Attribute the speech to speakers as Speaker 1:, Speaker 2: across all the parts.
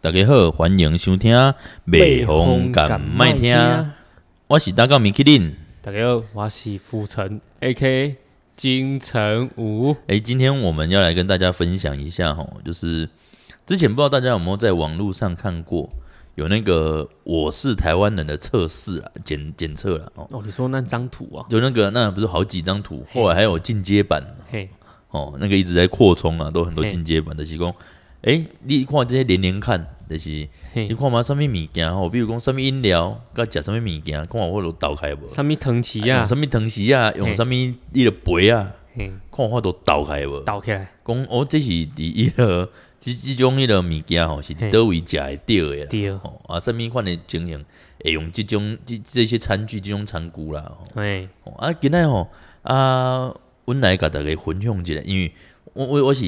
Speaker 1: 大家好，欢迎收听《北风敢麦听》，我是大高米克林。
Speaker 2: 大家好，我是傅成 a K 金城武。
Speaker 1: 诶，今天我们要来跟大家分享一下哈，就是之前不知道大家有没有在网络上看过有那个“我是台湾人”的测试啊，检检测了哦，
Speaker 2: 哦，你说那张图啊？
Speaker 1: 有那个那不是好几张图，后来还有进阶版
Speaker 2: 嘿，
Speaker 1: 哦，那个一直在扩充啊，都很多
Speaker 2: 嘿
Speaker 1: 进阶版的提供。诶，你看这些连连看，就是
Speaker 2: 嘿
Speaker 1: 你看嘛，什物物件吼，比如讲什物饮料，甲食什物物件，看我有倒开无？
Speaker 2: 什么藤旗
Speaker 1: 用
Speaker 2: 啊？
Speaker 1: 什物汤匙啊，用什物伊个杯啊，
Speaker 2: 嘿，
Speaker 1: 看我都倒开无？
Speaker 2: 倒起来，
Speaker 1: 讲哦，这是伫伊个 即即种迄个物件吼，是伫
Speaker 2: 嘿
Speaker 1: 倒位食会着诶啦。
Speaker 2: 对，
Speaker 1: 吼啊，什物款诶情形会用即种即这些餐具、即种餐具啦？吼
Speaker 2: 哎，
Speaker 1: 哦啊，今仔吼啊，阮来甲大家分享一下，因为我我我是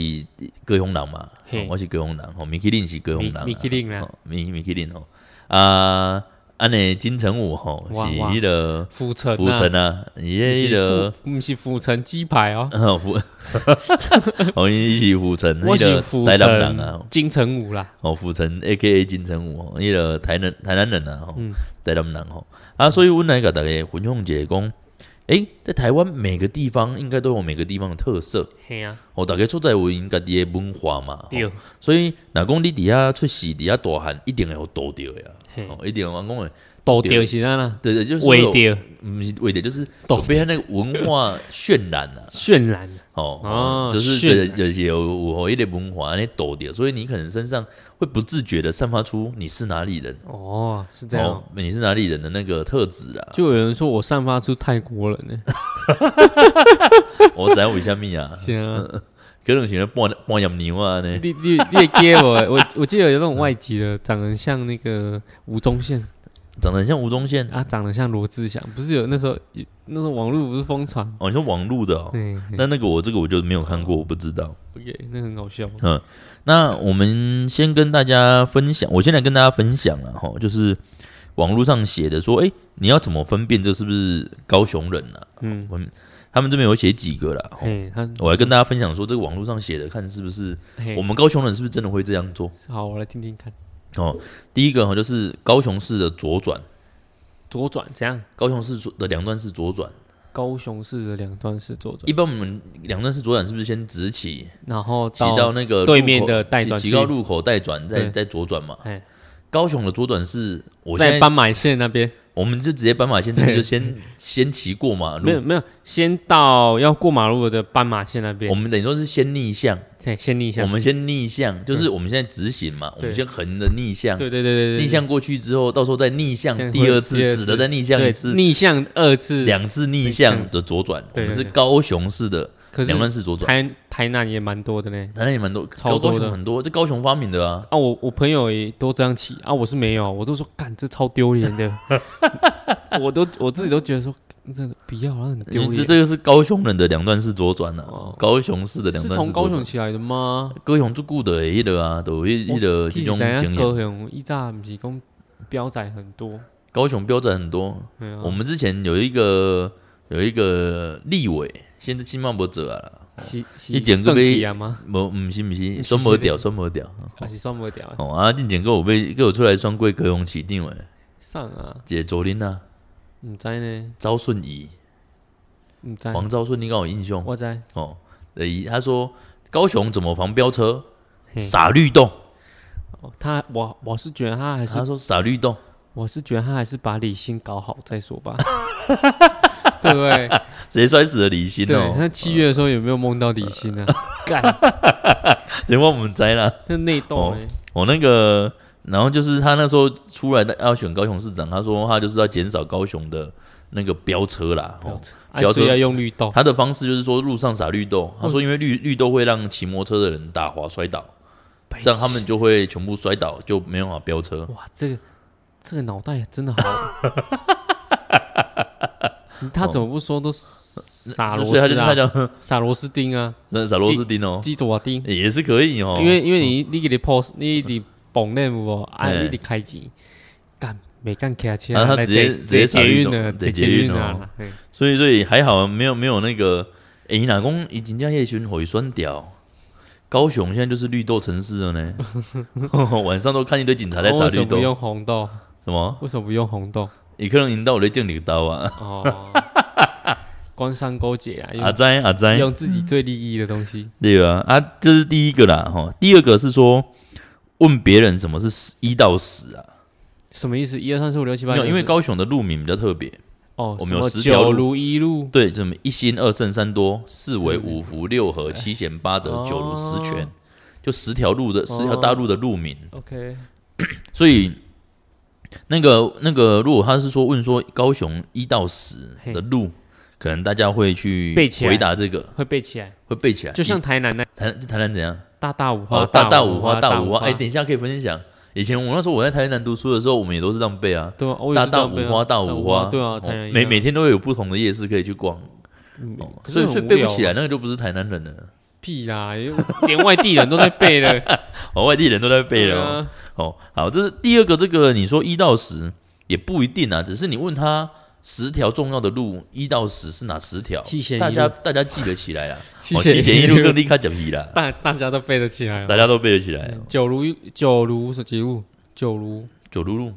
Speaker 1: 高雄人嘛，
Speaker 2: 嘿
Speaker 1: 哦我是高雄人吼，米其林是高雄人啊，
Speaker 2: 米米其林啦
Speaker 1: 哦，米米其林吼啊，安尼金城武吼是
Speaker 2: 哇哇
Speaker 1: 迄个
Speaker 2: 浮城啊，
Speaker 1: 浮城啊，伊
Speaker 2: 哎
Speaker 1: 迄 个
Speaker 2: 不是浮，不是浮城鸡排哦，
Speaker 1: 呃浮，哦伊是浮城，
Speaker 2: 我
Speaker 1: 迄
Speaker 2: 是
Speaker 1: 个
Speaker 2: 浮
Speaker 1: 台南人啊
Speaker 2: 城，金城武啦。
Speaker 1: 哦浮城 A K A 金城武吼，迄个台南台南人啊吼，
Speaker 2: 嗯
Speaker 1: 台南人吼啊，所以阮来甲大家分享一下讲。诶、在台湾每个地方应该都有每个地方的特色，
Speaker 2: 嘿啊，
Speaker 1: 哦，大家出在有因家己的文化嘛，
Speaker 2: 对
Speaker 1: 哦，所以若讲你伫遐出世，伫遐大汉，一定会有倒掉呀，
Speaker 2: 嘿
Speaker 1: 哦，一定有人讲的，
Speaker 2: 倒掉是哪啦？
Speaker 1: 对对，就是
Speaker 2: 歪
Speaker 1: 有，
Speaker 2: 掉，
Speaker 1: 不是伪掉，就是
Speaker 2: 倒
Speaker 1: 有被他那个文化渲染啊，
Speaker 2: 渲染啊，
Speaker 1: 哦，
Speaker 2: 哦
Speaker 1: 就是
Speaker 2: 渲
Speaker 1: 对
Speaker 2: 染
Speaker 1: 就是有有一点文化安尼抖掉，所以你可能身上会不自觉的散发出你是哪里人，
Speaker 2: 哦，是这样
Speaker 1: 哦
Speaker 2: 哦。，
Speaker 1: 你是哪里人的那个特质啦。
Speaker 2: 就有人说我散发出泰国人 呢，
Speaker 1: 我知为虾米啊，
Speaker 2: 是啊，
Speaker 1: 可能是咧半半盐牛啊呢，
Speaker 2: 你你你也 get 我欸，我我记得有那种外籍的，长得像那个吴宗宪
Speaker 1: 长得很像吴宗宪
Speaker 2: 啊，长得像罗志祥，不是有那时候那时候网络不是疯传，
Speaker 1: 哦，你说网路的哦，
Speaker 2: 对对
Speaker 1: 那那个我这个我就没有看过，我不知道。
Speaker 2: ，OK，那很搞笑，
Speaker 1: 那我们先跟大家分享，我先来跟大家分享了哈，就是网络上写的说，哎、你要怎么分辨这是不是高雄人啊？
Speaker 2: 嗯，
Speaker 1: 他们这边有写几个啦，吼
Speaker 2: 嘿，他
Speaker 1: 我来跟大家分享说，这个网络上写的，看是不是
Speaker 2: 嘿
Speaker 1: 我，们高雄人是不是真的会这样做
Speaker 2: 好，我来听听看，
Speaker 1: 哦。第一个哈，就是高雄市的左转，
Speaker 2: 左转怎样？
Speaker 1: 高雄市的两段是左转，
Speaker 2: 高雄市的两端是左
Speaker 1: 一
Speaker 2: 转，
Speaker 1: 般我们两段是左转，是不是先直起，
Speaker 2: 然后
Speaker 1: 骑到那个路口
Speaker 2: 对面的待
Speaker 1: 骑
Speaker 2: 转
Speaker 1: 骑
Speaker 2: 区
Speaker 1: 到路口待转，再
Speaker 2: 对
Speaker 1: 再左转嘛
Speaker 2: 哎。
Speaker 1: 高雄的左转是，我现
Speaker 2: 在
Speaker 1: 在
Speaker 2: 斑马线那边，
Speaker 1: 我们就直接斑马线这边
Speaker 2: 对
Speaker 1: 就 先先骑过马
Speaker 2: 没有
Speaker 1: 路，
Speaker 2: 没有，先到要过马路的斑马线那
Speaker 1: 我
Speaker 2: 边，
Speaker 1: 们等于说是先逆向，
Speaker 2: 对，先逆
Speaker 1: 我
Speaker 2: 向，
Speaker 1: 们先逆向，就是我们现在直行嘛，我们
Speaker 2: 对
Speaker 1: 先横着逆向，
Speaker 2: 对对对对对，
Speaker 1: 逆向过去之后，到时候再逆向
Speaker 2: 向
Speaker 1: 第二次
Speaker 2: 第二，次
Speaker 1: 指的再逆向一
Speaker 2: 对
Speaker 1: 次，
Speaker 2: 逆向二次，
Speaker 1: 两次逆
Speaker 2: 逆
Speaker 1: 向
Speaker 2: 向
Speaker 1: 的左转，我
Speaker 2: 对
Speaker 1: 们
Speaker 2: 对
Speaker 1: 是
Speaker 2: 对
Speaker 1: 高雄市的
Speaker 2: 可是
Speaker 1: 两段式左转，
Speaker 2: 台台南也蛮多的呢。
Speaker 1: 台南也蛮多，高
Speaker 2: 超
Speaker 1: 高
Speaker 2: 多的
Speaker 1: 雄很多，啊这高雄发明的啊，
Speaker 2: 啊，我我朋友也都这样骑啊，我是没有，我都说干这超丢脸 的，我都我自己都觉得说这不要了，很丢
Speaker 1: 因为这
Speaker 2: 脸。
Speaker 1: 这个是高雄人的两段式左转啊
Speaker 2: 哦，
Speaker 1: 高雄市的两
Speaker 2: 是
Speaker 1: 段式
Speaker 2: 从高
Speaker 1: 左
Speaker 2: 雄哦
Speaker 1: 转，
Speaker 2: 起来的吗？
Speaker 1: 高雄就固的迄个啊，都迄个这
Speaker 2: 其
Speaker 1: 种
Speaker 2: 实咱
Speaker 1: 经验，哦
Speaker 2: 高雄一炸不是讲标仔很多，
Speaker 1: 高雄标准很多，
Speaker 2: 对啊
Speaker 1: 我们之前有一个有一个立委，现在新茂博者啊啦，
Speaker 2: 是是
Speaker 1: 你整个
Speaker 2: 邓
Speaker 1: 被
Speaker 2: 启啊吗？
Speaker 1: 无毋是毋是，
Speaker 2: 是
Speaker 1: 选无掉，选无掉。
Speaker 2: 还是算不掉啊
Speaker 1: 哦啊，进前个有被个有出来选过高雄市长诶，
Speaker 2: 上啊？
Speaker 1: 一个左林啊，
Speaker 2: 唔知呢，
Speaker 1: 赵顺仪，
Speaker 2: 唔知，
Speaker 1: 黄昭顺，你敢有印象？
Speaker 2: 我知。
Speaker 1: 哦，诶，他说高雄怎么防飙车？
Speaker 2: 嘿
Speaker 1: 傻绿洞，
Speaker 2: 哦他我我是觉得他还是
Speaker 1: 他说傻绿洞，
Speaker 2: 我是觉得他还是把理性搞好再说 吧，对不对？
Speaker 1: 谁摔死了李欣
Speaker 2: 对，
Speaker 1: 哦？
Speaker 2: 那七月的时候有没有梦到李欣 啊？干，
Speaker 1: 结果我们栽啦。
Speaker 2: 那内斗
Speaker 1: 哦
Speaker 2: 哎，
Speaker 1: 我那个，然后就是他那时候出来的要选高雄市长，他说他就是要减少高雄的那个飙车啦。哦，
Speaker 2: 啊
Speaker 1: 飙车
Speaker 2: 所以要用绿豆，
Speaker 1: 他的方式就是说路上撒绿豆，
Speaker 2: 嗯
Speaker 1: 他说因为绿绿豆会让骑摩托车的人打滑摔倒，
Speaker 2: 白痴
Speaker 1: 这样他们就会全部摔倒，就没办法飙车。
Speaker 2: 哇，这个这个脑袋真的好， 他怎么不说都傻
Speaker 1: 所
Speaker 2: 螺
Speaker 1: 以他就哦
Speaker 2: 丝
Speaker 1: 是他
Speaker 2: 啊，
Speaker 1: 讲
Speaker 2: 傻螺丝钉啊，
Speaker 1: 那撒螺丝钉哦，
Speaker 2: 鸡爪钉，
Speaker 1: 欸也是可以哦，
Speaker 2: 因为因为你你给你 pose，你你绑内有哦，啊，
Speaker 1: 哎啊
Speaker 2: 你得开机干。没干开车，
Speaker 1: 然后他
Speaker 2: 来
Speaker 1: 直接直接
Speaker 2: 捷
Speaker 1: 踩绿
Speaker 2: 运
Speaker 1: 豆
Speaker 2: 啊，
Speaker 1: 直接
Speaker 2: 直
Speaker 1: 捷
Speaker 2: 捷
Speaker 1: 运
Speaker 2: 运
Speaker 1: 哦
Speaker 2: 啊，嘿
Speaker 1: 所以所以还好没有没有那个，哎、欸，你老公已经将叶群回酸掉，高雄现在就是绿豆城市了呢， 晚上都看一堆警察在
Speaker 2: 哦
Speaker 1: 撒
Speaker 2: 为什
Speaker 1: 绿
Speaker 2: 么不
Speaker 1: 豆，
Speaker 2: 用红豆？
Speaker 1: 什么？
Speaker 2: 为什么不用红豆？
Speaker 1: 你可能引到我来见你刀啊！
Speaker 2: 哦，官商勾结啊，
Speaker 1: 阿
Speaker 2: 用
Speaker 1: 哉阿哉，
Speaker 2: 用自己最利益的东西。
Speaker 1: 对吧？啊，这是第一个啦，哈。第二个是说问别人什么是一到十啊？
Speaker 2: 什么意思？一二三四五六七八
Speaker 1: 没
Speaker 2: 九
Speaker 1: 有，
Speaker 2: 十，
Speaker 1: 因为高雄的路名比较特别，
Speaker 2: 哦，
Speaker 1: 我们有
Speaker 2: 什么
Speaker 1: 十条
Speaker 2: 九
Speaker 1: 路
Speaker 2: 如一路，
Speaker 1: 对，什么一心二圣三多四为
Speaker 2: 是
Speaker 1: 五福六合七贤八德九如十全
Speaker 2: 哦，
Speaker 1: 就十条路的十条大路的路名，
Speaker 2: OK，
Speaker 1: 所以。那个那个，如果他是说问说高雄一到十的路，可能大家会去
Speaker 2: 背起来
Speaker 1: 回答这个，
Speaker 2: 会背起来，
Speaker 1: 会背起来。
Speaker 2: 就像台南那
Speaker 1: 台南台南怎样？
Speaker 2: 大大五
Speaker 1: 哦，
Speaker 2: 花，
Speaker 1: 大大
Speaker 2: 五
Speaker 1: 五花，大
Speaker 2: 五
Speaker 1: 五
Speaker 2: 花
Speaker 1: 花。，哎，等一下可以分享。以前我那时候我在台南读书的时候，我们也都是这样背啊，
Speaker 2: 对啊，我也
Speaker 1: 大
Speaker 2: 是这
Speaker 1: 大
Speaker 2: 样
Speaker 1: 五
Speaker 2: 背啊
Speaker 1: 花，大五花。
Speaker 2: 对啊，
Speaker 1: 哦
Speaker 2: 台南一样
Speaker 1: 每每天都会有不同的夜市可以去逛，
Speaker 2: 嗯
Speaker 1: 哦
Speaker 2: 可
Speaker 1: 所
Speaker 2: 是
Speaker 1: 以
Speaker 2: 很
Speaker 1: 所以
Speaker 2: 无
Speaker 1: 背不
Speaker 2: 聊
Speaker 1: 起来，
Speaker 2: 啊
Speaker 1: 那个就不是台南人了，
Speaker 2: 屁啦，因为连外地人都在背了，
Speaker 1: 哦，外地人都在 背了哦。
Speaker 2: 啊，
Speaker 1: 哦，好，这是第二个，这个你说一到十也不一定啊，只是你问他十条重要的路，一到十是哪十条
Speaker 2: 七贤一？路
Speaker 1: 大家大家记得起来啦，
Speaker 2: 七
Speaker 1: 哦
Speaker 2: 贤
Speaker 1: 七贤
Speaker 2: 一
Speaker 1: 一
Speaker 2: 路
Speaker 1: 路更立刻讲皮 啦，
Speaker 2: 大大家都背得起来哦。
Speaker 1: 大家都背得起来哦。
Speaker 2: 九如一九如什几路？九如，
Speaker 1: 九如路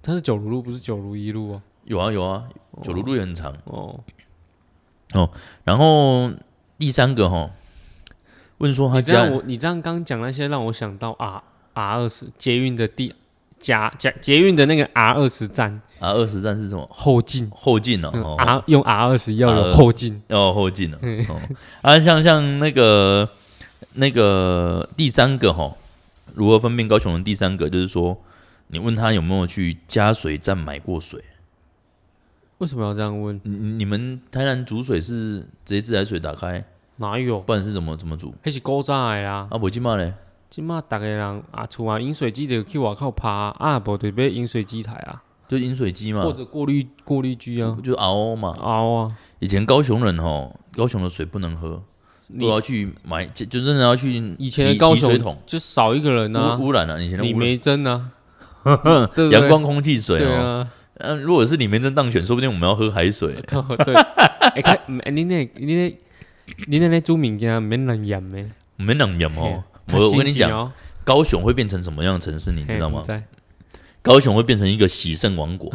Speaker 2: 它是九如路，不是九如一路哦。
Speaker 1: 有啊有啊，九如路也很长。
Speaker 2: 哦，
Speaker 1: 然后第三个哈，问说他
Speaker 2: 哦你这
Speaker 1: 家
Speaker 2: 样我你这样刚讲那些，让我想到 R R 二十捷运的第甲甲捷运的那个 R 二十站
Speaker 1: 啊二十站是什么
Speaker 2: 后劲。
Speaker 1: 后进哦，
Speaker 2: 嗯
Speaker 1: 哦
Speaker 2: R 用 R 二十要
Speaker 1: R20
Speaker 2: 有后劲，
Speaker 1: 哦后进哦，
Speaker 2: 嗯
Speaker 1: 哦啊像像那个那个第三个哈，如何分辨高雄人？第三个就是说，你问他有没有去加水站买过水？
Speaker 2: 为什么要这样问？
Speaker 1: 你你们台南煮水是直接自来水打开，
Speaker 2: 哪有？
Speaker 1: 不然是怎么怎么煮？
Speaker 2: 那是古早的啦，
Speaker 1: 啊，我今嘛嘞，
Speaker 2: 即马逐个人啊厝啊饮水机就去外口拍啊，啊无就买饮水机台啊，
Speaker 1: 就饮水机嘛
Speaker 2: 或，者过滤过滤机啊，
Speaker 1: 就熬嘛。
Speaker 2: 熬啊，
Speaker 1: 以前高雄人吼，高雄的水不能喝，都
Speaker 2: 你
Speaker 1: 要去买，就就真的要去
Speaker 2: 以前的
Speaker 1: 提
Speaker 2: 高
Speaker 1: 提
Speaker 2: 雄
Speaker 1: 水桶
Speaker 2: 就少一个人啊
Speaker 1: 污，污染了、以前的
Speaker 2: 李
Speaker 1: 污染，
Speaker 2: 梅珍啊，对不对
Speaker 1: 阳光空气水
Speaker 2: 对
Speaker 1: 哦。
Speaker 2: 啊，
Speaker 1: 嗯、如果是李梅珍当选，说不定我们要喝海水。
Speaker 2: 靠 对，哎看，嗯哎你那你那你那那煮物件免人盐的，
Speaker 1: 我们两样哦，
Speaker 2: 嘿
Speaker 1: 我我跟你，
Speaker 2: 较新奇
Speaker 1: 讲，
Speaker 2: 哦
Speaker 1: 高雄会变成什么样的城市，你知道
Speaker 2: 嘿
Speaker 1: 吗
Speaker 2: 不？知
Speaker 1: 高雄会变成一个喜盛王 国，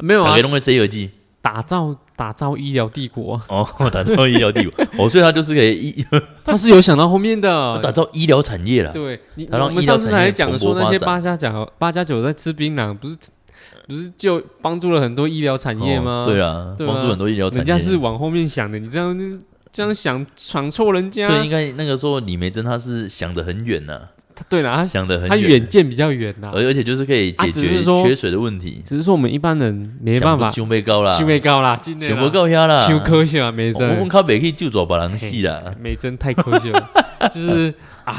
Speaker 2: 没有
Speaker 1: 打
Speaker 2: 啊
Speaker 1: 开，都会 C 二 G
Speaker 2: 打造打造医疗帝国啊，
Speaker 1: 哦，打造医疗帝国哦，所以它就是可以医
Speaker 2: 他是有想到后 面的，
Speaker 1: 打造医疗产业啦。
Speaker 2: 哎对啊你，
Speaker 1: 台湾
Speaker 2: 我们
Speaker 1: 医疗
Speaker 2: 上次
Speaker 1: 产业
Speaker 2: 还讲
Speaker 1: 蓬勃
Speaker 2: 说那些
Speaker 1: 发展
Speaker 2: 八加九八加九在吃槟榔，不是不是就帮助了很多医疗产业吗？
Speaker 1: 哦对啊，
Speaker 2: 对啊
Speaker 1: 帮助很多医疗产
Speaker 2: 人
Speaker 1: 业。
Speaker 2: 家是往后面想的，你这样这样想闯错人家。
Speaker 1: 所以应该那个时候李梅珍她是想得很远呐、啊
Speaker 2: 他对了，他
Speaker 1: 想得很
Speaker 2: 他远
Speaker 1: 远，
Speaker 2: 见比较远呐、
Speaker 1: 而而且就是可以
Speaker 2: 啊
Speaker 1: 解
Speaker 2: 只
Speaker 1: 决
Speaker 2: 是说
Speaker 1: 缺水的问题。
Speaker 2: 只是说我们一般人没办法，
Speaker 1: 修被高啦，
Speaker 2: 修为高啦，今年
Speaker 1: 想不到遐啦，哦
Speaker 2: 修科学啊，美
Speaker 1: 我们
Speaker 2: 珍，
Speaker 1: 靠北去救助别人死啦。
Speaker 2: 美珍太科 学了，就是啊，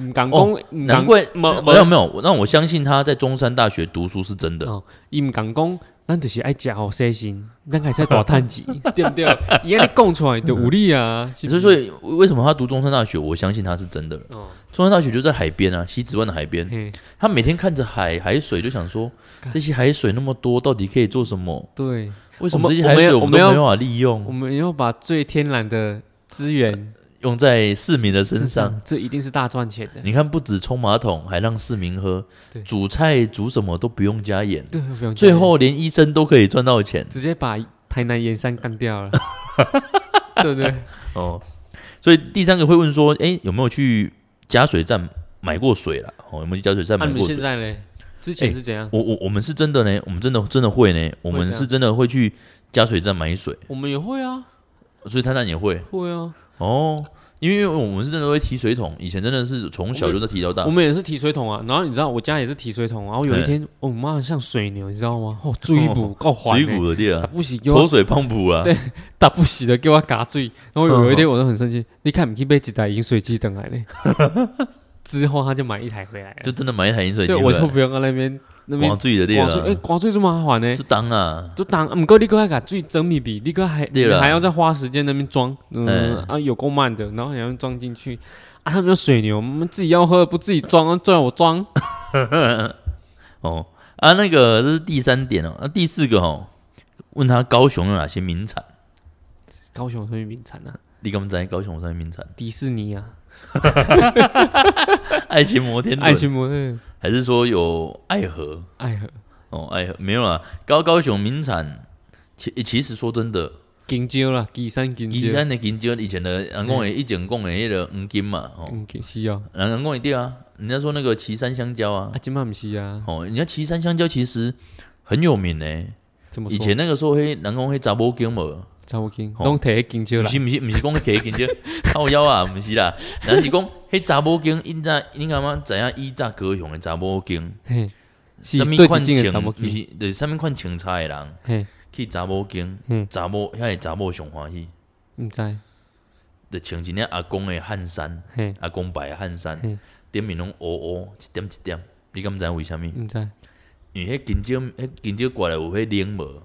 Speaker 2: 唔敢讲，
Speaker 1: 哦
Speaker 2: 唔
Speaker 1: 难
Speaker 2: 敢，
Speaker 1: 怪没
Speaker 2: 没
Speaker 1: 有没有，那我相信他在中山大学读书是真的。
Speaker 2: 哦伊唔敢讲，咱就是爱食好细心，咱还是大 趁钱，对不对？伊安尼讲出来就有理啊，是不
Speaker 1: 所以，
Speaker 2: 是
Speaker 1: 所以为什么他读中山大学？我相信他是真的了。
Speaker 2: 哦
Speaker 1: 中山大学就在海边啊，西子湾的海边。
Speaker 2: 嘿
Speaker 1: 他每天看着海海水，就想说这些海水那么多，到底可以做什么？
Speaker 2: 对，
Speaker 1: 为什
Speaker 2: 我
Speaker 1: 么
Speaker 2: 们
Speaker 1: 这些海水
Speaker 2: 我
Speaker 1: 我们
Speaker 2: 们
Speaker 1: 都
Speaker 2: 要
Speaker 1: 没办法利
Speaker 2: 我
Speaker 1: 用，
Speaker 2: 们要把最天然的资源
Speaker 1: 用在市民的身上？，
Speaker 2: 这一定是大赚钱的。
Speaker 1: 你看，不止冲马桶，还让市民喝
Speaker 2: 对，
Speaker 1: 煮菜煮什么都不用加盐，
Speaker 2: 对，不用
Speaker 1: 最
Speaker 2: 讲
Speaker 1: 后连医生都可以赚到钱。
Speaker 2: 直接把台南盐山干掉了， 对不对？
Speaker 1: 哦，所以第三个会问说，诶，有没有去加水站买过水啦？哦，有没有去加水站
Speaker 2: 那、
Speaker 1: 买
Speaker 2: 啊
Speaker 1: 哎
Speaker 2: 你们
Speaker 1: 过
Speaker 2: 现
Speaker 1: 水？
Speaker 2: 在嘞？之前是怎样？
Speaker 1: 我我我们是真的呢，我们真的真的会呢，我
Speaker 2: 会这啊
Speaker 1: 们
Speaker 2: 样
Speaker 1: 是真的会去加水站买水，
Speaker 2: 我们也会啊，
Speaker 1: 所以他那也会
Speaker 2: 会啊，
Speaker 1: 哦，因为我们是真的会提水桶，以前真的是从小就在提到大
Speaker 2: 我，们也是提水桶啊。然后你知道我家也是提水桶啊，然后有一
Speaker 1: 嘿
Speaker 2: 天，哦我妈很像水牛，你知道吗？哦，追捕够还
Speaker 1: 水
Speaker 2: 欸，
Speaker 1: 鼓的地
Speaker 2: 打
Speaker 1: 啊，
Speaker 2: 不洗给
Speaker 1: 抽
Speaker 2: 我
Speaker 1: 水胖补啊，
Speaker 2: 对打不洗的给我嘎醉。然后有一天我都很生气，你看你去买一台饮水机等来 嘞，之后他就买一台回来了。
Speaker 1: 就真的买一台饮水机
Speaker 2: 对，
Speaker 1: 回
Speaker 2: 我就
Speaker 1: 来，
Speaker 2: 不用在那边那边
Speaker 1: 往水的地
Speaker 2: 刮水，哎，
Speaker 1: 啊，
Speaker 2: 刮水这么麻烦呢
Speaker 1: 就？当啊，
Speaker 2: 就当，唔过你搁还把水整米比，你搁还
Speaker 1: 对
Speaker 2: 你
Speaker 1: 啦
Speaker 2: 还要再花时间那边装，嗯
Speaker 1: 哎
Speaker 2: 啊，有够慢的，然后还要装进去啊，他们有水牛，我们自己要喝不自己装，叫我装，
Speaker 1: 哦啊，那个这是第三点哦，那、第四个哦，问他高雄有哪些名产？
Speaker 2: 高雄有什么名产啊？
Speaker 1: 你敢不知道高雄有啥名产？
Speaker 2: 迪士尼啊，
Speaker 1: 爱情摩天轮，
Speaker 2: 爱情摩天
Speaker 1: 还是说有爱河？
Speaker 2: 爱河
Speaker 1: 哦，爱河没有啦，高高雄名产。其其实说真的，
Speaker 2: 金蕉啦，岐山金
Speaker 1: 宜
Speaker 2: 蕉，
Speaker 1: 山的金蕉以前的人讲的一整讲的迄个黄金嘛，哦，
Speaker 2: 嗯，是哦，
Speaker 1: 人人讲一对啊，人家说那个岐山香蕉啊
Speaker 2: 啊，，今晚不是啊，
Speaker 1: 哦，人家岐山香蕉其实很有名呢、
Speaker 2: 怎么说
Speaker 1: 以前那个时候，嘿，人讲迄查某金无，
Speaker 2: 查某金，
Speaker 1: 哦
Speaker 2: 拢摕迄金蕉
Speaker 1: 不
Speaker 2: 啦，
Speaker 1: 是不是不是讲迄个金蕉，靠腰啊，不是啦，人是讲迄查某金，因在你看嘛，知影伊早高雄的查某金，
Speaker 2: 嘿，是
Speaker 1: 什么
Speaker 2: 对
Speaker 1: 款
Speaker 2: 一种的
Speaker 1: 情，
Speaker 2: 查某
Speaker 1: 不
Speaker 2: 金，
Speaker 1: 是，就是什么款情差的人
Speaker 2: 嘿，
Speaker 1: 去查某金
Speaker 2: 嗯，
Speaker 1: 查某遐个查某上欢喜，
Speaker 2: 毋知，
Speaker 1: 就穿一件阿公的汗衫，
Speaker 2: 嘿，
Speaker 1: 阿公白的汗衫
Speaker 2: 嗯，
Speaker 1: 顶面拢乌乌一点一点，你敢知影为虾米？
Speaker 2: 毋知，
Speaker 1: 因为迄金蕉，迄金蕉过来有迄冷无？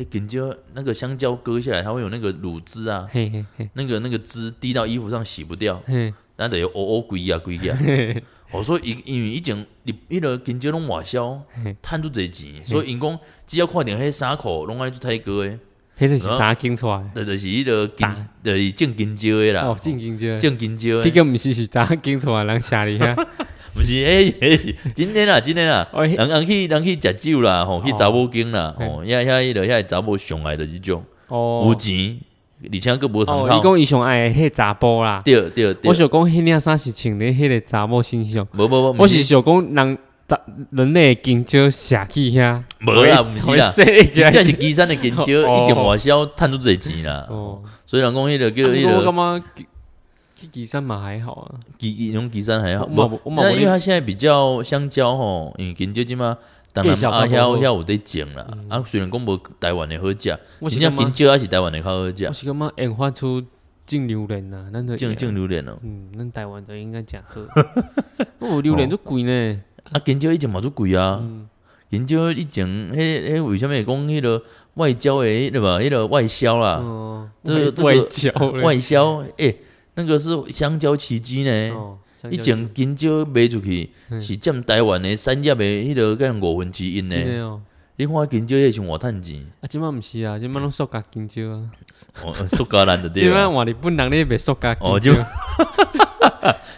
Speaker 1: 迄金蕉那个香蕉割下来，它会有那个乳汁啊，
Speaker 2: 嘿嘿嘿，
Speaker 1: 那个那个汁滴到衣服上洗不掉，
Speaker 2: 嘿，
Speaker 1: 那得有乌乌规啊规 啊。
Speaker 2: 嘿，
Speaker 1: 我说因因为以前日迄个金蕉拢外销
Speaker 2: 嘿，
Speaker 1: 趁出侪
Speaker 2: 嗯
Speaker 1: 钱，所以因讲只要看着迄衫裤拢安尼出太高诶，
Speaker 2: 迄个是查金出来的，
Speaker 1: 就就是迄个金
Speaker 2: 打，
Speaker 1: 就是种金蕉诶啦
Speaker 2: 哦，，正金蕉，
Speaker 1: 种金蕉
Speaker 2: 这
Speaker 1: 诶，
Speaker 2: 个毋是是查金出来的人写哩 遐，
Speaker 1: 不是诶，欸真诶啦，真诶啦。
Speaker 2: 哦，迄
Speaker 1: 人人去人去食酒啦，吼，去
Speaker 2: 哦
Speaker 1: 查某经啦，
Speaker 2: 嘿
Speaker 1: 吼，遐遐迄落遐查某上来的即种。有
Speaker 2: 哦，
Speaker 1: 钱，而且佫无通
Speaker 2: 哦，你
Speaker 1: 透。
Speaker 2: 讲伊上爱的迄个查甫啦，
Speaker 1: 对对对
Speaker 2: 我，想讲迄领衫是穿咧迄个查某身上。
Speaker 1: 无无无，
Speaker 2: 我
Speaker 1: 不
Speaker 2: 是想讲人杂人类的金蕉下去遐，
Speaker 1: 无啦，毋是啦，真正
Speaker 2: 真
Speaker 1: 是基山的金蕉，
Speaker 2: 哦
Speaker 1: 一件外销趁出侪钱啦。
Speaker 2: 哦，
Speaker 1: 所以人讲迄个叫
Speaker 2: 啊不过我
Speaker 1: 迄个
Speaker 2: 感觉去基山嘛还好啊，
Speaker 1: 基基种基山还好，
Speaker 2: 我嘛
Speaker 1: 无
Speaker 2: 我嘛
Speaker 1: 那
Speaker 2: 无
Speaker 1: 因为它现在比较香蕉吼，因为金蕉即嘛。当然
Speaker 2: 计，小
Speaker 1: 啊，遐
Speaker 2: 较无好嗯
Speaker 1: 遐有在种啦。啊，虽然讲无台湾的好食，
Speaker 2: 我是
Speaker 1: 真
Speaker 2: 感
Speaker 1: 正啊金
Speaker 2: 觉
Speaker 1: 蕉还是台湾的较好食
Speaker 2: 我。是感觉演化出种榴莲呐，咱就
Speaker 1: 种种榴莲哦，
Speaker 2: 嗯，咱台湾就应该食 好。哦，榴莲
Speaker 1: 哦
Speaker 2: 都贵呢，
Speaker 1: 啊，金蕉以前嘛足贵啊。
Speaker 2: 嗯，
Speaker 1: 金蕉以前，迄迄为什么会讲迄个外交的迄个嘛，迄个外销啦？
Speaker 2: 哦，
Speaker 1: 这
Speaker 2: 外
Speaker 1: 这个
Speaker 2: 外交嘞
Speaker 1: 外销，哎、那个是香蕉奇迹呢。
Speaker 2: 哦，
Speaker 1: 以前金蕉卖出去
Speaker 2: 嗯
Speaker 1: 是占台湾的产业的迄个干五分之一
Speaker 2: 真
Speaker 1: 呢。
Speaker 2: 的哦，
Speaker 1: 你看金蕉迄像偌趁钱，
Speaker 2: 啊，即摆毋是啊，即摆拢塑胶金蕉啊，
Speaker 1: 哦，苏格兰的
Speaker 2: 即
Speaker 1: 对
Speaker 2: 摆
Speaker 1: 吧？
Speaker 2: 换日本人咧卖塑胶
Speaker 1: 哦，
Speaker 2: 金
Speaker 1: 就
Speaker 2: 蕉。，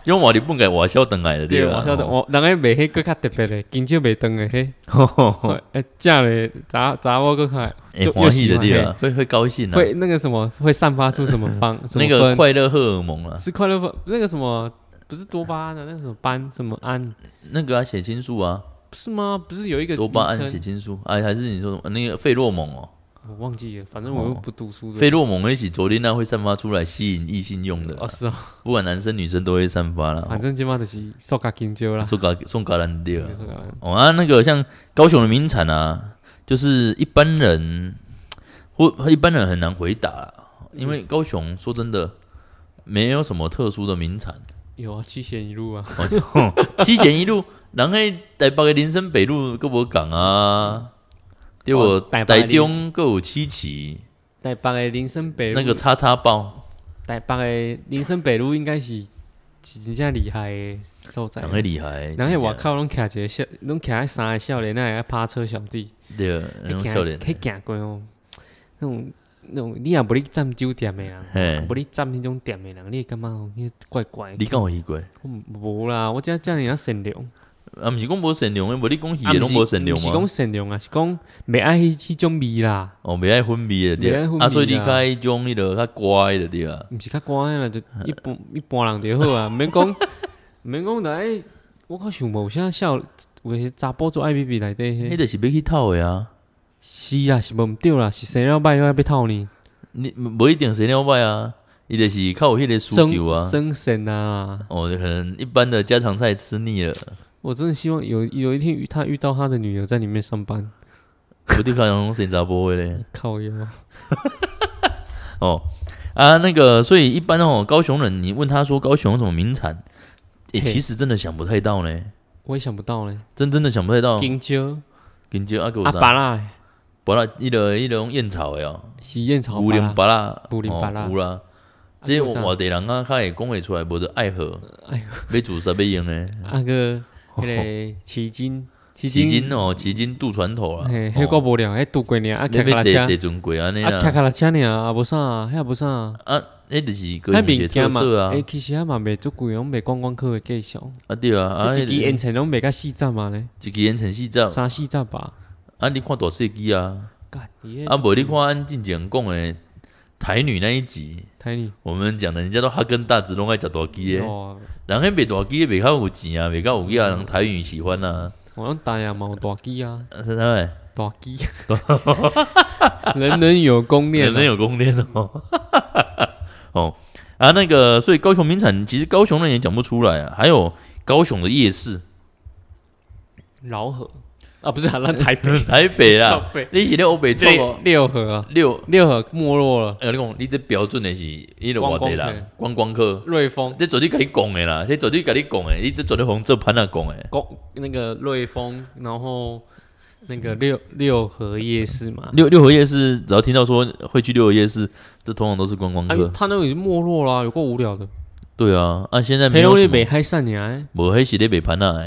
Speaker 1: 就我日本给外销转来的
Speaker 2: 对，
Speaker 1: 对吧？啊
Speaker 2: 我晓得，我人个卖迄个较特别嘞，金蕉袂断的迄，
Speaker 1: 哦，
Speaker 2: 诶，正哎嘞查查某个较
Speaker 1: 哎，
Speaker 2: 就
Speaker 1: 欢喜的对
Speaker 2: 又喜
Speaker 1: 吧？会会高兴啊，
Speaker 2: 会那个什么会散发出什 么芳，什么
Speaker 1: 那个
Speaker 2: 酚
Speaker 1: 快乐荷尔蒙啊，
Speaker 2: 是快乐酚，那个什么不是多巴胺的，那个什么胺什么胺
Speaker 1: 那个啊，血清素啊，
Speaker 2: 是吗？不是有一个
Speaker 1: 多巴胺、
Speaker 2: 名
Speaker 1: 血
Speaker 2: 称
Speaker 1: 清素，哎，还是你说什么那个费洛蒙哦？
Speaker 2: 我忘记了，反正我又不读书的。
Speaker 1: 费洛蒙那是昨天那会散发出来吸引异性用的哦啊
Speaker 2: 哦，是哦，
Speaker 1: 不管男生女生都会散发啦。
Speaker 2: 反正今嘛就是塑胶金蕉啦。
Speaker 1: 送给送给咱对啊
Speaker 2: 就是这个啦
Speaker 1: 哦啊，那个像高雄的名产啊，就是一般人或一般人很难回答啊、因为高雄说真的没有什么特殊的名产。
Speaker 2: 有啊，七贤一路啊，
Speaker 1: 哦就七贤一路， 人迄台北的林森北路各无讲啊，对不？
Speaker 2: 哦台北
Speaker 1: 台
Speaker 2: 的林
Speaker 1: 中各有七期，
Speaker 2: 台北的林森北路，
Speaker 1: 那个叉叉包，
Speaker 2: 台北的林森北路应该是是真正厉害的所在
Speaker 1: 人。迄厉害，
Speaker 2: 然
Speaker 1: 真
Speaker 2: 后
Speaker 1: 的
Speaker 2: 外口拢徛一个少，拢徛在三个少年，那个趴车小弟，
Speaker 1: 对啊，那种少年，
Speaker 2: 去行过哦，那种那种你也无咧占酒店的人，
Speaker 1: 嘿
Speaker 2: 无，咧占迄种店的人，你会感觉哦，迄怪怪的。
Speaker 1: 你敢有去过？
Speaker 2: 我无啦，我遮遮尔啊善良，
Speaker 1: 啊，毋是讲无善良的，无你讲伊
Speaker 2: 啊
Speaker 1: 的拢无善良
Speaker 2: 不是
Speaker 1: 吗
Speaker 2: 讲？善良啊，是讲袂爱迄迄种味啦，
Speaker 1: 哦，袂爱分泌的对
Speaker 2: 袂爱
Speaker 1: 啊
Speaker 2: 分，泌
Speaker 1: 啊，所以你
Speaker 2: 啦
Speaker 1: 较爱种迄落较乖的对啊。
Speaker 2: 毋是较乖的 啦，就一般一般人就好啊，毋免讲 毋免讲来，我较想无啥少，有的查甫做爱比比内底
Speaker 1: 迄
Speaker 2: 迄，
Speaker 1: 著是要去偷的啊，
Speaker 2: 是啊，是无毋对啦，是生了歹又爱被偷呢。
Speaker 1: 你无一定生了歹啊，伊著是较有迄个需求啊。
Speaker 2: 生神啊！
Speaker 1: 哦，可能一般的家常菜吃腻了，
Speaker 2: 我真的希望有有一天遇他遇到他的女友在里面上班，
Speaker 1: 无你可能拢生查甫的咧。
Speaker 2: 靠腰。
Speaker 1: 哦啊，那个，所以一般哦，高雄人你问他说高雄有什么名产，诶、
Speaker 2: 嘿
Speaker 1: 其实真的想不太到呢，
Speaker 2: 我也想不到嘞，
Speaker 1: 真真的想不太到。
Speaker 2: 金蕉、
Speaker 1: 跟椒啊，给我
Speaker 2: 阿
Speaker 1: 啥？
Speaker 2: 巴拉嘞
Speaker 1: 巴拉，伊落伊落燕草的哦，
Speaker 2: 是燕草
Speaker 1: 乌
Speaker 2: 巴
Speaker 1: 龙
Speaker 2: 拉，
Speaker 1: 巴拉，
Speaker 2: 乌龙芭
Speaker 1: 哦
Speaker 2: 乐
Speaker 1: 有啦。
Speaker 2: 啊
Speaker 1: 这
Speaker 2: 还有啥
Speaker 1: 外地人啊，较会讲会出来，无就爱好，
Speaker 2: 爱
Speaker 1: 要自杀要用的。
Speaker 2: 啊个迄个奇金、起
Speaker 1: 旗津
Speaker 2: 金，
Speaker 1: 哦，旗津渡船头啦，
Speaker 2: 嘿，迄个
Speaker 1: 哦
Speaker 2: 无聊，迄拄过尔啊，
Speaker 1: 你
Speaker 2: 开卡
Speaker 1: 要
Speaker 2: 拉车，
Speaker 1: 坐坐
Speaker 2: 啊，
Speaker 1: 船过安尼
Speaker 2: 开
Speaker 1: 啦，
Speaker 2: 卡拉车尔啊，无啥啊，遐无啥啊，
Speaker 1: 啊，迄就是高
Speaker 2: 迄
Speaker 1: 雄一个特
Speaker 2: 物件嘛
Speaker 1: 色，啊
Speaker 2: 诶，，其实遐嘛袂足贵，拢袂观光客的介绍，
Speaker 1: 啊对啊，啊，哦
Speaker 2: 啊，一支
Speaker 1: 迄
Speaker 2: 烟尘拢袂甲四十嘛咧，
Speaker 1: 一支烟城四十，
Speaker 2: 三四十吧，
Speaker 1: 啊，你看大世纪啊，
Speaker 2: 干，你
Speaker 1: 啊，无你看咱之前讲的台女那一集，
Speaker 2: 睇你，
Speaker 1: 我们讲的人家都哈根达斯拢爱食大鸡的，
Speaker 2: 哦，
Speaker 1: 人迄卖大鸡的袂较有钱啊，袂较有嘢，人台女喜欢啊，
Speaker 2: 我讲大嘛有大机啊，
Speaker 1: 啊真的咩？
Speaker 2: 大 机，人人有功练
Speaker 1: 人人
Speaker 2: 啊，
Speaker 1: 有攻略哦。 哦啊，那个，所以高雄名产其实高雄人也讲不出来啊，还有高雄的夜市，
Speaker 2: 饶河啊，不是啊，咱台北
Speaker 1: 台北
Speaker 2: 靠
Speaker 1: 啦，
Speaker 2: 北，啊
Speaker 1: 你是咧欧北做
Speaker 2: 六六合啊，
Speaker 1: 六，
Speaker 2: 六合没落了，
Speaker 1: 呃，你讲你这标准的是迄个外地啦，观光客，
Speaker 2: 瑞丰。
Speaker 1: 这绝对跟你讲的啦，这绝对跟你讲的，你这绝对红这潘那讲的，
Speaker 2: 公那个瑞丰，然后那个六六合夜市嘛，
Speaker 1: 六六合夜市，只要听到说会去六合夜市，这通常都是观光
Speaker 2: 哎
Speaker 1: 客，。
Speaker 2: 他那个已经没落啦，有够无聊的。
Speaker 1: 对啊，啊，现在没
Speaker 2: 黑
Speaker 1: 有
Speaker 2: 龙
Speaker 1: 什
Speaker 2: 江
Speaker 1: 么
Speaker 2: 北，海善呀，
Speaker 1: 无迄是咧北潘那，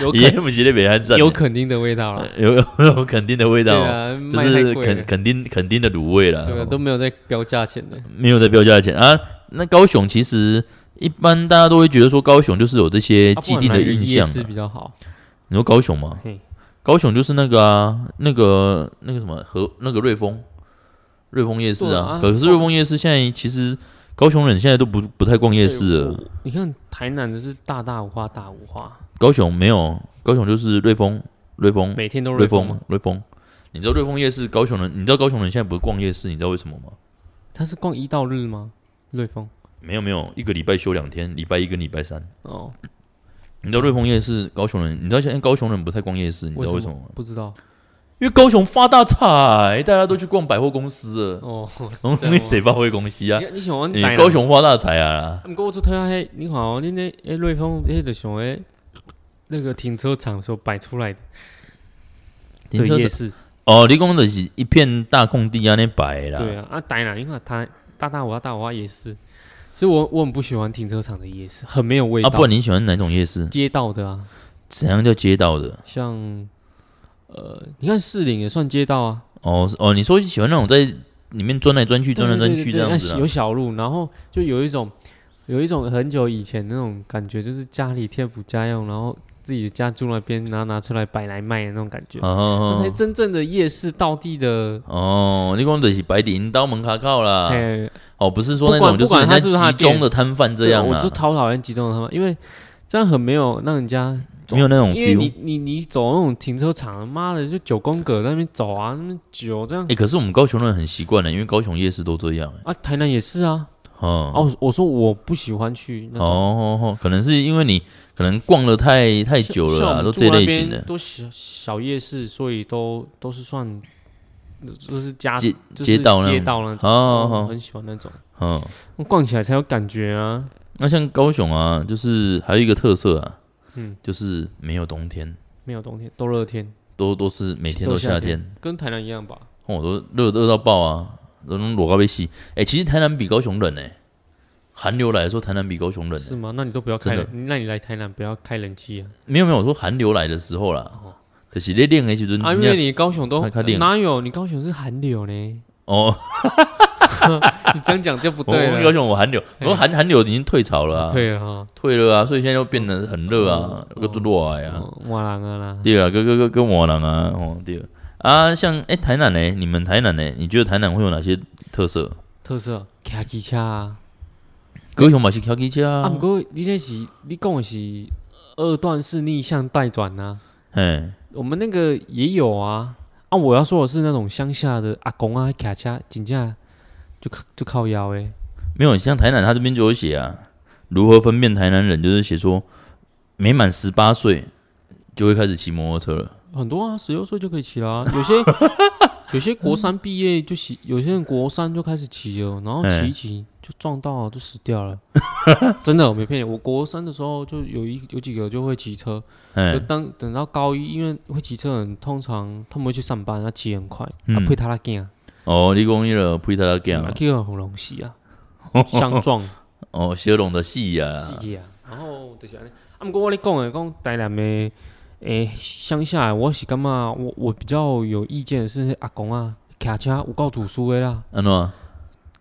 Speaker 2: 有
Speaker 1: 也
Speaker 2: 肯
Speaker 1: 不是咧北汉站的，
Speaker 2: 有肯定的味道啦。
Speaker 1: 有 有肯定的味
Speaker 2: 对
Speaker 1: 道哦。
Speaker 2: 啊，
Speaker 1: 就
Speaker 2: 卖太
Speaker 1: 是
Speaker 2: 贵
Speaker 1: 肯
Speaker 2: 了，
Speaker 1: 肯定肯定的卤味啦，哦
Speaker 2: 对啊，都没有在标价钱的。
Speaker 1: 没有在标价前啊。那高雄其实一般大家都会觉得说高雄就是有这些
Speaker 2: 啊
Speaker 1: 既定的印
Speaker 2: 不然来个夜
Speaker 1: 象
Speaker 2: 市
Speaker 1: 啊。
Speaker 2: 比较好。
Speaker 1: 你说高雄吗
Speaker 2: 嘿？
Speaker 1: 高雄就是那个啊，那个那个什么和那个瑞丰，瑞丰夜市
Speaker 2: 对
Speaker 1: 啊
Speaker 2: 啊。
Speaker 1: 可是瑞丰夜市现在其实高雄人现在都不不太逛夜市了。
Speaker 2: 对我你看台南的是大大五花大五花，
Speaker 1: 高雄没有，高雄就是瑞丰，瑞丰，
Speaker 2: 每天都
Speaker 1: 瑞
Speaker 2: 哦瑞丰
Speaker 1: 丰
Speaker 2: 吗？，
Speaker 1: 嗯瑞丰。你知道瑞丰夜市高雄人，你知道高雄人现在不逛夜市，你知道为什么吗？
Speaker 2: 他是逛一到日吗？瑞丰
Speaker 1: 没有没有，一个礼拜休两天，礼拜一跟礼拜三。
Speaker 2: 哦，
Speaker 1: 你知道瑞丰夜市高雄人，你知道现在高雄人不太逛夜市，你知道为什么吗？
Speaker 2: 不知道
Speaker 1: 因为高雄发大财，大家都去逛百货公 司了，
Speaker 2: 哦。
Speaker 1: 然后
Speaker 2: 是
Speaker 1: 你
Speaker 2: 这
Speaker 1: 谁
Speaker 2: 样吗
Speaker 1: 发挥公司啊？
Speaker 2: 你你喜欢
Speaker 1: 你
Speaker 2: 台南
Speaker 1: 高雄发大财啊！
Speaker 2: 毋过我做睇下迄，你看哦，恁迄迄瑞丰迄就像迄那个停车场所摆出来的
Speaker 1: 停车
Speaker 2: 对夜
Speaker 1: 场
Speaker 2: 市，
Speaker 1: 哦，你讲的是一片大空地啊，那摆的
Speaker 2: 对
Speaker 1: 啦。
Speaker 2: 啊，啊台南，你看台大大娃大娃夜市，所以我我很不喜欢停车场的夜市，很没有味道。
Speaker 1: 啊，不然你喜欢哪种夜市？
Speaker 2: 街道的啊，
Speaker 1: 怎样叫街道的？
Speaker 2: 像呃，你看士林也算街道啊，
Speaker 1: 哦是哦，你说喜欢那种在里面钻来钻去、钻来钻
Speaker 2: 对
Speaker 1: 去
Speaker 2: 对
Speaker 1: 这
Speaker 2: 对
Speaker 1: 样
Speaker 2: 那
Speaker 1: 子啊
Speaker 2: 有？小路，然后就有一种有一种很久以前那种感觉，就是家里贴补家用，然后自己的家住那边，然后拿出来摆来卖的那种感觉。那才
Speaker 1: 哦
Speaker 2: 真正的夜市道地的。
Speaker 1: 哦，你讲的是摆顶刀门卡靠啦。
Speaker 2: 哎，
Speaker 1: 哦，不是说那
Speaker 2: 不管
Speaker 1: 种就是
Speaker 2: 不管
Speaker 1: 人家
Speaker 2: 他是不是
Speaker 1: 集
Speaker 2: 他的店
Speaker 1: 中的摊贩这样
Speaker 2: 对我
Speaker 1: 啊
Speaker 2: 就，超讨厌集中的他们，因为这样很没有让人家，
Speaker 1: 没有那种
Speaker 2: 因为你
Speaker 1: feel。
Speaker 2: 你你走那种停车场，妈的就九宫格在那边走啊，那边久这样
Speaker 1: 哎、可是我们高雄人很习惯的，因为高雄夜市都这样、欸。
Speaker 2: 啊，台南也是啊。
Speaker 1: 哦、
Speaker 2: 哦，我说我不喜欢去那
Speaker 1: 哦
Speaker 2: 种
Speaker 1: 哦哦，可能是因为你可能逛了太太久了啦，
Speaker 2: 像
Speaker 1: 都
Speaker 2: 啊我们住
Speaker 1: 这
Speaker 2: 那
Speaker 1: 类
Speaker 2: 边
Speaker 1: 型的
Speaker 2: 都小小夜市，所以都都是算呃都是家
Speaker 1: 街
Speaker 2: 就是
Speaker 1: 街道那
Speaker 2: 街
Speaker 1: 种。
Speaker 2: 道那
Speaker 1: 哦
Speaker 2: 种，
Speaker 1: 哦
Speaker 2: 我
Speaker 1: 哦
Speaker 2: 很喜欢那种，
Speaker 1: 哦，
Speaker 2: 逛起来才有感觉啊。
Speaker 1: 那像高雄啊，就是还有一个特色啊，
Speaker 2: 嗯
Speaker 1: 就是没有冬天，
Speaker 2: 没有冬天，都热天，
Speaker 1: 都都是每天
Speaker 2: 都
Speaker 1: 都
Speaker 2: 夏
Speaker 1: 夏
Speaker 2: 天
Speaker 1: 天，
Speaker 2: 跟台南一样吧。
Speaker 1: 哦，都热热到爆啊，都裸高被洗。哎、其实台南比高雄冷哎、寒流来的时候，台南比高雄冷、欸
Speaker 2: 是。吗？那你都不要开
Speaker 1: 真
Speaker 2: 冷
Speaker 1: 的，
Speaker 2: 那你来台南不要开冷气啊！
Speaker 1: 没有没有，我说寒流来的时候啦，就是咧练的时阵，
Speaker 2: 啊，因为你高雄都
Speaker 1: 开开冷
Speaker 2: 哪有？你高雄是寒流呢？
Speaker 1: 哦，
Speaker 2: 你这样讲就不
Speaker 1: 我
Speaker 2: 对
Speaker 1: 高
Speaker 2: 了。
Speaker 1: 雄我寒流，我
Speaker 2: 嘿
Speaker 1: 寒寒流已经退潮了啊，
Speaker 2: 对了哈，
Speaker 1: 退了啊，所以现在又变得很热啊，
Speaker 2: 嗯
Speaker 1: 个做热的啊，
Speaker 2: 哦哇啦啊啦，
Speaker 1: 对啊，哥哥哥跟我人啊，哦对啊啊，像哎台南呢，你们台南呢，你觉得台南会有哪些特色？
Speaker 2: 特色卡其车啊！
Speaker 1: 高雄嘛是开机车
Speaker 2: 啊，
Speaker 1: 啊
Speaker 2: 不，过你那是你讲的是呃二段式逆向带转呐，
Speaker 1: 哎，
Speaker 2: 我们那个也有啊。啊，我要说的是那种乡下的阿公啊，卡车真正就靠就靠腰诶。
Speaker 1: 没有，像台南他这边就有写啊，如何分辨台南人，就是写说没满十八岁就会开始骑摩托车了。
Speaker 2: 很多啊，十六岁就可以骑啦、有些有些国三毕业就骑，有些人国三就开始骑了，然后骑一骑就撞到了就死掉了。 真的，我没骗你，我国三的时候就有一有几个就会骑车，
Speaker 1: 哎
Speaker 2: 就，当等到高一，因为会骑车的人通常他们会去上班，他骑很快，
Speaker 1: 嗯
Speaker 2: 啊配他拉劲啊，
Speaker 1: 哦，你讲那个 Peter g a
Speaker 2: 啊
Speaker 1: n
Speaker 2: 去很容易 啊，相撞
Speaker 1: 哦，小龙的戏啊，
Speaker 2: 死啊，然后就是安尼。啊，毋过我咧讲诶，讲台南诶诶、乡下我是干嘛？我我比较有意见的是那阿公啊，骑车有够自私的啦，
Speaker 1: 安怎啊？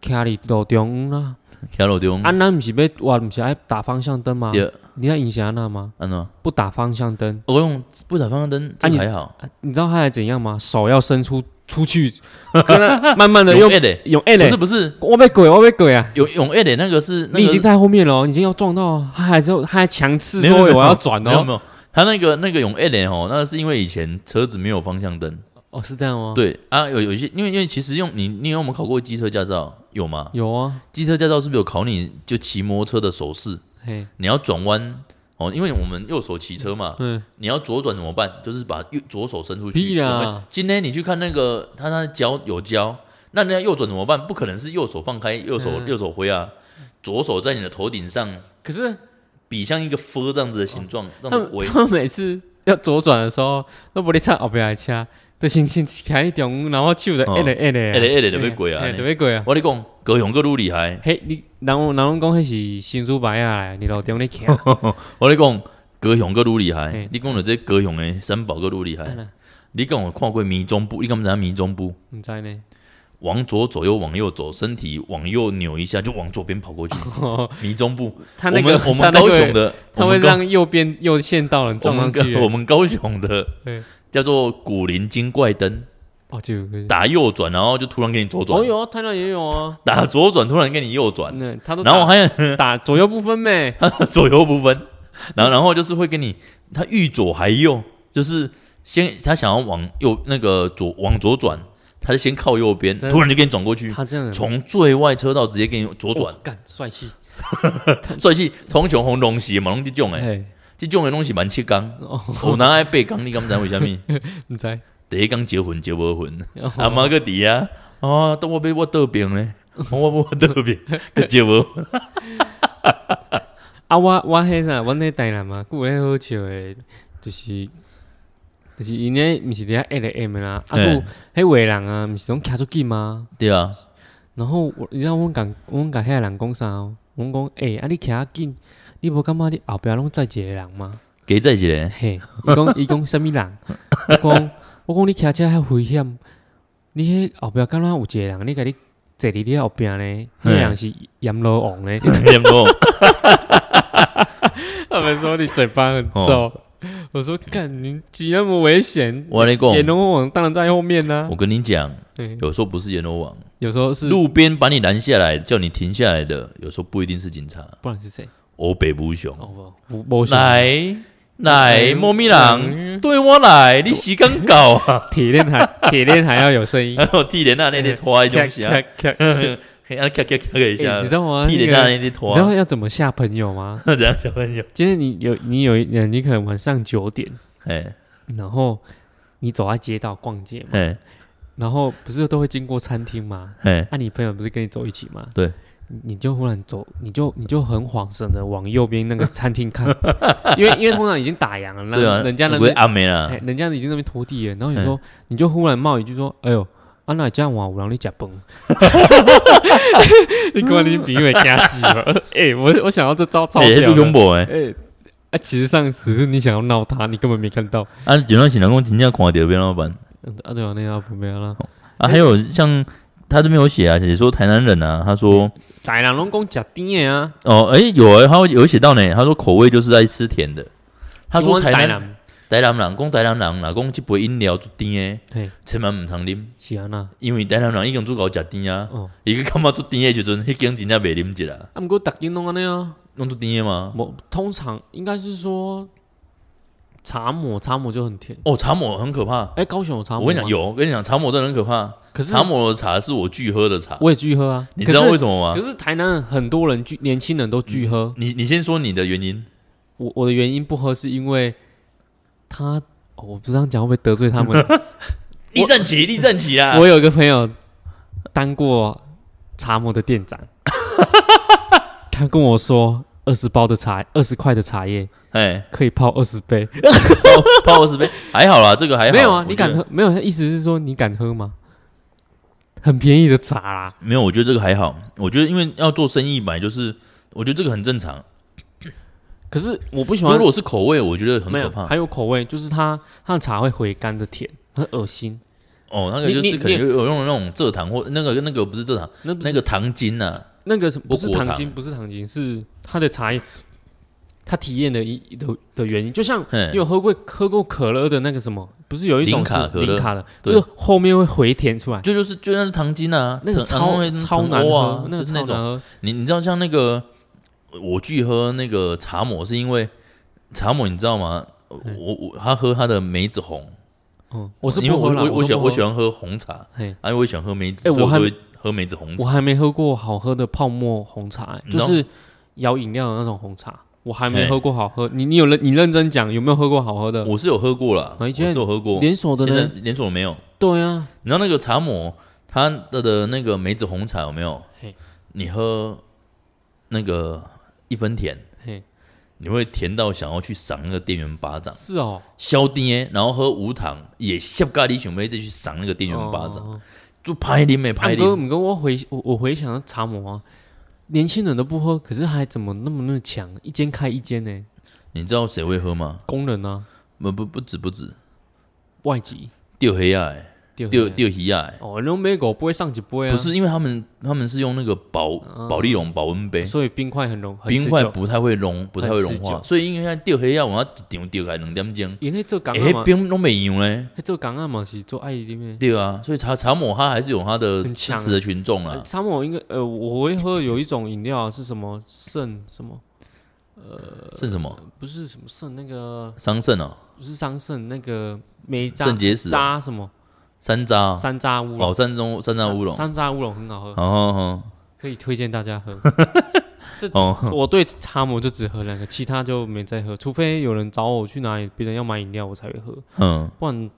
Speaker 2: 骑伫路中央啦。
Speaker 1: 骑路中
Speaker 2: 啊，咱毋是要我毋是爱打方向灯吗？
Speaker 1: 嗯对
Speaker 2: 你知道影响那吗？
Speaker 1: 安怎啊？
Speaker 2: 不打方向灯，
Speaker 1: 我用不打方向灯，这
Speaker 2: 啊你
Speaker 1: 个还好。
Speaker 2: 你知道他还怎样吗？手要伸出出去，跟他慢 慢的
Speaker 1: 永
Speaker 2: 用
Speaker 1: 越的，
Speaker 2: 用 A
Speaker 1: 不
Speaker 2: 嘞
Speaker 1: 是，不是
Speaker 2: 我被鬼，我被鬼啊！
Speaker 1: 永永越的那个是那
Speaker 2: 你已
Speaker 1: 个
Speaker 2: 经在后面了哦，你已经要撞到，他还就他还强刺
Speaker 1: 没有
Speaker 2: 说
Speaker 1: 没有
Speaker 2: 我要转
Speaker 1: 没有
Speaker 2: 哦
Speaker 1: 没。有，他那个那个永 A 的哦，那是因为以前车子没有方向灯。
Speaker 2: 哦，是这样吗？，
Speaker 1: 对啊，有有一些，因为因为其实用你你有没有考过机车驾照？有吗？
Speaker 2: 有啊，
Speaker 1: 机车驾照是不是有考你就骑摩托车的手势？
Speaker 2: 嘿，
Speaker 1: 你要转弯哦，因为我们右手骑车嘛，
Speaker 2: 嗯，
Speaker 1: 你要左转怎么办？就是把右左手伸出去。
Speaker 2: 屁啦
Speaker 1: 有没有今天你去看那个他那脚有胶，那人家右转怎么办？不可能是右手放开，右手、
Speaker 2: 嗯
Speaker 1: 右手挥啊，左手在你的头顶上
Speaker 2: 可是
Speaker 1: 比像一个 f 这样子的形状，这
Speaker 2: 他
Speaker 1: 样子
Speaker 2: 们
Speaker 1: 挥。
Speaker 2: 他们每次要左转的时候，都不咧插后边来车，就先先开一中，然后手的
Speaker 1: 哦
Speaker 2: A 嘞 A 嘞
Speaker 1: A 嘞 A 嘞就要过啊
Speaker 2: 特别鬼啊！
Speaker 1: 我跟你讲，高雄个路厉害，
Speaker 2: 嘿，你人有人拢讲迄是新主牌啊，你路中咧 骑，
Speaker 1: 我跟你讲，高雄个路厉害
Speaker 2: 嘿，
Speaker 1: 你讲的这高雄的三宝个路厉害
Speaker 2: 嗯。
Speaker 1: 你讲我看过迷踪步，你敢不知道迷踪步？
Speaker 2: 毋知呢。
Speaker 1: 往左走又往右走，身体往右扭一下就往左边跑 过去。迷踪步，
Speaker 2: 他那个
Speaker 1: 我们我们
Speaker 2: 他那
Speaker 1: 高
Speaker 2: 个
Speaker 1: 雄的，
Speaker 2: 他
Speaker 1: 我
Speaker 2: 会
Speaker 1: 们高
Speaker 2: 让右边右线道人
Speaker 1: 我
Speaker 2: 撞
Speaker 1: 们
Speaker 2: 上
Speaker 1: 高
Speaker 2: 去。
Speaker 1: 我们高雄的
Speaker 2: 对，
Speaker 1: 叫做古灵精怪灯，
Speaker 2: 哦，就有个
Speaker 1: 打右转然后就突然给你左转，
Speaker 2: 哦有嗯啊，台南也有啊。
Speaker 1: 打左转突然给你右转，
Speaker 2: 那他都
Speaker 1: 然后
Speaker 2: 打
Speaker 1: 还有
Speaker 2: 打左右不分呗。
Speaker 1: 左右不分，然后然后就是会跟你他欲左还右，就是先他想要往右那个左往左转，他就先靠右边，
Speaker 2: 真的
Speaker 1: 突然就给你转过去，
Speaker 2: 他这样
Speaker 1: 从最外车道直接给你左转
Speaker 2: 哇，干帅气。
Speaker 1: 所以是通常红东西嘛，拢这种诶，
Speaker 2: 哎，
Speaker 1: 这种的东西蛮七刚，
Speaker 2: 哦，
Speaker 1: 我拿来背刚，你敢知道为什 么？
Speaker 2: 你知？
Speaker 1: 第一刚结婚结无婚。阿妈个伫啊，哦，等我被我得病 咧，哦我我得病，个结无，
Speaker 2: 啊，我我迄啥，我迄台南嘛，佮有迄好笑诶，就是就是因咧，毋是伫遐 A 来 M 啦，啊，佮迄话人啊，毋是拢徛出去吗？
Speaker 1: 对啊，
Speaker 2: 然后我，你知道阮共阮共遐人讲啥哦？阮讲，诶、啊你徛较紧，你无感觉你后壁拢载一个人吗？
Speaker 1: 加再 一个，
Speaker 2: 嘿，伊讲 伊讲什物人？我讲我讲你骑车遐危险，你迄后壁敢若有一个人，你甲你坐伫你后壁呢？迄个人是阎罗 王呢？
Speaker 1: 点
Speaker 2: 啊
Speaker 1: 多，
Speaker 2: 他们说你嘴巴很
Speaker 1: 哦
Speaker 2: 臭。我说干，你骑那么危险，
Speaker 1: 我跟你
Speaker 2: 阎
Speaker 1: 讲，
Speaker 2: 罗王当然在后面呢、
Speaker 1: 我跟你讲，
Speaker 2: 对，
Speaker 1: 有时候不是阎罗王，
Speaker 2: 有时候是，
Speaker 1: 路边把你拦下来叫你停下来的，有时候不一定是警察，
Speaker 2: 不然是谁？
Speaker 1: 欧北无雄，
Speaker 2: 哦不，不，哎嗯
Speaker 1: 来来，猫咪狼。对我来，你时间到啊！
Speaker 2: 铁链还铁链还要有声音，
Speaker 1: 然后地连那啊那天拖一 种
Speaker 2: 咔
Speaker 1: 下，
Speaker 2: 咔 咔
Speaker 1: 嘿，啊，咔咔咔啊一
Speaker 2: 欸
Speaker 1: 下
Speaker 2: 你，知道吗？
Speaker 1: 地
Speaker 2: 那
Speaker 1: 连那啊
Speaker 2: 个
Speaker 1: 那天
Speaker 2: 你
Speaker 1: 拖
Speaker 2: 知，道要怎么吓朋友吗？
Speaker 1: 怎样小朋友？
Speaker 2: 今天你有你有一你可能晚上九点，
Speaker 1: 哎
Speaker 2: 然后你走在街道逛街嘛，
Speaker 1: 哎
Speaker 2: 然后不是都会经过餐 厅吗？
Speaker 1: 哎，
Speaker 2: 啊，你朋友不是跟你走一起吗？
Speaker 1: 对
Speaker 2: 你，你就忽然走，你就你就很晃神的往右边那个餐 厅看，因为因为通常已经打烊了，
Speaker 1: 对啊，
Speaker 2: 那人家那
Speaker 1: 不会啊哎
Speaker 2: 边、
Speaker 1: 暗暝啦
Speaker 2: 哎，人家已经那边拖地了，然后你说、你就忽然冒一句说，哎呦。啊，那这样哇，有人咧食饭， 你看你朋友会惊死了。 哎、我我想要这招超
Speaker 1: 欸
Speaker 2: 屌
Speaker 1: 做
Speaker 2: 的
Speaker 1: 恐怖诶！
Speaker 2: 哎、啊，其实上只是你想要闹他，你根本没看到。
Speaker 1: 啊，就算是人讲真正看到变老板
Speaker 2: 嗯啊，对啊，那要不要啦？
Speaker 1: 啊，还有像他这边有写啊，写说台南人啊，他说
Speaker 2: 大人拢讲食甜的啊，
Speaker 1: 哦，诶、有诶、他会有写到呢，他说口味就是在吃甜的。他说
Speaker 2: 台
Speaker 1: 台南
Speaker 2: 南
Speaker 1: 台南人讲台南人啦，讲即杯饮料就甜
Speaker 2: 嘿
Speaker 1: 诶，千万毋通啉，
Speaker 2: 是安那，
Speaker 1: 因为台南人已经做搞食甜啊
Speaker 2: 哦，
Speaker 1: 伊个感觉做甜诶时阵，迄间真正袂啉一啦，
Speaker 2: 啊，毋过逐间拢安尼啊。
Speaker 1: 拢做甜诶嘛。
Speaker 2: 我通常应该是说茶抹，茶抹就很甜。
Speaker 1: 哦，茶抹很可怕，
Speaker 2: 哎、高雄有茶抹
Speaker 1: 我跟你
Speaker 2: 吗
Speaker 1: 讲，，有，我跟你讲，茶抹真的很可怕。
Speaker 2: 可是
Speaker 1: 茶抹的茶是我拒喝的茶，
Speaker 2: 我也拒喝啊。
Speaker 1: 你知道
Speaker 2: 可是
Speaker 1: 为什么
Speaker 2: 可
Speaker 1: 吗？
Speaker 2: 是台南很多人拒，年轻人都拒喝。
Speaker 1: 你你先说你的原因。
Speaker 2: 我我的原因不喝是因为他，
Speaker 1: 嗯
Speaker 2: 哦我不是这样讲会不会得罪 他们？
Speaker 1: 立正起，立正起啊！
Speaker 2: 我有一个朋友当过茶模 的店长，他跟我说，二十包的茶，二十块的茶叶
Speaker 1: 哎，
Speaker 2: 可以泡二十杯。
Speaker 1: 泡二十杯，还好啦，这个还哎好。
Speaker 2: 没有啊
Speaker 1: 我，
Speaker 2: 你
Speaker 1: 觉
Speaker 2: 敢
Speaker 1: 得？
Speaker 2: 喝？没有，他意思是说你敢喝吗？很便宜的茶啦，
Speaker 1: 没有，我觉得这个还好。我觉得因为要做生意嘛，就是我觉得这个很正常。
Speaker 2: 可是我不喜
Speaker 1: 那
Speaker 2: 欢
Speaker 1: 如，果是口味，我觉得很
Speaker 2: 没
Speaker 1: 可
Speaker 2: 有，
Speaker 1: 怕
Speaker 2: 还。有口味，就是它它的茶会回甘的甜，很恶心。
Speaker 1: 哦，那个就是
Speaker 2: 你你
Speaker 1: 可能有有用那种蔗糖或那个那个不是蔗糖，
Speaker 2: 那不是
Speaker 1: 那个糖精呐、啊。
Speaker 2: 那个是不是
Speaker 1: 不果
Speaker 2: 糖
Speaker 1: 糖
Speaker 2: 精，不是糖精，是它的茶叶，它体验的一的的原因。就像
Speaker 1: 嘿
Speaker 2: 你有喝过喝过可乐的那个什么，不是有一
Speaker 1: 嗯
Speaker 2: 种
Speaker 1: 零卡
Speaker 2: 是
Speaker 1: 可乐
Speaker 2: 零卡的，就
Speaker 1: 对
Speaker 2: 是后面会回甜出来，
Speaker 1: 就就是就那是糖精啊，
Speaker 2: 那个
Speaker 1: 糖糖
Speaker 2: 超
Speaker 1: 会
Speaker 2: 超
Speaker 1: 糖
Speaker 2: 难
Speaker 1: 欧
Speaker 2: 喝
Speaker 1: 啊，，
Speaker 2: 那
Speaker 1: 就
Speaker 2: 个
Speaker 1: 是
Speaker 2: 超
Speaker 1: 那
Speaker 2: 难
Speaker 1: 种。
Speaker 2: 喝。
Speaker 1: 你你知道像那个我拒喝那个茶抹是因为茶抹你知道吗？
Speaker 2: 嗯
Speaker 1: 我我他喝他的梅子红，
Speaker 2: 嗯，我是
Speaker 1: 哦因为
Speaker 2: 不
Speaker 1: 我
Speaker 2: 喝啦
Speaker 1: 我我喜
Speaker 2: 都
Speaker 1: 欢
Speaker 2: 不
Speaker 1: 我
Speaker 2: 喝
Speaker 1: 喜欢喝红茶，
Speaker 2: 嘿，
Speaker 1: 啊，因为我喜欢喝梅子，
Speaker 2: 哎
Speaker 1: 所以
Speaker 2: 我
Speaker 1: 我
Speaker 2: 还
Speaker 1: 都会喝梅子红
Speaker 2: 我
Speaker 1: 茶。
Speaker 2: 还没喝过好喝的泡沫红茶、欸
Speaker 1: 你
Speaker 2: 就
Speaker 1: 知道
Speaker 2: 是摇饮料的那种红茶，我还没
Speaker 1: 嘿
Speaker 2: 喝过好喝。你你有认你认真讲，有没有喝过好喝的？
Speaker 1: 我是有喝过啦，
Speaker 2: 哪
Speaker 1: 我
Speaker 2: 一
Speaker 1: 是
Speaker 2: 间
Speaker 1: 有喝过。
Speaker 2: 连锁的
Speaker 1: 现在
Speaker 2: 呢？
Speaker 1: 连锁没有，
Speaker 2: 对啊，
Speaker 1: 你知道那个茶抹它的的那个梅子红茶有没有
Speaker 2: 嘿？
Speaker 1: 你喝那个一分甜，
Speaker 2: 嘿，
Speaker 1: 你会甜到想要去赏那个店员巴掌，
Speaker 2: 是哦，
Speaker 1: 消甜，然后喝无糖也下咖喱想要再去赏那个店员巴掌，
Speaker 2: 哦。
Speaker 1: 就拍你没拍
Speaker 2: 安
Speaker 1: 你。
Speaker 2: 啊哥，你跟我回我我回想茶魔啊，年轻人都不喝，可是还怎么那么那么强？一间开一间呢、
Speaker 1: 你知道谁会喝吗？
Speaker 2: 工人啊，
Speaker 1: 不不不止不止，
Speaker 2: 外籍
Speaker 1: 钓黑啊，
Speaker 2: 对
Speaker 1: 钓钓鱼啊，
Speaker 2: 哦，那种美狗不会上几杯啊，
Speaker 1: 不，是因为他们他们是用那个保保利龙保温杯，
Speaker 2: 所以冰块很容很
Speaker 1: 冰
Speaker 2: 持
Speaker 1: 块
Speaker 2: 久，
Speaker 1: 不太会融，不太会融
Speaker 2: 很持久
Speaker 1: 化，所以应该钓黑啊，我要一场钓开两点钟，
Speaker 2: 因为做港
Speaker 1: 哎
Speaker 2: 啊嘛，
Speaker 1: 冰拢没用嘞。
Speaker 2: 那做港啊嘛是做爱里面。
Speaker 1: 对啊，所以茶茶抹它还是有它的
Speaker 2: 很
Speaker 1: 支
Speaker 2: 强
Speaker 1: 持的群众啊
Speaker 2: 呃
Speaker 1: 啦。
Speaker 2: 沙漠应该呃，我会喝有一种饮料啊是什么肾什么，呃
Speaker 1: 肾什么？
Speaker 2: 不是什么肾那个
Speaker 1: 桑葚哦，
Speaker 2: 不是桑葚那个梅渣
Speaker 1: 肾结石哦，
Speaker 2: 渣什么
Speaker 1: 山楂哦
Speaker 2: 山楂乌龙
Speaker 1: 哦，，山中山楂乌龙。
Speaker 2: 山楂乌龙很好喝，
Speaker 1: 哦哦
Speaker 2: 可以推荐大家 喝。这
Speaker 1: 哦，
Speaker 2: 我对茶摩就只喝两个，其他就没再喝，除非有人找我去哪里，别人要买饮料我才会喝，
Speaker 1: 嗯，
Speaker 2: 不然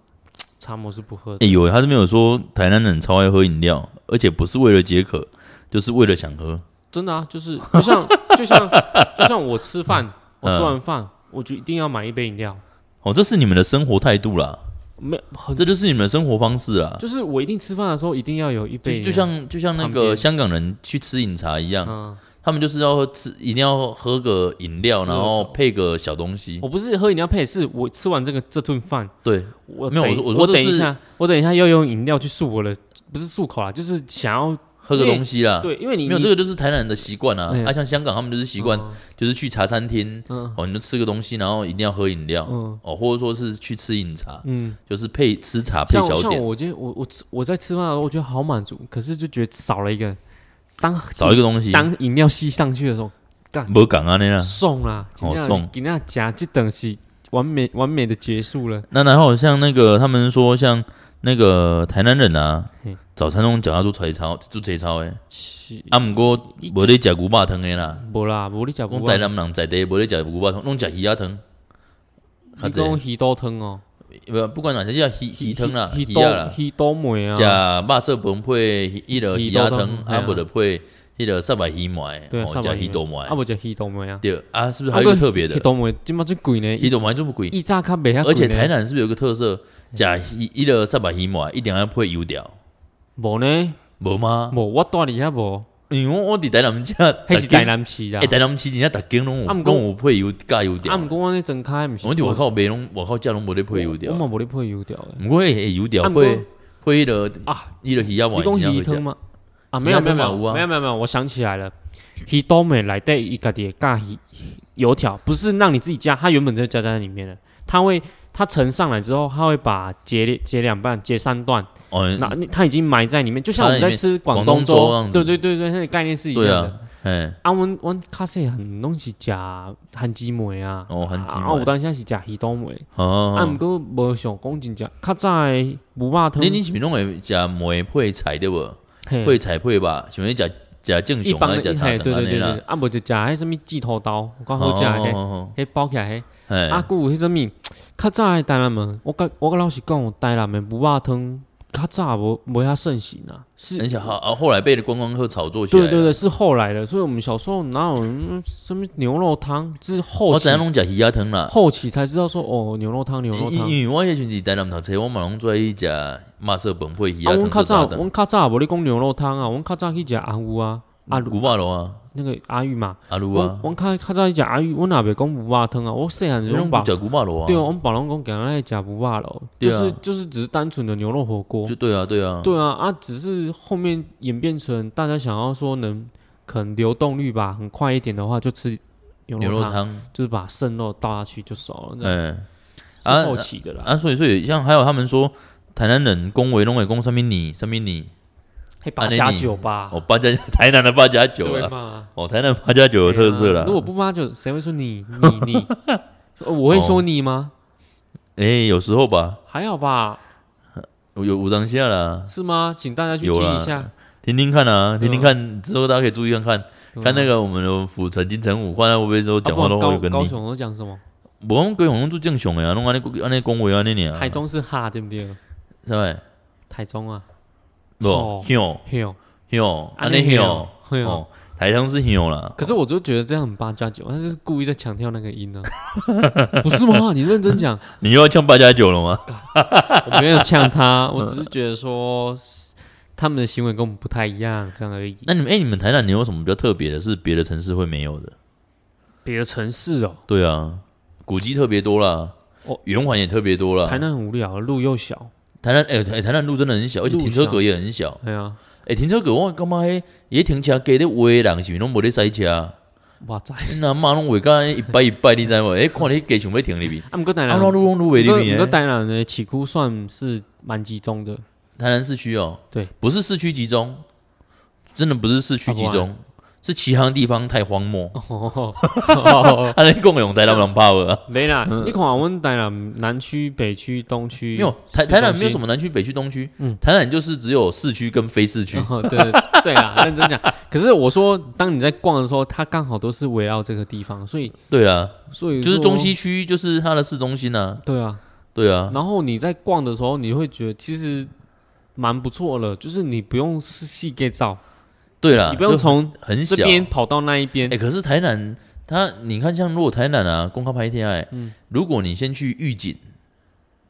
Speaker 2: 茶摩是不喝的。
Speaker 1: 哎呦，他这边有说台南人超爱喝饮料，而且不是为了解渴，就是为了想喝。
Speaker 2: 真的啊，就是就像 就像就像我吃饭，
Speaker 1: 嗯
Speaker 2: 我吃完饭我就一定要买一杯饮料，
Speaker 1: 哦，这是你们的生活态度啦，
Speaker 2: 没很
Speaker 1: 这就是你们的生活方式啦。
Speaker 2: 就是我一定吃饭的时候一定要有一
Speaker 1: 就
Speaker 2: 杯饮料，
Speaker 1: 啊就像就像那
Speaker 2: 啊旁
Speaker 1: 个
Speaker 2: 边
Speaker 1: 香港人去吃饮茶一样，
Speaker 2: 嗯，
Speaker 1: 他们就是要喝吃，一定要喝个饮料，然后配个小东西。
Speaker 2: 我不是喝饮料配，是我吃完这个这顿饭，
Speaker 1: 对，
Speaker 2: 我
Speaker 1: 没有
Speaker 2: 等
Speaker 1: 我说我
Speaker 2: 我
Speaker 1: 说这
Speaker 2: 等一
Speaker 1: 是
Speaker 2: 下，我等一下要用饮料去漱我的，不是漱口啦，就是想要
Speaker 1: 喝个
Speaker 2: 因为
Speaker 1: 东西啦。
Speaker 2: 对，因为你
Speaker 1: 没有
Speaker 2: 你
Speaker 1: 这个就是台南人的习惯啊
Speaker 2: 哎，呀
Speaker 1: 啊，像香港他们就是习惯，就是去茶餐厅，
Speaker 2: 嗯
Speaker 1: 哦，你就吃个东西，然后一定要喝饮料，
Speaker 2: 嗯
Speaker 1: 哦，或者说是去吃饮茶，
Speaker 2: 嗯。
Speaker 1: 就是配吃茶配
Speaker 2: 像
Speaker 1: 小
Speaker 2: 像
Speaker 1: 点，
Speaker 2: 我今天我我吃我在吃饭的时候，我觉得好满足，可是就觉得少了一个，当
Speaker 1: 找一个东西，
Speaker 2: 当饮料吸上去的时候，
Speaker 1: 没港啊那样。
Speaker 2: 送啦，
Speaker 1: 送
Speaker 2: 给那夹这等是完美完美的结束了。
Speaker 1: 那然后像那个他们说像那个台南人啊
Speaker 2: 嘿，
Speaker 1: 早餐拢脚要做锤操，做锤操诶，
Speaker 2: 是，
Speaker 1: 啊，毋过无咧食牛肉汤诶啦，
Speaker 2: 无啦，无你食
Speaker 1: 讲
Speaker 2: 不
Speaker 1: 台南人在地无咧食牛肉汤，拢食鱼仔汤。较
Speaker 2: 你
Speaker 1: 济
Speaker 2: 讲鱼刀汤哦，
Speaker 1: 不不管哪些叫鱼鱼汤啦，
Speaker 2: 鱼
Speaker 1: 鱼
Speaker 2: 鱼
Speaker 1: 仔啦
Speaker 2: 刀，鱼刀梅
Speaker 1: 食
Speaker 2: 啊，
Speaker 1: 肉色饭配迄个鱼仔汤，
Speaker 2: 鱼
Speaker 1: 啊
Speaker 2: 肚汤
Speaker 1: 无就配迄个沙白鱼糜，
Speaker 2: 对啊，
Speaker 1: 哦，食鱼肚糜，
Speaker 2: 啊不食鱼刀梅啊，
Speaker 1: 对啊，是不是
Speaker 2: 啊
Speaker 1: 还有一个
Speaker 2: 不
Speaker 1: 特别的
Speaker 2: 鱼？刀梅今麦最贵
Speaker 1: 鱼
Speaker 2: 呢，
Speaker 1: 肚糜这么贵，
Speaker 2: 一炸卡袂遐贵呢，
Speaker 1: 而且台南是不是有个特色，食鱼迄个沙白鱼糜一定要配油条，
Speaker 2: 无呢，
Speaker 1: 无吗？
Speaker 2: 无我住你遐无，
Speaker 1: 因为我我伫台南 食，
Speaker 2: 迄是台，南市啦
Speaker 1: 哎，，台南市真正逐间拢有
Speaker 2: 啊不过
Speaker 1: 拢有配油加油
Speaker 2: 啊
Speaker 1: 条
Speaker 2: 毋，过我那睁开毋是，
Speaker 1: 我伫外口卖拢外口食拢无咧配油条
Speaker 2: 我，嘛无咧配油条诶。
Speaker 1: 毋过会会油条
Speaker 2: 啊不过
Speaker 1: 配配迄个
Speaker 2: 啊
Speaker 1: 迄个鱼仔
Speaker 2: 你讲
Speaker 1: 糜真
Speaker 2: 鱼
Speaker 1: 正
Speaker 2: 汤
Speaker 1: 好食，
Speaker 2: 吗？啊，
Speaker 1: 鱼
Speaker 2: 没有没
Speaker 1: 汤
Speaker 2: 有没
Speaker 1: 嘛
Speaker 2: 有
Speaker 1: 有啊
Speaker 2: 没有没有没有，我想起来了，鱼刀美来带伊家己的加鱼油条，不是让你自己加，它原本就加在里面的，它会它盛上来之后，它会把截截两半、截三段，那
Speaker 1: 哦，
Speaker 2: 你它已经埋在里面，就像我们
Speaker 1: 它在
Speaker 2: 在
Speaker 1: 里面
Speaker 2: 吃广
Speaker 1: 广东粥这
Speaker 2: 粥
Speaker 1: 样，子
Speaker 2: 对对对对，那个概念是一样
Speaker 1: 对
Speaker 2: 的
Speaker 1: 啊。，哎，
Speaker 2: 啊，阮阮卡西很拢是食番薯梅啊，
Speaker 1: 哦番薯
Speaker 2: 啊，
Speaker 1: 糜
Speaker 2: 啊有当时是食鱼刀梅，
Speaker 1: 哦
Speaker 2: 啊，毋过无想讲真正较早的牛肉汤
Speaker 1: 你，你是不是拢会食糜配菜对无？
Speaker 2: 嘿
Speaker 1: 配菜配吧，想要食食正
Speaker 2: 一
Speaker 1: 常
Speaker 2: 般
Speaker 1: 还
Speaker 2: 的
Speaker 1: 是食
Speaker 2: 一
Speaker 1: 茶
Speaker 2: 嘿，对
Speaker 1: 汤安
Speaker 2: 对
Speaker 1: 尼
Speaker 2: 对对，
Speaker 1: 啦？
Speaker 2: 啊，无就食迄什物指头刀，我刚好食迄
Speaker 1: 哦，
Speaker 2: 迄包起来迄，
Speaker 1: 哎，
Speaker 2: 啊，还有迄什物较早的台南们，我甲我甲老实讲，台南的牛肉汤较早无无遐盛行啊，是，
Speaker 1: 而且好，啊后来被观光客炒作起来
Speaker 2: 对
Speaker 1: 了。
Speaker 2: 对对，是后来的，所以我们小时候哪有嗯什么牛肉汤，是后
Speaker 1: 我
Speaker 2: 期
Speaker 1: 怎样拢食鱼仔汤啦？
Speaker 2: 后期才知道说哦，牛肉汤牛肉
Speaker 1: 因因
Speaker 2: 汤。
Speaker 1: 因为我迄阵是台南读册，我嘛拢做去食马色饭配鱼
Speaker 2: 啊，
Speaker 1: 仔
Speaker 2: 阮
Speaker 1: 汤做
Speaker 2: 较早，
Speaker 1: 早餐
Speaker 2: 阮较早无咧讲牛肉汤啊，阮较早去食红牛啊，啊
Speaker 1: 牛肉咯啊，
Speaker 2: 那个阿玉嘛，
Speaker 1: 阿鲁
Speaker 2: 我
Speaker 1: 啊，
Speaker 2: 我较较早去食阿玉，我也袂讲牛肉汤啊，我细汉
Speaker 1: 你
Speaker 2: 就拢
Speaker 1: 拢
Speaker 2: 把
Speaker 1: 不讲古巴罗啊？
Speaker 2: 对啊，我们宝龙宫给人家讲不罢了，
Speaker 1: 对
Speaker 2: 就
Speaker 1: 啊
Speaker 2: 是就是只是单纯的牛肉火锅
Speaker 1: 就，对啊，对啊，
Speaker 2: 对啊啊，只是后面演变成大家想要说能可能流动率吧，很快一点的话就吃牛
Speaker 1: 牛肉
Speaker 2: 肉汤，
Speaker 1: 汤，
Speaker 2: 就是把剩肉倒下去就熟了，那
Speaker 1: 哎，啊
Speaker 2: 是后期的啦，
Speaker 1: 啊，所以所以像还有他们说台南人恭维拢会讲什么你什么你，
Speaker 2: 嘿，
Speaker 1: 啊
Speaker 2: 八
Speaker 1: 那
Speaker 2: 加
Speaker 1: 你
Speaker 2: 九吧，
Speaker 1: 哦八加 台南的八加九
Speaker 2: 对
Speaker 1: 啊，
Speaker 2: 嘛，
Speaker 1: 哦台南八加九有特色
Speaker 2: 对啊
Speaker 1: 了
Speaker 2: 如。果不八加九，谁会说你 你你？呃我会说你吗？
Speaker 1: 哦哎，有时候吧，
Speaker 2: 还好吧，
Speaker 1: 有有五张下啦，
Speaker 2: 是吗？请大家去
Speaker 1: 有
Speaker 2: 听
Speaker 1: 啦
Speaker 2: 一下，
Speaker 1: 听听看啊，
Speaker 2: 对
Speaker 1: 听
Speaker 2: 啊
Speaker 1: 听看，之后大家可以注意看看，看那
Speaker 2: 个
Speaker 1: 个我们的府城金城武，看他会不会说讲话都会有
Speaker 2: 啊高
Speaker 1: 跟
Speaker 2: 高
Speaker 1: 你。
Speaker 2: 雄都讲什么？
Speaker 1: 无讲高雄拢做正常诶啊，拢安尼安尼讲话安尼尔。
Speaker 2: 台中是哈，对不对？
Speaker 1: 是咪？
Speaker 2: 台中啊，
Speaker 1: 无
Speaker 2: 哦
Speaker 1: 向
Speaker 2: 嘿哦，
Speaker 1: 向安尼
Speaker 2: 嘿
Speaker 1: 向
Speaker 2: 哦，嘿哦。
Speaker 1: 啊哦，台中是向啦。
Speaker 2: 可是我就觉得这样很八加九，他就是故意在强调那个音呢、 啊，不是吗？你认真讲，
Speaker 1: 你又要唱八加九了吗？
Speaker 2: 我没有呛他，我只是觉得说他们的行为跟我们不太一样，这样而已。
Speaker 1: 那你们哎、你们台南你有什么比较特别的？是别的城市会没有的？
Speaker 2: 别的城市哦，
Speaker 1: 对啊，古迹特别多啦，
Speaker 2: 哦
Speaker 1: 圆环也特别多啦。
Speaker 2: 台南很无聊，路又小，
Speaker 1: 台南哎、台台南路真的很小，而且
Speaker 2: 路
Speaker 1: 停车
Speaker 2: 小
Speaker 1: 格也很小。
Speaker 2: 哎呀，
Speaker 1: 哎、停车格我干嘛？哎，也停车给的围人是不是拢无咧塞车？啊
Speaker 2: 哇塞！
Speaker 1: 那妈拢围干一拜一拜，你知无？哎、看你给想要停里边，
Speaker 2: 啊，不过台
Speaker 1: 啊，
Speaker 2: 南，
Speaker 1: 那
Speaker 2: 不
Speaker 1: 路拢路围里
Speaker 2: 过
Speaker 1: 边
Speaker 2: 不过
Speaker 1: 的。
Speaker 2: 台南的起哭算是蛮集中的，
Speaker 1: 台南市区哦，
Speaker 2: 对，
Speaker 1: 不是市区集中，真的不是市区集
Speaker 2: 啊不
Speaker 1: 中，是其他地方太荒漠。
Speaker 2: 哦，哦
Speaker 1: 他在共用台南人怕了、啊，
Speaker 2: 没啦，你看我们台南南区、北区、东区，
Speaker 1: 没有台台南没有什
Speaker 2: 么。
Speaker 1: 么南区、北区、东区，
Speaker 2: 嗯
Speaker 1: 台南就是只有市区跟非市区。
Speaker 2: 哦，对对啦，认真讲。可是我说，当你在逛的时候，它刚好都是围绕这个地方，所以
Speaker 1: 对啊，
Speaker 2: 所以
Speaker 1: 就是
Speaker 2: 说
Speaker 1: 中西。区就是它的市中心啊。
Speaker 2: 对啊，
Speaker 1: 对啊，
Speaker 2: 然后你在逛的时候，你会觉得其实蛮不错了，就是你不用细 get 照，
Speaker 1: 对啦，
Speaker 2: 你不
Speaker 1: 啊
Speaker 2: 用
Speaker 1: 就
Speaker 2: 从
Speaker 1: 很
Speaker 2: 这
Speaker 1: 小。
Speaker 2: 边跑到那一边
Speaker 1: 哎、。可是台南它，你看像如果台南啊，公开拍天哎，
Speaker 2: 嗯
Speaker 1: 如果你先去玉井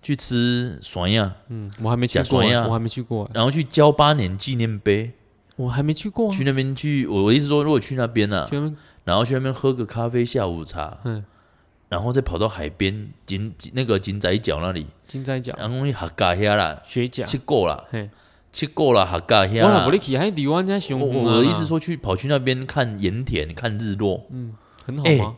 Speaker 1: 去吃酸呀，
Speaker 2: 嗯，我还没去
Speaker 1: 假
Speaker 2: 过
Speaker 1: 酸
Speaker 2: 欸，
Speaker 1: 呀
Speaker 2: 我还没去过欸，
Speaker 1: 然后去交八年纪念碑，
Speaker 2: 我还没去过啊。
Speaker 1: 去那边去，我我意思说，如果去那边啊，
Speaker 2: 全部
Speaker 1: 然后去那边喝个咖啡、下午茶，
Speaker 2: 嗯
Speaker 1: 然后再跑到海边井井那个井仔角那里，
Speaker 2: 金仔角、
Speaker 1: 然后去哈嘎遐啦，
Speaker 2: 雪甲，
Speaker 1: 啊去够啦，
Speaker 2: 嘿，
Speaker 1: 去够啦，哈嘎遐
Speaker 2: 我
Speaker 1: 啦
Speaker 2: 老不。力去，还离湾家熊啊
Speaker 1: 我
Speaker 2: 湖
Speaker 1: 我的意思说，去跑去那边看盐田、看日落，
Speaker 2: 嗯很好
Speaker 1: 哎
Speaker 2: 吗？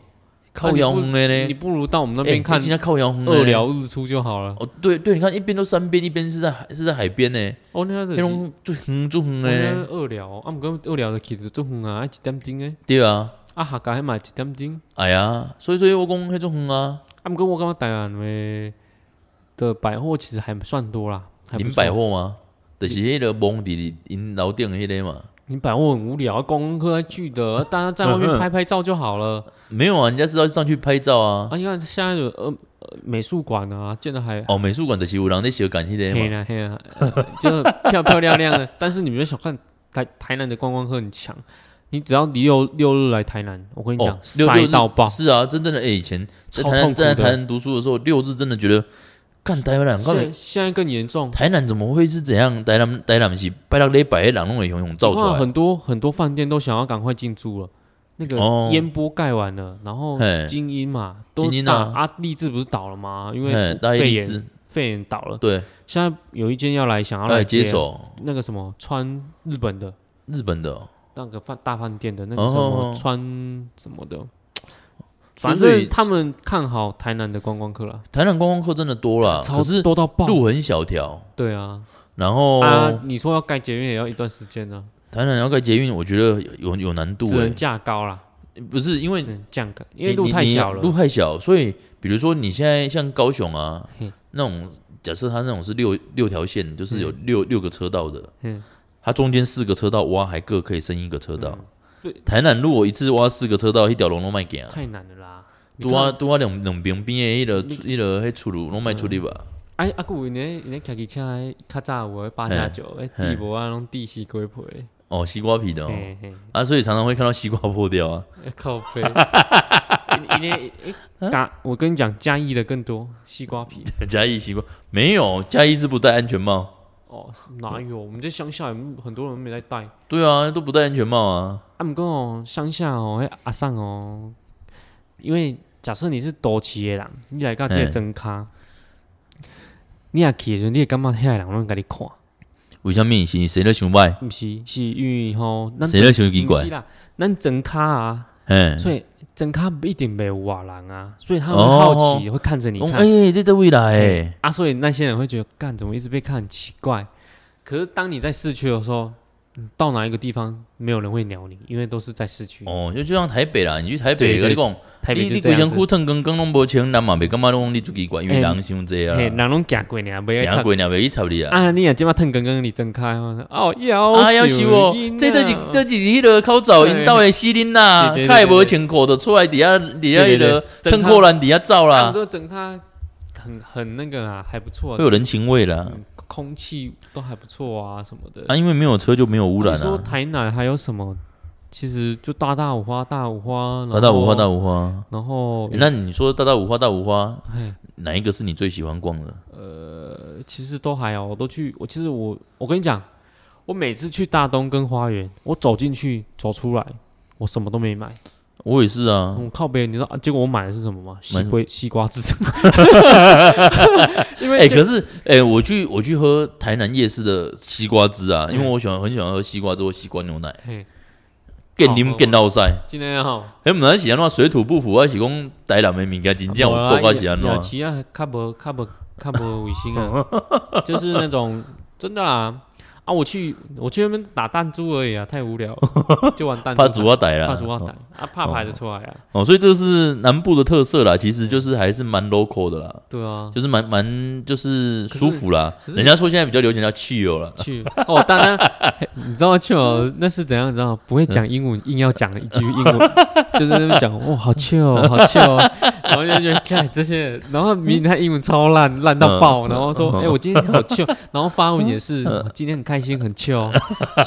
Speaker 1: 靠洋红的
Speaker 2: 啊你
Speaker 1: 呢？
Speaker 2: 不如到我们那
Speaker 1: 那
Speaker 2: 边看
Speaker 1: 今天靠洋红
Speaker 2: 二
Speaker 1: 的呢。
Speaker 2: 寮日出就好了。
Speaker 1: 哦，对对，你看一边都山边，一边是在海是在海边呢，
Speaker 2: 哦，那个
Speaker 1: 那种最远最远
Speaker 2: 我
Speaker 1: 的，
Speaker 2: 们二聊，啊，毋过二聊就去就足远啊，啊一点钟诶，
Speaker 1: 对啊，
Speaker 2: 啊下家迄嘛一点钟，
Speaker 1: 哎呀，所以所以我讲迄种远啊，
Speaker 2: 啊，毋过我感觉台湾的的百货其实还算多啦，还不
Speaker 1: 林
Speaker 2: 错
Speaker 1: 百，货吗？就是迄个蒙迪因楼顶迄个嘛。
Speaker 2: 林百货很无聊，观光客在聚的，大家在外面拍拍照就好了。
Speaker 1: 没有啊，人家是要上去拍照啊。
Speaker 2: 啊，你看现在有呃呃美术馆啊，建的还
Speaker 1: 哦，美术馆的是有人在小感迄个
Speaker 2: 黑
Speaker 1: 嘛，
Speaker 2: 啦黑啦，呃就漂漂亮亮的。但是你们想看台台南的观光客很强，你只要你六六日来台南，我跟你讲
Speaker 1: 哦，，六
Speaker 2: 塞
Speaker 1: 六
Speaker 2: 到
Speaker 1: 日
Speaker 2: 爆，
Speaker 1: 是啊，真正的哎，以前在
Speaker 2: 超
Speaker 1: 台南
Speaker 2: 痛苦
Speaker 1: 在台
Speaker 2: 的。
Speaker 1: 南读书的时候，六日真的觉得，干台南，
Speaker 2: 现在
Speaker 1: 看
Speaker 2: 现在更严重，
Speaker 1: 台南怎么会是怎样？台南台南是拜六礼拜的人拢会汹汹造出
Speaker 2: 哇
Speaker 1: 来，
Speaker 2: 很多很多饭店都想要赶快进驻了，那个
Speaker 1: 哦
Speaker 2: 烟波盖完了，然后
Speaker 1: 嘿
Speaker 2: 精英嘛，都
Speaker 1: 精英
Speaker 2: 大
Speaker 1: 啊
Speaker 2: 啊，励志不是倒了吗？因
Speaker 1: 哎，
Speaker 2: 为
Speaker 1: 大家
Speaker 2: 肺
Speaker 1: 荔
Speaker 2: 炎
Speaker 1: 枝
Speaker 2: 肺炎倒了，
Speaker 1: 对，
Speaker 2: 现在有一间要来想要
Speaker 1: 来
Speaker 2: 来
Speaker 1: 接
Speaker 2: 接
Speaker 1: 手
Speaker 2: 那个什么川日本的
Speaker 1: 日本的哦，
Speaker 2: 那个饭大饭店的那个
Speaker 1: 哦
Speaker 2: 什
Speaker 1: 哦
Speaker 2: 么川什么的，反
Speaker 1: 所以
Speaker 2: 正他们看好台南的观光客了，
Speaker 1: 台南观光客真的多啦，
Speaker 2: 超
Speaker 1: 啊可是
Speaker 2: 多到爆，
Speaker 1: 路哦很小条，
Speaker 2: 对啊
Speaker 1: 然后
Speaker 2: 啊，你说要盖捷运也要一段时间呢，
Speaker 1: 台南要盖捷运，我觉得有有难度
Speaker 2: 只能
Speaker 1: 哎，
Speaker 2: 架高啦，
Speaker 1: 不是因为
Speaker 2: 只能降高，因为
Speaker 1: 你
Speaker 2: 路
Speaker 1: 你
Speaker 2: 太
Speaker 1: 你
Speaker 2: 小了
Speaker 1: 路，太小，所以比如说你现在像高雄啊
Speaker 2: 嘿，
Speaker 1: 那种假设它那种是六六条线，就是有六、六个车道的，
Speaker 2: 嗯
Speaker 1: 它中间四个车道挖还各可以升一个车道。
Speaker 2: 对
Speaker 1: 台南如果一次挖四个车道，一条龙都卖给啊，
Speaker 2: 太难了啦。你
Speaker 1: 多
Speaker 2: 看
Speaker 1: 啊多啊两两边边的迄个迄个迄出路拢卖出力吧？
Speaker 2: 哎，啊，古有呢，呢骑机车的较早有诶八加九，诶
Speaker 1: 嘿
Speaker 2: 地无啊，拢地西鬼皮，
Speaker 1: 哦，西瓜皮的哦，
Speaker 2: 嘿 嘿，
Speaker 1: 啊，所以常常会看到西瓜破掉啊。
Speaker 2: 哎靠背。因为嘉，我跟你讲，嘉义的更多西瓜皮。
Speaker 1: 嘉义西瓜没有，嘉义是不戴安全帽，
Speaker 2: 哦，哪有？我们在乡下，很多人没在戴。
Speaker 1: 对啊，都不戴安全帽啊。
Speaker 2: 啊，毋过哦，乡下哦，迄阿上哦，因为假设你是多市的人，你来到这个真卡，你也去的时候，你会感觉遐个人拢甲你看，
Speaker 1: 为什么是谁在想歪？
Speaker 2: 毋是？是因为吼，咱
Speaker 1: 谁在想奇
Speaker 2: 不
Speaker 1: 怪
Speaker 2: 是？啦，咱真卡啊，
Speaker 1: 哎，
Speaker 2: 所以真卡一定袂有外人啊，所以他们
Speaker 1: 哦
Speaker 2: 好奇会看着你
Speaker 1: 哦
Speaker 2: 看、
Speaker 1: 哎，这在未来哎，
Speaker 2: 啊，所以那些人会觉得，干怎么一直被看很奇怪。可是当你在市区的时候，你到哪一个地方没有人会鸟你，因为都是在市区。
Speaker 1: 哦，就就像台北啦，你去台北，
Speaker 2: 对
Speaker 1: 跟
Speaker 2: 对
Speaker 1: 你讲，
Speaker 2: 台北
Speaker 1: 你
Speaker 2: 就
Speaker 1: 你
Speaker 2: 这
Speaker 1: 规
Speaker 2: 样
Speaker 1: 身
Speaker 2: 子
Speaker 1: 躯。烫光光拢无穿，人嘛袂感觉拢你自己怪，因为
Speaker 2: 嘿
Speaker 1: 人伤济啊，
Speaker 2: 嘿，人拢行过呢，袂
Speaker 1: 行
Speaker 2: 插
Speaker 1: 过了袂去插你啊。
Speaker 2: 啊！你也即马腾光光你睁开哦，哦，要
Speaker 1: 啊，要死我！这都
Speaker 2: 都
Speaker 1: 是都是迄落口罩，因兜的死恁啦，
Speaker 2: 对对对
Speaker 1: 较会无穿裤就出来底下底下迄
Speaker 2: 对对
Speaker 1: 落
Speaker 2: 对
Speaker 1: 腾裤篮底下走
Speaker 2: 啊，
Speaker 1: 啦，
Speaker 2: 都睁开，很很那个啊，还不错
Speaker 1: 会，有人情味啦。
Speaker 2: 嗯空气都还不错啊，什么的。
Speaker 1: 啊，因为没有车就没有污染
Speaker 2: 你说
Speaker 1: 啊。
Speaker 2: 台南还有什么？其实就大大五花，大五花，然后
Speaker 1: 大大五花，大，五花。
Speaker 2: 然后
Speaker 1: 欸那你说大大五花，大五花
Speaker 2: 嘿，
Speaker 1: 哪一个是你最喜欢逛的？
Speaker 2: 呃其实都还好，我都去。我其实我我跟你讲，我每次去大东跟花园，我走进去走出来，我什么都没买。
Speaker 1: 我也是啊，
Speaker 2: 我靠北，你知道、啊、结果我买的是什么吗？西
Speaker 1: 买什
Speaker 2: 瓜西瓜汁， 因为
Speaker 1: 哎，
Speaker 2: 就
Speaker 1: 可是哎，我去我去喝台南夜市的西瓜汁啊，因为我喜欢很喜欢喝西瓜汁或西瓜牛奶，
Speaker 2: 嘿
Speaker 1: 更
Speaker 2: 哦好喝
Speaker 1: 啉
Speaker 2: 吗
Speaker 1: 更到塞。
Speaker 2: 今天啊哈，
Speaker 1: 哎，本来喜欢话水土不服，我是讲台南的物件真正有够较喜欢
Speaker 2: 亚
Speaker 1: 话。
Speaker 2: 旗啊，较无较无较无卫星啊， 就是那种真的啦啊！我去我去那边打弹珠而已啊，太无聊了， 就玩弹珠
Speaker 1: 怕
Speaker 2: 牌，
Speaker 1: 主要逮啦，
Speaker 2: 怕主要打啊，怕牌的出来啊，
Speaker 1: 哦，所以这是南部的特色啦，其实就是还是蛮 local 的啦，
Speaker 2: 对啊，
Speaker 1: 就是蛮蛮就是舒服啦。
Speaker 2: 可是
Speaker 1: 人家说现在比较流行叫 chill 啦，
Speaker 2: 去哦，当然，嘿你知道去哦，那是怎样？你知道不会
Speaker 1: 嗯
Speaker 2: 讲英文，硬要讲一句英文，就是在那边讲哦，好气哦，好气哦，然后就觉得看这些人，然后明明他英文超烂，烂
Speaker 1: 嗯
Speaker 2: 到爆，然后说哎、我今天好气哦，然后发文也是，
Speaker 1: 嗯
Speaker 2: 我今天很开心，很气哦，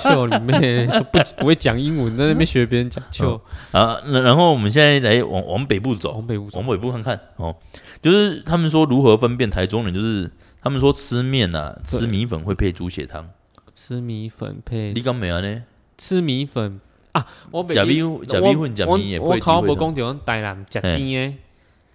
Speaker 2: 气哦，里面都不不会讲英文，在那边学别人讲气哦，
Speaker 1: 啊，那然后我们现在来往往北部走，
Speaker 2: 往北无从
Speaker 1: 往北部看看哦，就是他们说如何分辨台中人，就是他们说吃面啊，吃米粉会配猪血汤，
Speaker 2: 吃米粉配
Speaker 1: 你敢没啊呢？
Speaker 2: 吃米粉啊，我北
Speaker 1: 假米
Speaker 2: 我
Speaker 1: 假米粉假
Speaker 2: 我
Speaker 1: 米也不
Speaker 2: 我
Speaker 1: 会
Speaker 2: 考无
Speaker 1: 不
Speaker 2: 讲着阮台南食甜的。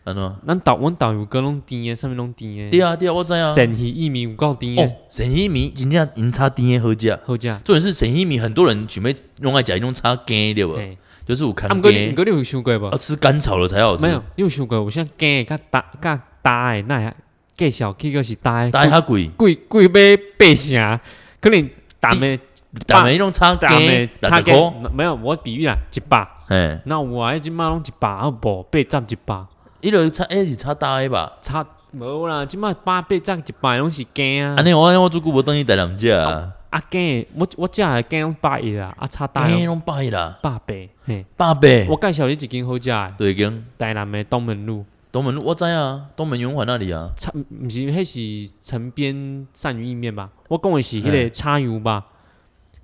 Speaker 1: 安怎？
Speaker 2: 咱导阮导游哥拢甜诶，上面拢甜诶。
Speaker 1: 对啊对啊，我知啊。
Speaker 2: 神奇薏米有够甜
Speaker 1: 哦
Speaker 2: 诶，，
Speaker 1: 神医米真正因差甜的好食，
Speaker 2: 好食。
Speaker 1: 重点是神医米很多人准备用爱食，用差干对不？
Speaker 2: 嘿，
Speaker 1: 就是有
Speaker 2: 啊，
Speaker 1: 看
Speaker 2: 毋过你毋
Speaker 1: 干，
Speaker 2: 过你有想过无
Speaker 1: 要？吃甘草了才好吃
Speaker 2: 没。有，你有想过？有啥假诶，甲大甲大诶，那会介绍去个是大诶，
Speaker 1: 打下鬼，
Speaker 2: 贵贵买八成，可能大诶
Speaker 1: 打没弄差
Speaker 2: 大
Speaker 1: 给，
Speaker 2: 诶差
Speaker 1: 打
Speaker 2: 价
Speaker 1: 扣，
Speaker 2: 没有，我比喻啦，一百。
Speaker 1: 哎，
Speaker 2: 那有啊，即摆拢一百啊，无八十一百，
Speaker 1: 一路差哎是差大的吧？
Speaker 2: 差无啦，即摆八八十一百拢是假啊
Speaker 1: 安。尼我我做久无等伊台南食啊，
Speaker 2: 啊假的，我我食诶假拢百一啦，啊差大
Speaker 1: 哎
Speaker 2: 诶
Speaker 1: 拢拜啦，
Speaker 2: 百八。嘿，
Speaker 1: 八百。
Speaker 2: 我介绍你一间好食诶。
Speaker 1: 对跟
Speaker 2: 台南的东门路，
Speaker 1: 东门路我知啊，东门圆环那里啊，
Speaker 2: 差毋是迄是城边鳝鱼意面吧？我讲的是迄个叉油吧？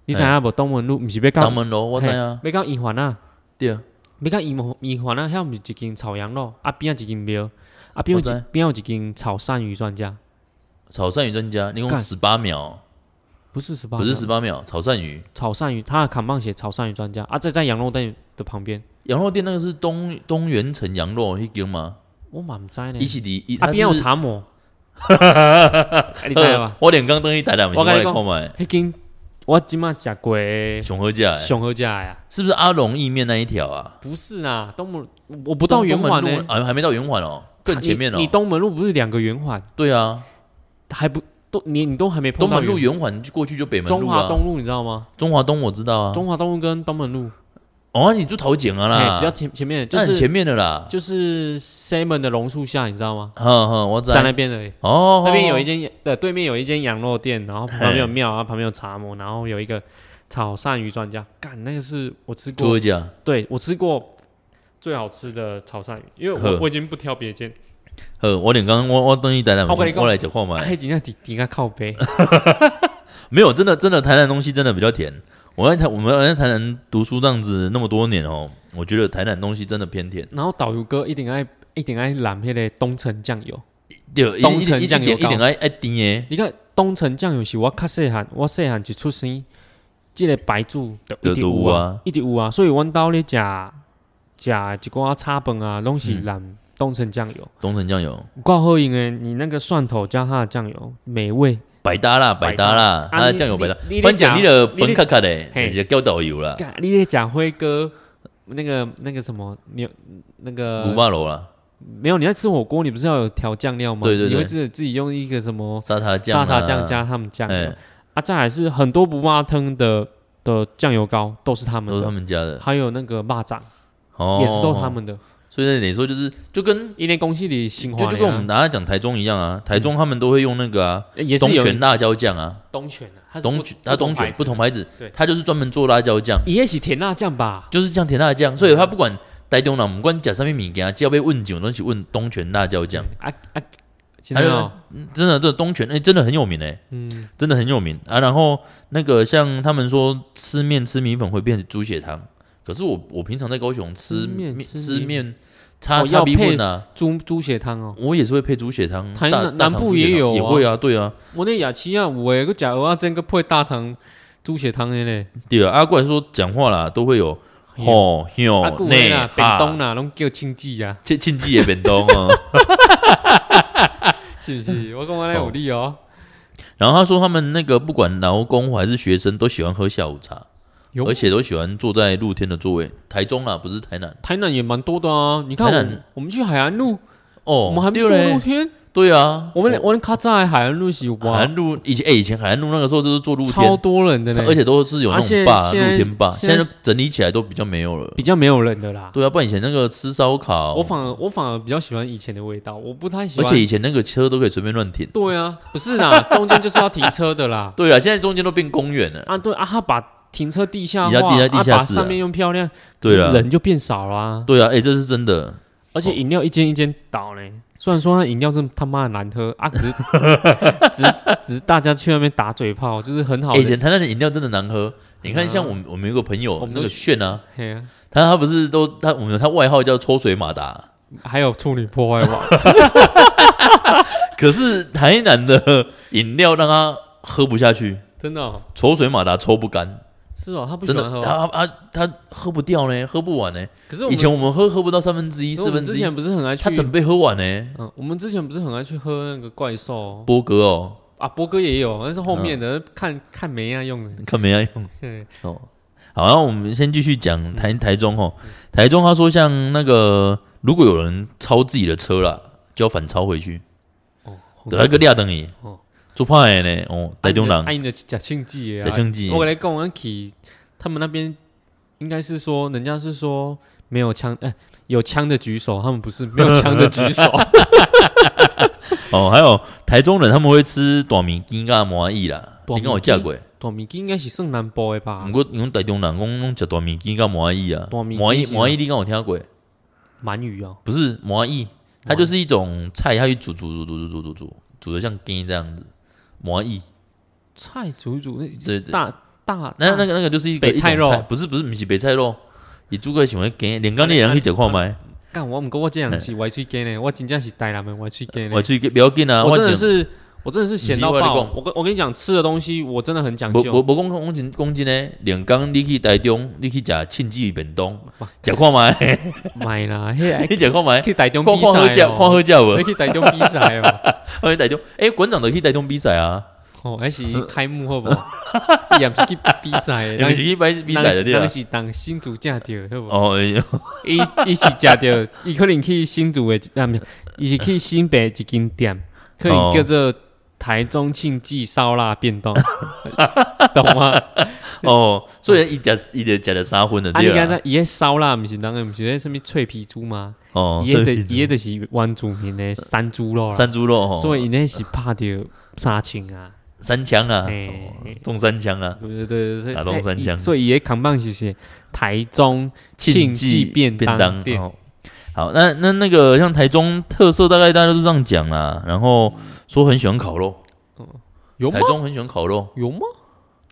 Speaker 2: 你知影无？东门路毋是要到
Speaker 1: 东门路我知啊，
Speaker 2: 要到圆环啊，
Speaker 1: 对啊，
Speaker 2: 要到圆圆环啊，遐毋是一间炒羊肉，啊边啊一间庙，啊边
Speaker 1: 我
Speaker 2: 有
Speaker 1: 知
Speaker 2: 一边有一间炒鳝鱼专家，
Speaker 1: 炒鳝鱼专家，你用
Speaker 2: 干
Speaker 1: 十八秒，
Speaker 2: 不是十八，
Speaker 1: 不是十八秒，炒鳝鱼。
Speaker 2: 炒鳝鱼，他的扛棒写炒鳝鱼专家啊，在在羊肉店的旁边，
Speaker 1: 羊肉店那个是东东元城羊肉迄间吗？
Speaker 2: 我嘛毋知呢
Speaker 1: 伊，是离伊
Speaker 2: 啊
Speaker 1: 它
Speaker 2: 边有
Speaker 1: 是
Speaker 2: 茶魔，啊你知影
Speaker 1: 呃
Speaker 2: 吧？
Speaker 1: 我连刚等伊台南，
Speaker 2: 我跟你讲
Speaker 1: 看买
Speaker 2: 迄间我即满食过的
Speaker 1: 熊好价，
Speaker 2: 上好食的啊。
Speaker 1: 是不是阿龙意面那一条啊？
Speaker 2: 不是啦，东门我不到圆
Speaker 1: 东
Speaker 2: 环
Speaker 1: 东门路
Speaker 2: 呢，
Speaker 1: 啊，还没到圆环哦，更前面哦。
Speaker 2: 你。你东门路不是两个圆环，
Speaker 1: 对啊，
Speaker 2: 还不都你你都还没碰
Speaker 1: 东
Speaker 2: 到
Speaker 1: 门路
Speaker 2: 圆
Speaker 1: 圆环就过去就北门
Speaker 2: 中
Speaker 1: 路
Speaker 2: 华
Speaker 1: 啊。
Speaker 2: 东路，你知道吗？
Speaker 1: 中华东我知道啊。
Speaker 2: 中华东路跟东门路，
Speaker 1: 哦，啊你住桃井啊
Speaker 2: 哎，
Speaker 1: 啦
Speaker 2: 比较，前前面就
Speaker 1: 那很
Speaker 2: 是
Speaker 1: 前面的啦。
Speaker 2: 就是 seven 的榕树下，你知道吗？
Speaker 1: 哼哼，我知
Speaker 2: 在那边而已。
Speaker 1: 哦，
Speaker 2: 那边有一
Speaker 1: 间
Speaker 2: 间的对面有一间羊肉店，然后旁边有庙，
Speaker 1: 哦
Speaker 2: 然后旁边有茶魔，然后有一个炒鳝鱼专家。干，那个是我吃
Speaker 1: 猪
Speaker 2: 过
Speaker 1: 二，价，
Speaker 2: 对我吃过最好吃的炒鳝鱼，因为
Speaker 1: 呵
Speaker 2: 我我已经不挑别间，
Speaker 1: 呵，我连刚我我等你台南，
Speaker 2: 啊我跟你讲
Speaker 1: 我来讲话
Speaker 2: 啊
Speaker 1: 嘛。
Speaker 2: 黑几下底底下靠背。
Speaker 1: 没有，真的真的台南东西真的比较甜。我在台我们在台南读书这样子那么多年哦，我觉得台南东西真的偏甜。
Speaker 2: 然后导游哥一定爱一定爱染迄个东城酱油，
Speaker 1: 对，一
Speaker 2: 东
Speaker 1: 一
Speaker 2: 城
Speaker 1: 一
Speaker 2: 酱油
Speaker 1: 点一
Speaker 2: 膏
Speaker 1: 点爱爱甜耶，
Speaker 2: 你看东城酱油是我较细汉，我细汉就出生，即、个白煮就一直
Speaker 1: 就
Speaker 2: 有
Speaker 1: 有啊
Speaker 2: 啊，一直有啊，所以阮兜咧食食一寡炒饭
Speaker 1: 嗯
Speaker 2: 啊，拢是染东城酱油，
Speaker 1: 东城酱油，
Speaker 2: 有够好用诶！你那个蒜头加它的酱油，美味。
Speaker 1: 百搭啦，百搭啦，
Speaker 2: 百搭
Speaker 1: 它的
Speaker 2: 啊
Speaker 1: 酱油百搭
Speaker 2: 你你。
Speaker 1: 反正
Speaker 2: 你
Speaker 1: 你的
Speaker 2: 你
Speaker 1: 本卡卡的，
Speaker 2: 嘿
Speaker 1: 直接叫导游啦，
Speaker 2: 干你咧讲辉哥那个那个什么牛那个
Speaker 1: 五八楼啦，
Speaker 2: 没有，你在吃火锅，你不是要有调酱料吗？
Speaker 1: 对对对
Speaker 2: 你会自己自己用一个什么
Speaker 1: 沙茶酱
Speaker 2: 沙
Speaker 1: 啊，
Speaker 2: 茶酱加他们酱油、
Speaker 1: 哎，
Speaker 2: 啊，再来是很多不骂汤的的酱油膏都是他们
Speaker 1: 都是他
Speaker 2: 的，
Speaker 1: 们家的，
Speaker 2: 还有那个蚂蚱
Speaker 1: 哦，
Speaker 2: 也是都是他。们的。
Speaker 1: 所以你说就是就跟
Speaker 2: 因为公司里新
Speaker 1: 就就
Speaker 2: 华的
Speaker 1: 跟
Speaker 2: 啊
Speaker 1: 我们拿来讲台中一样啊，台中他们都会用那个啊，
Speaker 2: 嗯也是
Speaker 1: 东
Speaker 2: 有
Speaker 1: 泉辣椒酱啊，
Speaker 2: 东泉啊，它是
Speaker 1: 东
Speaker 2: 不
Speaker 1: 泉它东泉不，同
Speaker 2: 牌
Speaker 1: 牌子
Speaker 2: 对，
Speaker 1: 它就是专门做辣椒酱，
Speaker 2: 子也是甜辣酱吧？
Speaker 1: 就是像甜辣酱，
Speaker 2: 嗯
Speaker 1: 所以它不管台中人，我们管讲上面米给他，只要被问酒，都去问东泉辣椒酱，
Speaker 2: 啊啊，真
Speaker 1: 还有
Speaker 2: 的哦
Speaker 1: 真的这东泉哎、真的很有名哎、
Speaker 2: 嗯，
Speaker 1: 真的很有名啊。然后那个像他们说吃面吃米粉会变成猪血汤，可是我我平常在高雄吃
Speaker 2: 吃面
Speaker 1: 面
Speaker 2: 吃
Speaker 1: 吃
Speaker 2: 米
Speaker 1: 面叉
Speaker 2: 哦
Speaker 1: 叉
Speaker 2: 要
Speaker 1: 逼
Speaker 2: 配
Speaker 1: 混啊，
Speaker 2: 猪猪血汤哦。
Speaker 1: 我也是会配猪血汤，
Speaker 2: 台
Speaker 1: 大
Speaker 2: 南
Speaker 1: 大
Speaker 2: 南
Speaker 1: 肠
Speaker 2: 部
Speaker 1: 猪血
Speaker 2: 也
Speaker 1: 汤
Speaker 2: 有
Speaker 1: 也
Speaker 2: 啊
Speaker 1: 会啊，对啊。
Speaker 2: 我那亚琪啊，有诶，个假鹅啊，真个配大肠猪血汤的嘞，
Speaker 1: 对啊，阿怪说讲话啦，都会有
Speaker 2: 嘿
Speaker 1: 吼吼
Speaker 2: 啊，古
Speaker 1: 内
Speaker 2: 啦，
Speaker 1: 哈
Speaker 2: 便当啦，拢叫亲戚 啊，
Speaker 1: 庆庆忌也变 东啊。
Speaker 2: 是不是？我讲我来有理哦，
Speaker 1: 然后他说他们那个不管劳工还是学生都喜欢喝下午茶，
Speaker 2: 有
Speaker 1: 而且都喜欢坐在露天的座位。台中啊，不是台南
Speaker 2: 台南也蛮多的啊，你看
Speaker 1: 台
Speaker 2: 我
Speaker 1: 南
Speaker 2: 们我们去海岸路，
Speaker 1: 哦，
Speaker 2: 我们还没
Speaker 1: 对
Speaker 2: 坐露
Speaker 1: 嘞，
Speaker 2: 天，
Speaker 1: 对啊，
Speaker 2: 我们我们卡在海岸路是
Speaker 1: 海
Speaker 2: 哇，
Speaker 1: 岸路以前哎、以前海岸路那个时候就是坐露
Speaker 2: 超
Speaker 1: 天，
Speaker 2: 多人的呢，
Speaker 1: 而且都是有那
Speaker 2: 啊现
Speaker 1: 种
Speaker 2: 在
Speaker 1: 坝、露
Speaker 2: 现在
Speaker 1: 天坝，
Speaker 2: 现
Speaker 1: 现
Speaker 2: 在
Speaker 1: 在整理起来都比较没有了。
Speaker 2: 比较没有人的啦。
Speaker 1: 对啊，不然以前那个吃烧烤，
Speaker 2: 我反而我反而比较喜欢以前的味道，我不太喜
Speaker 1: 而
Speaker 2: 欢。
Speaker 1: 且以前那个车都可以随便乱停。
Speaker 2: 对啊，不是 啦，中间就是要停车的啦。
Speaker 1: 对啊，现在中间都变公园了。
Speaker 2: 啊，对啊，他把停车地下
Speaker 1: 你要
Speaker 2: 化，
Speaker 1: 地下地下
Speaker 2: 啊，把
Speaker 1: 室啊
Speaker 2: 上面用漂亮，
Speaker 1: 对了，
Speaker 2: 人就变少啦、
Speaker 1: 对啊，哎、这是真的。
Speaker 2: 而且饮料一间一间倒嘞。虽然说那饮料真他妈的难喝啊，只 是只是只是大家去那边打嘴炮，就是很好
Speaker 1: 欸以
Speaker 2: 的。
Speaker 1: 前台南的饮料真的难喝，你看
Speaker 2: 嗯啊
Speaker 1: 像我们我们有个朋友，
Speaker 2: 我们
Speaker 1: 那
Speaker 2: 都
Speaker 1: 个炫啊，
Speaker 2: 嘿啊，
Speaker 1: 他他不是都他我们他外号叫抽水马达，
Speaker 2: 还有处女破坏王，
Speaker 1: 可是台南的饮料让他喝不下去，
Speaker 2: 真的哦、
Speaker 1: 抽水马达抽不干，
Speaker 2: 是哦，他不喜
Speaker 1: 真
Speaker 2: 欢喝
Speaker 1: 的
Speaker 2: 哦。
Speaker 1: 他他他喝不掉呢，喝不完呢。
Speaker 2: 可是我
Speaker 1: 以
Speaker 2: 们
Speaker 1: 前我们喝喝不到三分之一、
Speaker 2: 可
Speaker 1: 四
Speaker 2: 是我
Speaker 1: 分
Speaker 2: 们之
Speaker 1: 之一
Speaker 2: 前，不是很爱去
Speaker 1: 他，整杯喝完呢。
Speaker 2: 嗯，我们之前不是很爱去喝那个怪兽哦
Speaker 1: 波哥哦，
Speaker 2: 啊，波哥也有，但是后面
Speaker 1: 嗯
Speaker 2: 的、看看没啊用的。
Speaker 1: 你看没啊用
Speaker 2: 对，嗯
Speaker 1: 哦。好，然后我们先继续讲台台中哦，台中他说像那个如果有人超自己的车啦，就要反超回去。
Speaker 2: 红
Speaker 1: 就那个俩啊等伊
Speaker 2: 哦，啊哎
Speaker 1: 做歹的呢，哦，台中人，
Speaker 2: 爱你的假庆忌啊，
Speaker 1: 台中记，
Speaker 2: 我跟你讲，我去他们那边应该是说，人家是说没有枪，哎、有枪的举手，他们不是没有枪的 举手。
Speaker 1: 哦，还有台中人他们会吃大米羹加麻蚁啦，
Speaker 2: 大
Speaker 1: 你
Speaker 2: 米
Speaker 1: 敢有食过？
Speaker 2: 大米鸡应该是算南部的吧
Speaker 1: 毋，过用台中人讲拢食大米羹加麻蚁啊，
Speaker 2: 大米羹
Speaker 1: 麻蚁
Speaker 2: 是
Speaker 1: 麻蚁你敢有听过？
Speaker 2: 鳗鱼哦，
Speaker 1: 不是麻蚁，它就是一种菜，它去煮煮煮煮煮煮煮煮，煮的像羹这样子。麻蚁，
Speaker 2: 菜煮一煮，那
Speaker 1: 对对
Speaker 2: 大大
Speaker 1: 那那
Speaker 2: 个
Speaker 1: 个那个就是一个
Speaker 2: 北菜肉
Speaker 1: 一种不是不是不是北菜肉，哎伊煮个想要羹，连刚你人去食看麦，
Speaker 2: 干我，唔过我这样 是歪嘴鸡呢，我真正是台南的歪嘴鸡呢
Speaker 1: 我，去不要紧啊，
Speaker 2: 我真的
Speaker 1: 讲
Speaker 2: 是。我真的是咸到
Speaker 1: 不是我跟你
Speaker 2: 爆！
Speaker 1: 讲
Speaker 2: 我跟我跟你讲，吃的东西我真的很讲
Speaker 1: 无无
Speaker 2: 究。
Speaker 1: 无讲讲真讲真诶，连讲你去台中，你去食庆记便当， 食看卖，
Speaker 2: 买啦， 嘿，
Speaker 1: 你食看卖，
Speaker 2: 去台中
Speaker 1: 看看
Speaker 2: 比
Speaker 1: 好食，
Speaker 2: 赛
Speaker 1: 看
Speaker 2: 哦，
Speaker 1: 好食无？
Speaker 2: 去台中比赛哦。
Speaker 1: 去台中，诶，馆长就去台中比赛啊，
Speaker 2: 哦，还是开幕好不好？ 伊也不是去比赛的，
Speaker 1: 你
Speaker 2: 人
Speaker 1: 是去比比赛的对
Speaker 2: 人
Speaker 1: 啊
Speaker 2: 人？是当新竹食着，好不好？
Speaker 1: 哦，哎呦
Speaker 2: 伊伊是食着，伊可能去新竹的一，啊，不是伊是去新北一间
Speaker 1: 哦
Speaker 2: 店，可能叫做台中庆记烧腊 便当，懂吗？
Speaker 1: 哦，所以伊食伊就食了三分的
Speaker 2: 啊，你
Speaker 1: 对
Speaker 2: 敢
Speaker 1: 啊
Speaker 2: 知，伊迄烧腊毋是人诶，毋是迄什物脆皮猪吗？
Speaker 1: 哦，
Speaker 2: 伊迄
Speaker 1: 所
Speaker 2: 的
Speaker 1: 以呃
Speaker 2: 伊迄就是原住民的山猪肉啦，
Speaker 1: 山猪肉吼，
Speaker 2: 所以伊那是拍着杀青啊，
Speaker 1: 三枪啊，
Speaker 2: 嘿
Speaker 1: 哦中三枪啊，
Speaker 2: 对对对，所以
Speaker 1: 打中三枪
Speaker 2: 所以也扛棒其实台中庆
Speaker 1: 记
Speaker 2: 记便
Speaker 1: 便
Speaker 2: 当店，
Speaker 1: 哦好，那那那个像台中特色，大概大家都是这样讲啦。然后说很喜欢烤肉，
Speaker 2: 有吗
Speaker 1: 台？中很喜欢烤肉，
Speaker 2: 有吗？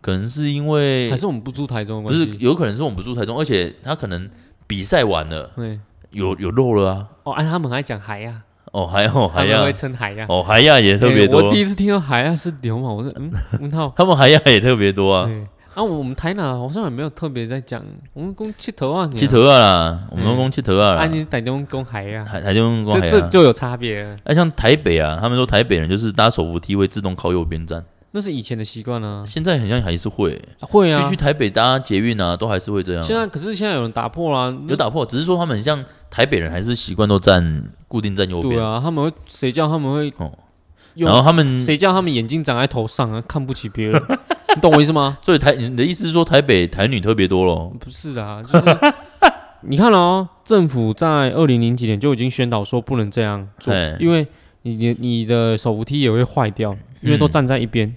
Speaker 1: 可能是因为
Speaker 2: 还是我们不住台中的
Speaker 1: 不
Speaker 2: 关
Speaker 1: 是
Speaker 2: 系？
Speaker 1: 有可能是我们不住台中，而且他可能比赛完了
Speaker 2: 对，
Speaker 1: 有有肉了啊。
Speaker 2: 哦，哎，他们还讲海呀，
Speaker 1: 哦，还有
Speaker 2: 他
Speaker 1: 海
Speaker 2: 们
Speaker 1: 亚
Speaker 2: 会，称海亚。
Speaker 1: 哦，海亚也特
Speaker 2: 欸
Speaker 1: 别
Speaker 2: 我
Speaker 1: 多
Speaker 2: 第，一次听到海亚啊是流氓，我说 嗯，问号。
Speaker 1: 他们海亚也特别多啊，
Speaker 2: 对，啊，我们台南好像也没有特别在讲，我们讲七头啊，
Speaker 1: 七，头啊啦，我们
Speaker 2: 嗯
Speaker 1: 公七头啊
Speaker 2: 啊，
Speaker 1: 啦，
Speaker 2: 你台中讲海呀，
Speaker 1: 海台中公海啊
Speaker 2: 这这
Speaker 1: 亚。
Speaker 2: 就有差别了，
Speaker 1: 那像台北啊，他们说台北人就是搭手扶梯会自动靠右边站，
Speaker 2: 那是以前的习惯啊。
Speaker 1: 现在很像还是会，
Speaker 2: 会
Speaker 1: 去
Speaker 2: 啊
Speaker 1: 去，台北搭捷运啊，都还是会这样。
Speaker 2: 现在可是现在有人打破啦，
Speaker 1: 有打破，只是说他们很像台北人还是习惯都站固定站右
Speaker 2: 对
Speaker 1: 边，
Speaker 2: 啊，他们会谁叫他们会
Speaker 1: 哦
Speaker 2: 用
Speaker 1: 然后他嗯们
Speaker 2: 谁叫他们眼睛长在头上啊？看不起 别人，你懂我意思吗？
Speaker 1: 所以台你的意思是说台北台女特别多咯？
Speaker 2: 不是 啊，就是你看哦，政府在二零零几年就已经宣导说不能这样做
Speaker 1: 哎，
Speaker 2: 因为你你你的手扶梯也会坏掉，因为都站在一边，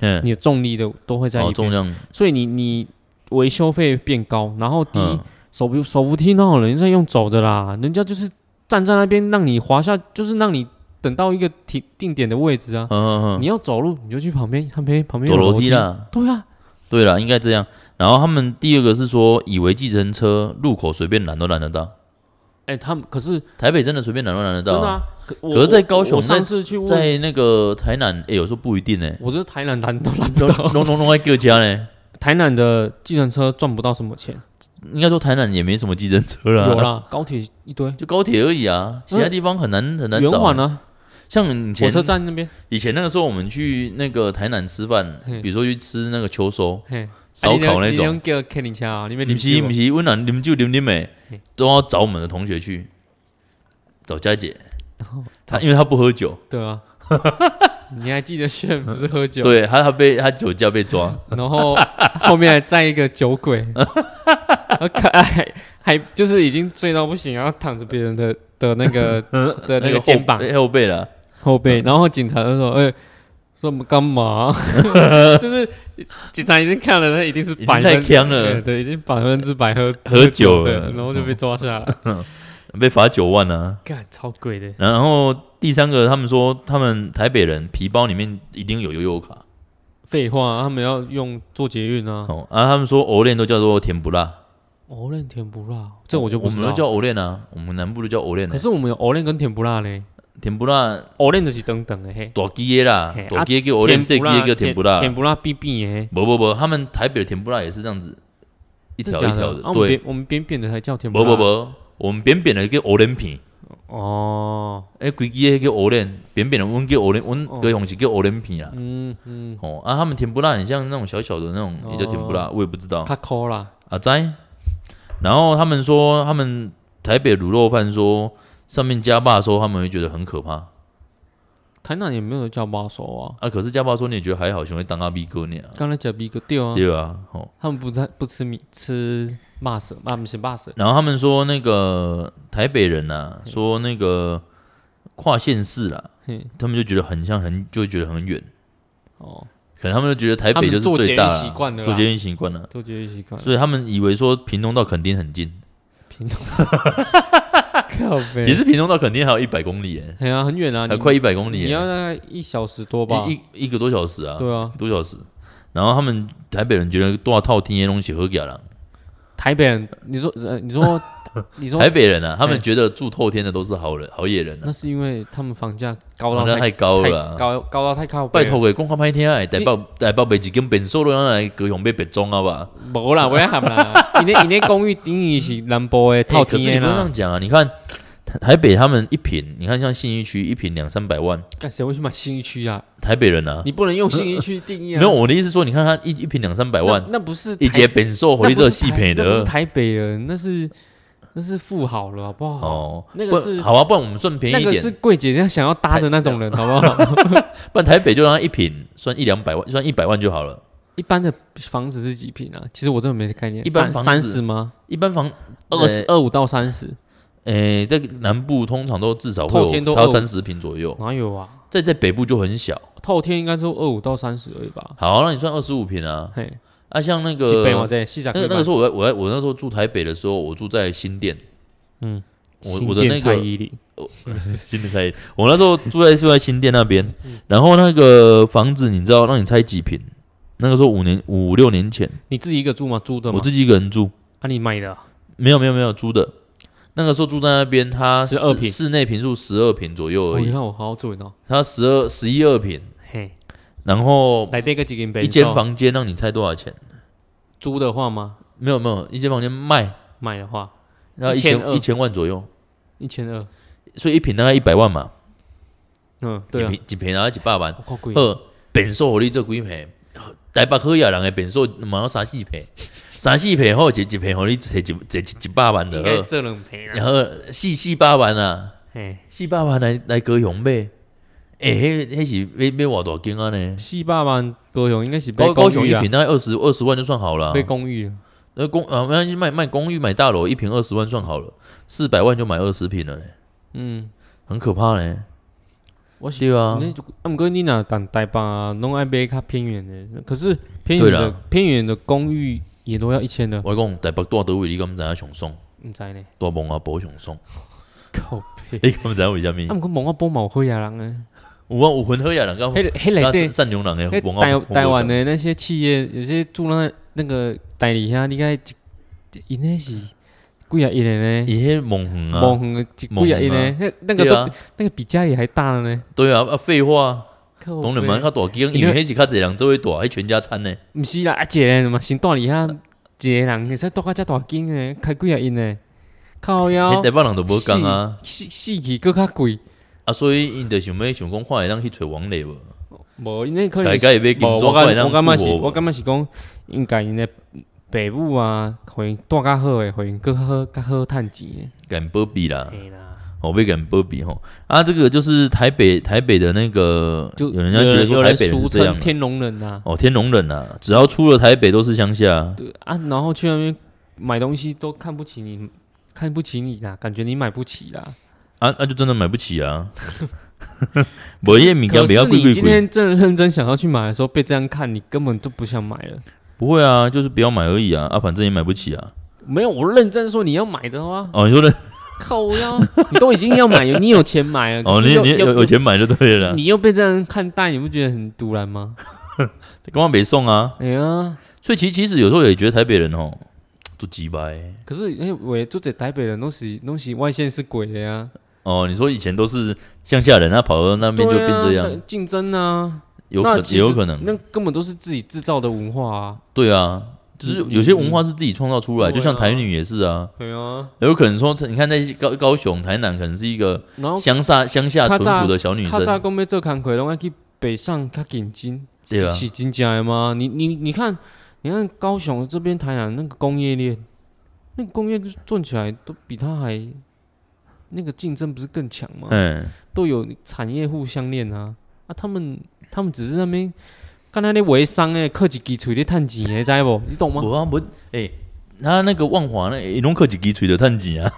Speaker 1: 嗯，
Speaker 2: 你的重力的都会在
Speaker 1: 哦，
Speaker 2: 一
Speaker 1: 重
Speaker 2: 边，
Speaker 1: 量，
Speaker 2: 所以你你维修费变高，然后第一、
Speaker 1: 嗯，
Speaker 2: 手扶手扶梯那有人在用走的啦，人家就是站在那边让你滑下，就是让你等到一个停定点的位置啊。
Speaker 1: 嗯嗯
Speaker 2: 你要走路你就去旁边，旁边旁
Speaker 1: 嗯，
Speaker 2: 边
Speaker 1: 走
Speaker 2: 有
Speaker 1: 楼梯
Speaker 2: 梯。
Speaker 1: 啦。
Speaker 2: 对啊，
Speaker 1: 对啦，应该这样。然后他们第二个是说，以为计程车路口随便拦都拦得到，
Speaker 2: 哎、他们可是
Speaker 1: 台北真的随便拦都拦得到
Speaker 2: 真
Speaker 1: 啊、
Speaker 2: 的啊，可我
Speaker 1: 可是在高雄
Speaker 2: 我我上次去问，
Speaker 1: 在那个台南，哎、有时候不一定呢、欸，
Speaker 2: 我觉得台南 拦都拦不
Speaker 1: 农
Speaker 2: 到，
Speaker 1: 农农农在各家呢，
Speaker 2: 台南的计程车赚不到什么钱，
Speaker 1: 应该说台南也没什么计程车
Speaker 2: 有
Speaker 1: 啦，
Speaker 2: 啦，高铁一堆，
Speaker 1: 就高铁而已啊，其他地方很难很难
Speaker 2: 圆
Speaker 1: 找
Speaker 2: 环。啊，
Speaker 1: 像以
Speaker 2: 火
Speaker 1: 前
Speaker 2: 车站那边，
Speaker 1: 以前那个时候，我们去那个台南吃饭，
Speaker 2: 嘿
Speaker 1: 比如说去吃那个秋收
Speaker 2: 嘿，
Speaker 1: 烧烤那种，
Speaker 2: 种叫开你车啊，你们
Speaker 1: 不是不是，温暖你们就你们美
Speaker 2: 嘿
Speaker 1: 都要找我们的同学去，找佳姐，
Speaker 2: 哦
Speaker 1: 她因为她不喝酒，
Speaker 2: 对啊，你还记得炫不是喝酒，
Speaker 1: 对她她被她酒驾被 抓，
Speaker 2: 然后后面还站一个酒鬼， 可爱，哎还就是已经醉到不行，然后躺着别人的的那 个的那
Speaker 1: 后
Speaker 2: 个肩膀
Speaker 1: 哎后背了，
Speaker 2: 后背，然后警察就说：“哎、说我们干嘛？” 就是警察已经看了，他一定是
Speaker 1: 已经
Speaker 2: 百分
Speaker 1: 太呛了
Speaker 2: 对对，已经百分之百喝
Speaker 1: 喝酒
Speaker 2: 的
Speaker 1: 了，嗯
Speaker 2: 然后就被抓下来，
Speaker 1: 被罚九万啊。
Speaker 2: 干超贵的。
Speaker 1: 然后第三个，他们说他们台北人皮包里面一定有悠悠卡
Speaker 2: 废话，啊他们要用做捷运啊，
Speaker 1: 哦，啊，他们说欧练都叫做甜不辣，
Speaker 2: 藕链哦甜不辣，这我就不
Speaker 1: 我
Speaker 2: 知
Speaker 1: 们
Speaker 2: 道
Speaker 1: 都。叫欧练啊，我们南部都叫欧练
Speaker 2: 可，是我们有藕链跟甜不辣嘞，
Speaker 1: 甜不辣
Speaker 2: 藕链就是等等的嘿，
Speaker 1: 大鸡的啦
Speaker 2: 嘿，啊
Speaker 1: 大鸡叫欧
Speaker 2: 甜
Speaker 1: 练，细
Speaker 2: 不
Speaker 1: 鸡
Speaker 2: 辣
Speaker 1: 叫甜不辣，
Speaker 2: 甜不辣必必的嘿，
Speaker 1: 不不不，他们台北的甜不辣也是这样子，一
Speaker 2: 一
Speaker 1: 条一条的，
Speaker 2: 哦我们
Speaker 1: 对
Speaker 2: 扁，我们扁扁的才叫甜不
Speaker 1: 不
Speaker 2: 辣。
Speaker 1: 不不，我们扁扁的叫欧莲片，
Speaker 2: 哦，
Speaker 1: 哎，规矩的叫欧莲，扁扁的我们叫欧莲，我们高雄是叫欧莲片啦。
Speaker 2: 嗯嗯，
Speaker 1: 哦啊，他们甜不辣很像那种小小的那种，
Speaker 2: 哦
Speaker 1: 也叫甜不辣，我也不知道
Speaker 2: 卡扣啦，
Speaker 1: 啊在。然后他们说，他们台北卤肉饭说上面加霸的时候，他们会觉得很可怕
Speaker 2: 台南也没有叫巴手啊。
Speaker 1: 啊。可是加霸说你也觉得还好，熊会当阿逼哥你啊，
Speaker 2: 刚才讲 B 哥对啊，
Speaker 1: 对吧？哦，
Speaker 2: 他们不在不吃米吃骂蛇，啊不是骂蛇，
Speaker 1: 然后他们说那个台北人呐、说那个跨县市啦，
Speaker 2: 嘿
Speaker 1: 他们就觉得很像很，就会觉得很远。
Speaker 2: 哦，
Speaker 1: 可能他们就觉得台北就是
Speaker 2: 他们做
Speaker 1: 最大
Speaker 2: 捷运习惯了啦
Speaker 1: 做捷运习惯了，
Speaker 2: 都觉得习惯了。
Speaker 1: 所以他们以为说屏东到垦丁很近，
Speaker 2: 屏东，靠北，
Speaker 1: 其实屏东到垦丁还有一百公里耶，
Speaker 2: 哎呀很远啊，
Speaker 1: 还
Speaker 2: 你
Speaker 1: 快一百公里耶，
Speaker 2: 你要大概一小时多吧
Speaker 1: 一？一一个多小时啊，
Speaker 2: 对啊，
Speaker 1: 多小时。然后他们台北人觉得多少套天些东西喝给了，
Speaker 2: 台北人，你说呃 你说你说
Speaker 1: 台北人啊，他们觉得住透天的都是好人好野人啊
Speaker 2: 那，是因为他们房价高
Speaker 1: 好
Speaker 2: 到
Speaker 1: 像太高
Speaker 2: 太
Speaker 1: 了啊。
Speaker 2: 高高到太靠
Speaker 1: 拜
Speaker 2: 北了，
Speaker 1: 托给公开拍天啊！台北台北北一根本收了，来高雄被北中啊吧？
Speaker 2: 无啦，我要喊 啦，你那你那公寓定义是南部的
Speaker 1: 欸
Speaker 2: 套
Speaker 1: 可是你
Speaker 2: 天
Speaker 1: 不能这
Speaker 2: 啦，
Speaker 1: 样讲啊！你看台台北他们一平，你看像信义区一平两三百万，
Speaker 2: 干谁会去买新一区啊？
Speaker 1: 台北人啊，
Speaker 2: 你不能用新一区定义
Speaker 1: 没
Speaker 2: 啊，
Speaker 1: 有我的意思是说，你看他一一平两三百
Speaker 2: 那
Speaker 1: 万，
Speaker 2: 那不是
Speaker 1: 一
Speaker 2: 台
Speaker 1: 节本售
Speaker 2: 那
Speaker 1: 回
Speaker 2: 不
Speaker 1: 这
Speaker 2: 是
Speaker 1: 细
Speaker 2: 台
Speaker 1: 赔
Speaker 2: 那不是
Speaker 1: 的哦
Speaker 2: 台北人，那是那是富豪了，好不好？
Speaker 1: 哦。
Speaker 2: 那
Speaker 1: 不
Speaker 2: 个是
Speaker 1: 好啊，不然我们算便
Speaker 2: 那
Speaker 1: 宜一
Speaker 2: 个是
Speaker 1: 点，
Speaker 2: 贵姐姐想要搭的那种人，好不 好？
Speaker 1: 不然台北就让他一平算一两百万，算一百万就好了。
Speaker 2: 一般的房子是几平啊？其实我真的没概念，
Speaker 1: 一般房子
Speaker 2: 三十吗？
Speaker 1: 一般房
Speaker 2: 二十，二五到三十，
Speaker 1: 诶，在南部通常都至少会
Speaker 2: 透天
Speaker 1: 有
Speaker 2: 都
Speaker 1: 超
Speaker 2: 二五
Speaker 1: 三十平左右，
Speaker 2: 哪有啊？
Speaker 1: 在在北部就很小。
Speaker 2: 透天应该说二五到三十而已吧。
Speaker 1: 好，那你算二十五平啊？
Speaker 2: 嘿，
Speaker 1: 啊，像那个
Speaker 2: 几倍我这细
Speaker 1: 那个那个时候我在我在我那时候住台北的时候，我住在新店，
Speaker 2: 嗯，
Speaker 1: 我我的那
Speaker 2: 蔡
Speaker 1: 个
Speaker 2: 依林，
Speaker 1: 新店猜，我那时候住在住在新店那边，
Speaker 2: 嗯
Speaker 1: 然后那个房子你知道让你猜几平？那个时候五年五六年前，
Speaker 2: 你自己一个住吗？租的吗
Speaker 1: 我？自己一个人住，
Speaker 2: 啊，你买的啊？
Speaker 1: 没有没有没有租的，那个时候住在那边，他
Speaker 2: 12
Speaker 1: 室
Speaker 2: 平
Speaker 1: 室内平数十二平左右
Speaker 2: 哦
Speaker 1: 而
Speaker 2: 你
Speaker 1: 已，
Speaker 2: 看我好好做人哦，
Speaker 1: 他十二十一二平，
Speaker 2: 嘿，
Speaker 1: 然后
Speaker 2: 来这个几间
Speaker 1: 一间房间让你猜多少钱？
Speaker 2: 租的话吗？
Speaker 1: 没有没有，一间房间卖
Speaker 2: 卖的话
Speaker 1: 然后一千
Speaker 2: 1200
Speaker 1: 一千万左右，
Speaker 2: 一千二，
Speaker 1: 所以一平大概一百万嘛，
Speaker 2: 嗯，
Speaker 1: 一
Speaker 2: 对啊，
Speaker 1: 平一平大概一百万。
Speaker 2: 我靠贵，啊
Speaker 1: 好，便数互你做几皮？台北好野人的便数嘛要三四皮，三四皮好一一皮互你摕一摕一一百万
Speaker 2: 应
Speaker 1: 就
Speaker 2: 该
Speaker 1: 好，
Speaker 2: 这两赔
Speaker 1: 然
Speaker 2: 啦，
Speaker 1: 后四四百万啊，
Speaker 2: 嘿，
Speaker 1: 四百万来来高雄买。诶、迄迄是要要偌大间啊呢？
Speaker 2: 四百万高雄应该是被
Speaker 1: 高高雄
Speaker 2: 公
Speaker 1: 一
Speaker 2: 寓啊
Speaker 1: 平，大概二十二十万就算好了、
Speaker 2: 被公寓啊，
Speaker 1: 那公啊，没关系，卖卖公寓买大楼，一平二十万算好了，四百万就买二十平了嘞，
Speaker 2: 嗯，
Speaker 1: 很可怕嘞。
Speaker 2: 我是
Speaker 1: 对啊，
Speaker 2: 你就啊，毋过你若但台北啊，拢爱买较偏远的，可是偏远
Speaker 1: 对
Speaker 2: 的
Speaker 1: 啦
Speaker 2: 偏远的公寓也都要一千的，
Speaker 1: 我讲台北大都位，你敢不知影上爽？
Speaker 2: 毋知呢，
Speaker 1: 大蒙阿波上爽，
Speaker 2: 靠背。
Speaker 1: 你敢不知影为虾米
Speaker 2: 啊，？毋过蒙阿波嘛有好野人诶，
Speaker 1: 有啊，有分好野人甲
Speaker 2: 迄迄内
Speaker 1: 善
Speaker 2: 底，
Speaker 1: 善良人诶，
Speaker 2: 迄
Speaker 1: 文化
Speaker 2: 台台湾的那些企业，有些住那那个代理遐，你该应该是几啊亿的呢？
Speaker 1: 伊迄梦园啊，
Speaker 2: 蒙远的几几啊亿
Speaker 1: 蒙
Speaker 2: 呢
Speaker 1: 远？
Speaker 2: 那那个
Speaker 1: 对
Speaker 2: 都
Speaker 1: 啊
Speaker 2: 比，那个比家里还大了呢。
Speaker 1: 对啊，啊废话，
Speaker 2: 靠
Speaker 1: 当然
Speaker 2: 背
Speaker 1: 嘛较大间，因为迄是较侪人做伙住，迄全家餐呢，
Speaker 2: 毋是啦，啊一个人嘛先住里遐，一个人会使住到遮大间诶，开几啊亿呢？靠腰
Speaker 1: 迄台北人都无讲啊，
Speaker 2: 死死去搁较贵，
Speaker 1: 啊，所以因着想要想讲看会当去找王磊无，
Speaker 2: 无因为可能
Speaker 1: 大
Speaker 2: 是
Speaker 1: 家会买金
Speaker 2: 无
Speaker 1: 砖
Speaker 2: 我
Speaker 1: 看会
Speaker 2: 感
Speaker 1: 当
Speaker 2: 我感觉
Speaker 1: 复
Speaker 2: 是，我
Speaker 1: 活无。
Speaker 2: 感觉是讲应该因诶爸母啊，互因住较好诶，互因搁较好较好趁钱诶。
Speaker 1: 敢波比啦，
Speaker 2: 嘿啦，
Speaker 1: 哦，被敢波比吼啊，这个就是台北台北的那个，
Speaker 2: 就
Speaker 1: 有人家觉得
Speaker 2: 有
Speaker 1: 说台
Speaker 2: 人
Speaker 1: 北人是
Speaker 2: 俗
Speaker 1: 这样
Speaker 2: 称
Speaker 1: 的
Speaker 2: 天龙人呐
Speaker 1: 哦，天龙人啊，只要出了台北都是乡下，
Speaker 2: 啊，然后去那边买东西都看不起你，看不起你啦，感觉你买不起啦。
Speaker 1: 啊啊，就真的买不起啊。 我夜米干
Speaker 2: 可
Speaker 1: 比较
Speaker 2: 是
Speaker 1: 贵
Speaker 2: 你
Speaker 1: 贵
Speaker 2: 今
Speaker 1: 贵，
Speaker 2: 天真的认真想要去买的时候，被这样看，你根本就不想买了。
Speaker 1: 不会啊，就是不要买而已啊，啊，反正也买不起啊。
Speaker 2: 没有，我认真说你要买的话，
Speaker 1: 哦，你说的，
Speaker 2: 靠呀，你都已经要买了，你有钱买了，
Speaker 1: 哦，
Speaker 2: 可是
Speaker 1: 你
Speaker 2: 又
Speaker 1: 你有
Speaker 2: 又
Speaker 1: 有钱买就对了啦，
Speaker 2: 你又被这样看待，你不觉得很突然吗？
Speaker 1: 干嘛没送啊？
Speaker 2: 哎呀，
Speaker 1: 所以其其实有时候也觉得台北人哦，做鸡掰
Speaker 2: 可是哎，喂，做这台北人都是都是外县是鬼的呀，
Speaker 1: 哦。你说以前都是乡下人，他跑到那边就
Speaker 2: 对
Speaker 1: 变
Speaker 2: 啊
Speaker 1: 这样
Speaker 2: 那，竞争啊，
Speaker 1: 有
Speaker 2: 那
Speaker 1: 可
Speaker 2: 其
Speaker 1: 也
Speaker 2: 实
Speaker 1: 有可能，
Speaker 2: 那根本都是自己制造的文化啊，
Speaker 1: 对啊，就是有些文化是自己创造出来，
Speaker 2: 嗯
Speaker 1: 就像
Speaker 2: 对啊
Speaker 1: 台女也是啊，
Speaker 2: 对啊，
Speaker 1: 有可能说，你看那些高高雄、台南，可能是一个
Speaker 2: 然后
Speaker 1: 乡下乡下淳朴的小女
Speaker 2: 较早
Speaker 1: 生，
Speaker 2: 讲要做工课，拢爱去北上较紧进，
Speaker 1: 对啊
Speaker 2: 是是真正的吗？你你你看，你看高雄这边台南那个工业链，那个工业做起来都比它还那个竞争不是更强吗？
Speaker 1: 嗯，
Speaker 2: 都有产业互相链啊啊！他们他们只是那边刚才那微商诶，靠一支嘴咧趁钱诶，知无？你 懂吗？
Speaker 1: 我啊不，哎，他那个万华那一拢靠一支嘴的趁钱啊，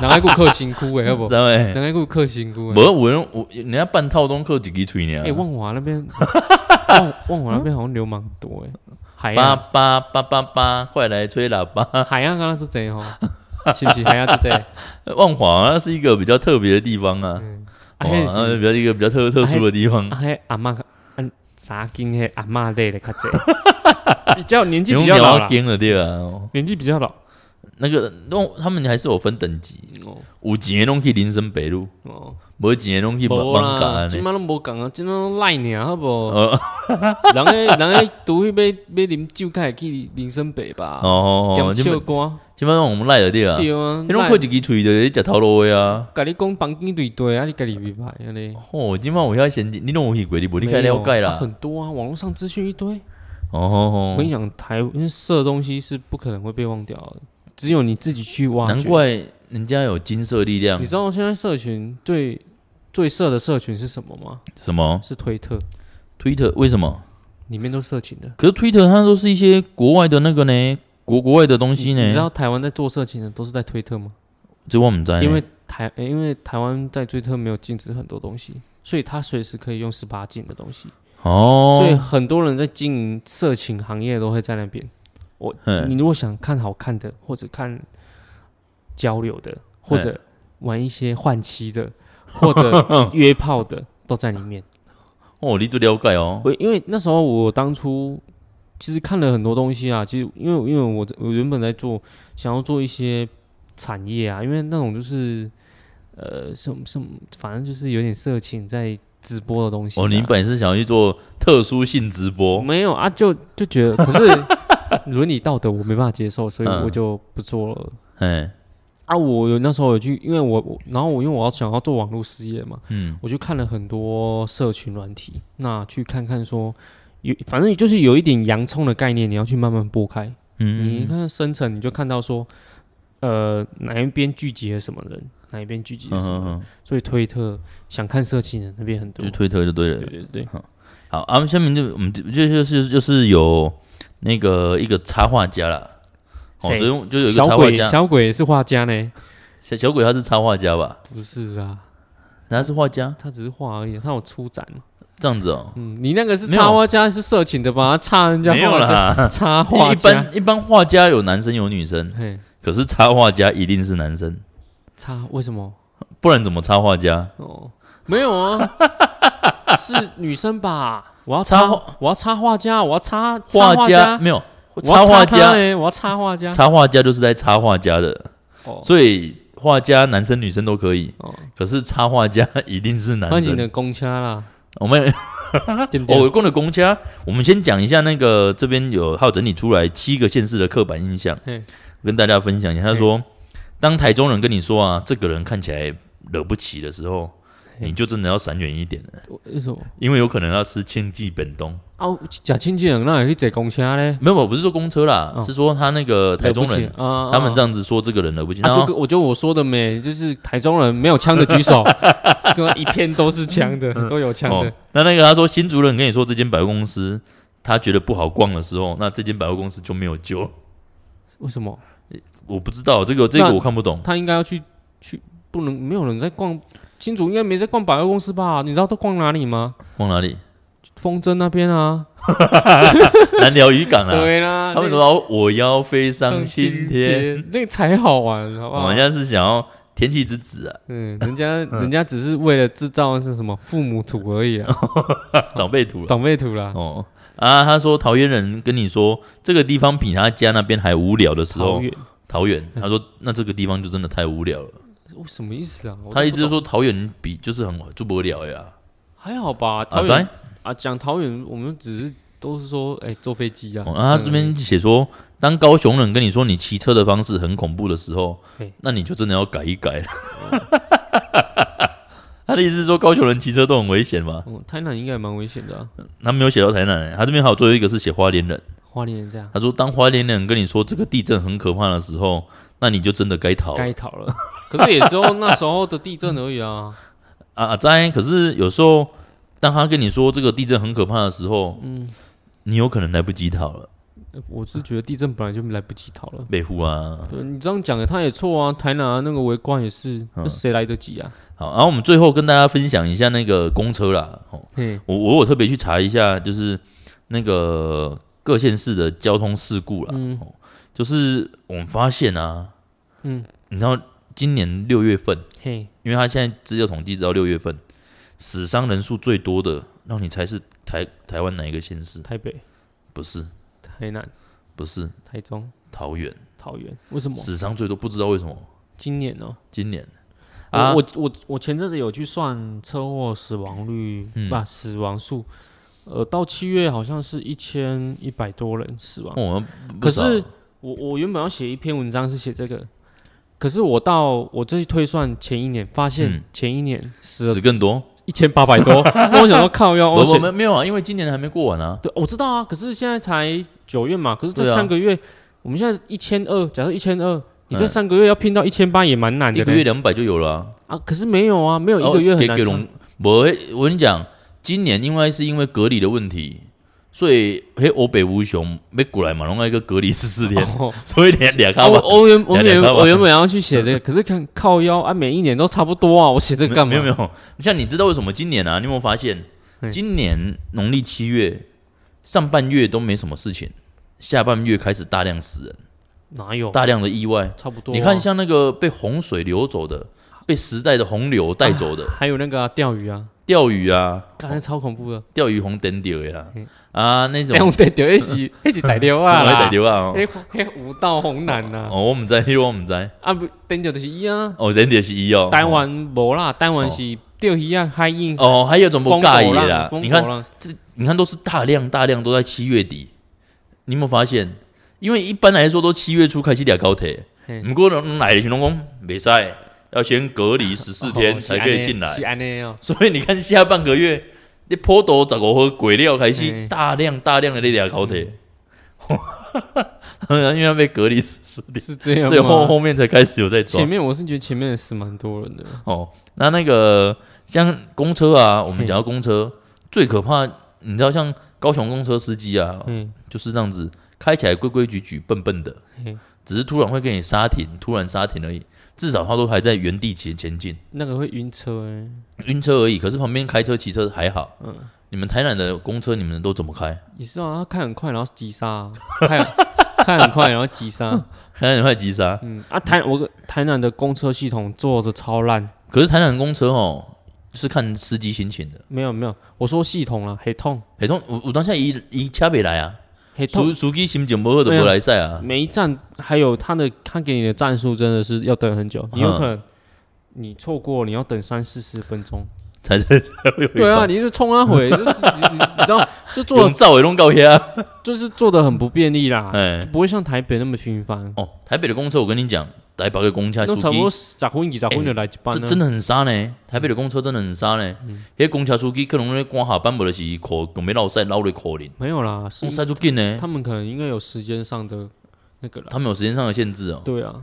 Speaker 2: 人爱顾靠辛苦诶，好
Speaker 1: 知
Speaker 2: 不？
Speaker 1: 道没？
Speaker 2: 人爱顾靠辛
Speaker 1: 无
Speaker 2: 苦
Speaker 1: 啊
Speaker 2: 诶。
Speaker 1: 有人有人家半套拢靠一支嘴
Speaker 2: 哎、
Speaker 1: 呢。
Speaker 2: 万华 那边，万万华那边好像流氓很多诶，海
Speaker 1: 八
Speaker 2: 岸
Speaker 1: 八八八八，快来吹喇叭！
Speaker 2: 海岸刚刚做贼吼，是不是海岸做贼？啊，
Speaker 1: 万华那是一个比较特别的地方啊，
Speaker 2: 嗯迄
Speaker 1: 哇，那
Speaker 2: 是
Speaker 1: 比较一个比较特特殊的地方
Speaker 2: 啊，。迄阿嬷按查经迄阿嬷类的较 侪，比较年纪
Speaker 1: 用
Speaker 2: 比较老
Speaker 1: 鸟
Speaker 2: 啦，
Speaker 1: 颠了对啊，哦
Speaker 2: 年纪比较老。
Speaker 1: 那个弄他们还是有分等级，
Speaker 2: 哦
Speaker 1: 有钱的拢去林森北路，
Speaker 2: 哦，
Speaker 1: 无钱的拢去网
Speaker 2: 无
Speaker 1: 网
Speaker 2: 啦，
Speaker 1: 咖
Speaker 2: 即
Speaker 1: 呢。
Speaker 2: 摆拢无讲啊，即摆拢赖尔 好无？
Speaker 1: 哦
Speaker 2: 人诶，人诶，除非要要啉酒，才会去林森北吧，
Speaker 1: 哦，
Speaker 2: 点
Speaker 1: 即
Speaker 2: 小
Speaker 1: 摆
Speaker 2: 歌，
Speaker 1: 即摆拢我们赖了对啊，
Speaker 2: 对啊。
Speaker 1: 迄拢靠一支喙就是食头路的啊。
Speaker 2: 甲你讲房间对对啊，你家己明白安尼。
Speaker 1: 哦，即摆有遐先进，你拢有去过，你无你开了解
Speaker 2: 没有啊
Speaker 1: 啦。
Speaker 2: 很多啊，网络上资讯一堆。
Speaker 1: 哦
Speaker 2: 我
Speaker 1: 哦
Speaker 2: 跟你讲，台因为色东西是不可能会被忘掉的，只有你自己去
Speaker 1: 哦，
Speaker 2: 挖
Speaker 1: 难
Speaker 2: 掘。
Speaker 1: 怪啊人家有金色力量
Speaker 2: 你。知道现在社群最最色的社群是什么吗？
Speaker 1: 什么
Speaker 2: 是推特，
Speaker 1: ？Twitter 为什么？
Speaker 2: 里面都色情的。
Speaker 1: 可是 Twitter 它都是一些国外的那个呢，国国外的东西
Speaker 2: 你你知道
Speaker 1: 呢。
Speaker 2: 台湾在做色情的都是在推特吗？
Speaker 1: 这我们在，
Speaker 2: 因为台、呃因为台湾在推特没有禁止很多东西，所以他随时可以用十八禁的东西，所以
Speaker 1: 哦，
Speaker 2: 很多人在经营色情行业都会在那边。我
Speaker 1: 嘿
Speaker 2: 你如果想看好看的，或者看交流的，或者玩一些换妻的，或 者约炮的，都在里面。
Speaker 1: 哦，你最了解哦。
Speaker 2: 我因为那时候我当初其实看了很多东西啊，其实因为因为我我原本在做想要做一些产业啊，因为那种就是呃什么什么，反正就是有点色情在直播的东西啊、
Speaker 1: 哦，你本身想要去做特殊性直播，
Speaker 2: 没有啊，就就觉得，可 是伦理道德我没办法接受，所以
Speaker 1: 嗯
Speaker 2: 我就不做了。
Speaker 1: 哎，
Speaker 2: 啊，我有那时候有去，因为我我，然后我因为我要想要做网络事业嘛，
Speaker 1: 嗯，
Speaker 2: 我就看了很多社群软体，那去看看说有，反正就是有一点洋葱的概念，你要去慢慢剥开。你
Speaker 1: 嗯，
Speaker 2: 看深层，你就看到说，呃，哪一边聚集了什么人，哪一边聚集了
Speaker 1: 嗯
Speaker 2: 什么人，
Speaker 1: 嗯，
Speaker 2: 所以推特想看色情的那边很多
Speaker 1: 就。推特就对了
Speaker 2: 对。对对，
Speaker 1: 好，啊，下面就我们就就就是就是有那个一个插画家啦，哦，
Speaker 2: 谁
Speaker 1: 所以就有一个
Speaker 2: 小
Speaker 1: 插画
Speaker 2: 鬼
Speaker 1: 家，
Speaker 2: 小鬼是画家呢？
Speaker 1: 小小鬼他是插画家吧？
Speaker 2: 不是啊，
Speaker 1: 他是画家，
Speaker 2: 他只是画而已，他有出展。
Speaker 1: 这样子哦，
Speaker 2: 嗯，你那个是
Speaker 1: 没有
Speaker 2: 插花家是色情的吧？插人家
Speaker 1: 没有
Speaker 2: 画家，
Speaker 1: 啦。
Speaker 2: 插画
Speaker 1: 一
Speaker 2: 家，
Speaker 1: 般一般画家有男生有女生，
Speaker 2: 嘿，
Speaker 1: 可是插画家一定是男生，
Speaker 2: 插为什么？
Speaker 1: 不然怎么插画家？
Speaker 2: 哦，没 有啊，是女生吧？我要
Speaker 1: 插
Speaker 2: 插
Speaker 1: 画，
Speaker 2: 我要插画家，我要插插
Speaker 1: 画
Speaker 2: 画
Speaker 1: 家，没有
Speaker 2: 我要
Speaker 1: 插画家
Speaker 2: 插他欸我要插画家。
Speaker 1: 插画家就是在插画家的，
Speaker 2: 哦，
Speaker 1: 所以画家男生女生都可以，
Speaker 2: 哦
Speaker 1: 可是插画家一定是男
Speaker 2: 那你
Speaker 1: 生。
Speaker 2: 的公 掐啦，
Speaker 1: 我们
Speaker 2: 对不
Speaker 1: 哦，
Speaker 2: 对？
Speaker 1: 有关的公家，我们先讲一下那个这边有还有整理出来七个县市的刻板印象
Speaker 2: 嘿，
Speaker 1: 跟大家分享一下。他说，当台中人跟你说啊，这个人看起来惹不起的时候，
Speaker 2: 嘿
Speaker 1: 你就真的要闪远一点了，
Speaker 2: 为什么？
Speaker 1: 因为有可能要吃千记本东。
Speaker 2: 啊，假亲戚人那也去坐公车嘞？
Speaker 1: 没有，我不是说公车啦，
Speaker 2: 哦
Speaker 1: 是说他那个台中人，
Speaker 2: 啊，
Speaker 1: 他们这
Speaker 2: 样。
Speaker 1: 样子说这个人惹不起，
Speaker 2: 啊，
Speaker 1: 然
Speaker 2: 就
Speaker 1: 后
Speaker 2: 跟我就我说的没，就是台中人没有枪的 举手，对啊，一片都是枪的，都有枪
Speaker 1: 哦
Speaker 2: 的，，
Speaker 1: 那那个他说新主人跟你说这间百货公司他觉得不好逛的时候，那这间百货公司就没有救。
Speaker 2: 为什么？
Speaker 1: 我不知道这个这个
Speaker 2: 那
Speaker 1: 我看不懂。
Speaker 2: 他应该要去去，不能没有人在逛新竹，应该没在逛百货公司吧？你知道都逛哪里吗？
Speaker 1: 逛哪里？
Speaker 2: 风筝那边啊，
Speaker 1: 南寮渔 港啊啦。
Speaker 2: 对啦，
Speaker 1: 他们
Speaker 2: 啊那
Speaker 1: 说
Speaker 2: 个
Speaker 1: 我要飞上
Speaker 2: 上
Speaker 1: 青天，，
Speaker 2: 那个才好玩，好不
Speaker 1: 我
Speaker 2: 好
Speaker 1: 们？现在是想要天气之子啊，
Speaker 2: 嗯，人家人家只是为了制造是什么父母图而 已啊，
Speaker 1: 长辈图了。
Speaker 2: 长辈图啦。
Speaker 1: 哦啊，他说桃园人跟你说这个地方比他家那边还无聊的时
Speaker 2: 桃
Speaker 1: 候，
Speaker 2: 园，嗯
Speaker 1: 桃园他说那这个地方就真的太无聊了。
Speaker 2: 我什么意思啊？我都
Speaker 1: 他意思就是
Speaker 2: 不懂
Speaker 1: 说桃园比就是很住不了呀。
Speaker 2: 还好吧，
Speaker 1: 啊，
Speaker 2: 桃
Speaker 1: 在
Speaker 2: 园啊，讲桃园，我们只是都是说，哎，坐飞机啊。
Speaker 1: 哦啊，他这边写说，当高雄人跟你说你骑车的方式很恐怖的时候
Speaker 2: 嘿，
Speaker 1: 那你就真的要改一改了。 他的意思是说高雄人骑车都很危险嘛？
Speaker 2: 嗯，嗯，台南应该也蛮危险的啊，
Speaker 1: 他没有写到台南、欸，他这边还有最后一个是写花莲人。
Speaker 2: 花莲也这样，
Speaker 1: 他说，当花莲人跟你说这个地震很可怕的时候，那你就真的该逃
Speaker 2: 该逃了。可是也只有那时候的地震而已啊。
Speaker 1: 啊啊！在可是有时候，当他跟你说这个地震很可怕的时候，嗯，你有可能来不及逃了。
Speaker 2: 我是觉得地震本来就来不及逃了。
Speaker 1: 北湖啊，
Speaker 2: 对你这样讲的，他也错啊。台南、啊、那个围观也是，那谁来得及啊？
Speaker 1: 好，然后我们最后跟大家分享一下那个公车啦。哦，
Speaker 2: 嘿，
Speaker 1: 我我有特别去查一下，就是那个各县市的交通事故啦。
Speaker 2: 嗯
Speaker 1: 哦，就是我们发现啊，
Speaker 2: 嗯，
Speaker 1: 你知道今年六月份。
Speaker 2: 嘿，
Speaker 1: 因为他现在资料统计直到六月份，死伤人数最多的，让你猜是台台湾哪一个县市？
Speaker 2: 台北、
Speaker 1: 不是，
Speaker 2: 台南、
Speaker 1: 不是
Speaker 2: 台中、
Speaker 1: 桃园，
Speaker 2: 桃园，为什么？
Speaker 1: 死伤最多，不知道为什么
Speaker 2: 今年哦、
Speaker 1: 今年啊
Speaker 2: 啊，我我我前阵子有去算车祸死亡率，
Speaker 1: 嗯
Speaker 2: 不、死亡数，呃，到七月好像是一千一百多人死亡。
Speaker 1: 哦我们
Speaker 2: 可是我我原本要写一篇文章是写这个，可是我到我这去推算前一年，发
Speaker 1: 嗯
Speaker 2: 现前一年死了
Speaker 1: 死更多，
Speaker 2: 一千八百 多，那我想说靠要
Speaker 1: 我
Speaker 2: 我
Speaker 1: 我
Speaker 2: 写
Speaker 1: 们没有啊，因为今年还没过完啊。
Speaker 2: 对，我知道啊，可是现在才九月嘛，可是这
Speaker 1: 对啊
Speaker 2: 三个月，我们现在一千二，假设一千二，你
Speaker 1: 嗯
Speaker 2: 这三个月要拼到一千八也蛮难的
Speaker 1: 一
Speaker 2: 嘞。
Speaker 1: 个月两百就有了、啊，
Speaker 2: 啊，可是没有啊，没有一个月
Speaker 1: 哦
Speaker 2: 很
Speaker 1: 给
Speaker 2: 难
Speaker 1: 给
Speaker 2: 撑。
Speaker 1: 龙，我我跟你讲，今年因为是因为隔离的问题，所以嘿欧北无熊被过来嘛，然后一个隔离十四天，
Speaker 2: 哦
Speaker 1: 所以连两
Speaker 2: 啊，
Speaker 1: 卡
Speaker 2: 我我原我
Speaker 1: 两
Speaker 2: 原
Speaker 1: 两个吧
Speaker 2: 我原本要去写这个，可是看靠腰啊，每一年都差不多啊，我写这个干嘛？
Speaker 1: 没有没有，像你知道为什么今年啊？你有没有发现，
Speaker 2: 嗯
Speaker 1: 今年农历七月上半月都没什么事情，下半月开始大量死人，
Speaker 2: 哪有
Speaker 1: 大量的意外。
Speaker 2: 哦差不多啊、
Speaker 1: 你看，像那个被洪水流走的，被时代的洪流带走的，
Speaker 2: 还有那个啊钓、鱼啊，
Speaker 1: 钓鱼啊，
Speaker 2: 刚才超恐怖 的，
Speaker 1: 钓鱼红灯钓的啦
Speaker 2: 嗯，
Speaker 1: 啊那种
Speaker 2: 哎，我对对，一起一起逮钓 啊
Speaker 1: 我来打
Speaker 2: 啦，
Speaker 1: 电话哦，
Speaker 2: 迄迄有道红南呐，
Speaker 1: 哦我唔知，迄我唔知，
Speaker 2: 啊不，等着就是伊啊，
Speaker 1: 哦人就是伊哦，
Speaker 2: 台湾无啦，台湾是钓鱼啊，海印
Speaker 1: 哦还有一种不
Speaker 2: 风
Speaker 1: 尬
Speaker 2: 口
Speaker 1: 意
Speaker 2: 浪，
Speaker 1: 啦，
Speaker 2: 风
Speaker 1: 你看
Speaker 2: 口浪
Speaker 1: 你看都是大量大量都在七月底，你有没有发现？因为一般来说都七月初开始俩高铁
Speaker 2: 嘿，
Speaker 1: 不过来的群拢讲没赛，要先隔 离十四天
Speaker 2: 哦
Speaker 1: 才可以进
Speaker 2: 是
Speaker 1: 来，
Speaker 2: 安尼 哦，
Speaker 1: 所以你看下半个月，你坡头十五号鬼料开始
Speaker 2: 嘿嗯
Speaker 1: 大量大量的那俩高铁， 因为要被隔离十四天，
Speaker 2: 是这样
Speaker 1: 所以后
Speaker 2: 吗？
Speaker 1: 后面才开始有在抓
Speaker 2: 前。面我是觉得前面也是蛮多人的，
Speaker 1: 哦，那那个像公车啊，我们
Speaker 2: 嘿
Speaker 1: 讲到公车最可怕，你知道像高雄公车司机啊，
Speaker 2: 嗯，
Speaker 1: 就是这样子，开起来规规矩矩、笨笨的
Speaker 2: 嘿，
Speaker 1: 只是突然会给你刹停，突然刹停而已。至少他都还在原地前前进，
Speaker 2: 那个会晕车哎，
Speaker 1: 晕车而已。可是旁边开车、骑车还好。
Speaker 2: 嗯
Speaker 1: 你们台南的公车，你们都怎么开？
Speaker 2: 也是啊，他开很快，然后急刹啊，开很 开很快，然后急刹。
Speaker 1: 台南很快急刹，
Speaker 2: 嗯啊，台我个台南的公车系统做的超烂，
Speaker 1: 可是台南公车哦，是看司机心情的。
Speaker 2: 没有没有，我说系统了，很痛
Speaker 1: 很通，我我当下一一掐不来啊，
Speaker 2: 很痛。
Speaker 1: 司司机心情不好就不来赛啊。
Speaker 2: 每一站还有他的他给你的战术真的是要等很久，
Speaker 1: 嗯
Speaker 2: 你有可能你错过你要等三四十分钟。
Speaker 1: 才才才会有一
Speaker 2: 对啊，
Speaker 1: 班，
Speaker 2: 你就冲 他回，就是你你你知道就做
Speaker 1: 用赵伟弄高压，
Speaker 2: 就是做的很不便利啦，
Speaker 1: 啊哎，
Speaker 2: 不会像台北那么频繁，
Speaker 1: 哦，台北的公车，我跟你讲，台北的公车
Speaker 2: 那
Speaker 1: 司
Speaker 2: 差不
Speaker 1: 机
Speaker 2: 多十分二十分就来一班啊
Speaker 1: 这
Speaker 2: 了。
Speaker 1: 哎真的很杀呢，台北的公车真的很杀呢。
Speaker 2: 嗯
Speaker 1: 迄公车司机可能咧赶下班，无就是口有没落塞捞咧口令，
Speaker 2: 没有啦，是
Speaker 1: 公塞就紧呢。啊
Speaker 2: 他们可能应该有时间上的那个啦。
Speaker 1: 他们有时间上的限制哦。
Speaker 2: 对啊，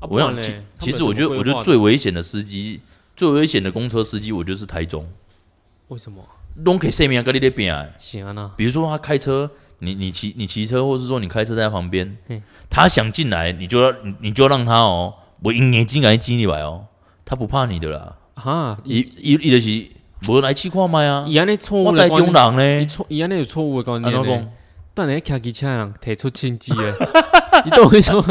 Speaker 2: 啊不
Speaker 1: 我
Speaker 2: 然
Speaker 1: 想
Speaker 2: 嘞
Speaker 1: 其其
Speaker 2: 他们
Speaker 1: 实
Speaker 2: 怎
Speaker 1: 我
Speaker 2: 么
Speaker 1: 觉得
Speaker 2: 规
Speaker 1: 我觉
Speaker 2: 划
Speaker 1: 得
Speaker 2: 的
Speaker 1: 最危险的司机，最危险的公车司机，我觉得是台中，
Speaker 2: 为什么
Speaker 1: 拢可以性命啊跟你咧拼的。
Speaker 2: 行啊呐？
Speaker 1: 比如说他开车，你你骑你骑车，或是说你开车在他旁边
Speaker 2: 嗯，
Speaker 1: 他想进来，你就要你你就要让他哦，我一眼睛给他挤进来哦，他不怕你的啦。
Speaker 2: 啊，
Speaker 1: 伊伊伊就是无来试看麦啊，
Speaker 2: 伊安尼错误
Speaker 1: 我
Speaker 2: 的
Speaker 1: 台
Speaker 2: 观
Speaker 1: 中
Speaker 2: 念，
Speaker 1: 人
Speaker 2: 伊
Speaker 1: 咧，
Speaker 2: 错伊安尼有错误的观
Speaker 1: 安
Speaker 2: 念
Speaker 1: 怎
Speaker 2: 呢
Speaker 1: 讲？。
Speaker 2: 但你骑机车的人提出庆忌诶， 你懂我意思吗？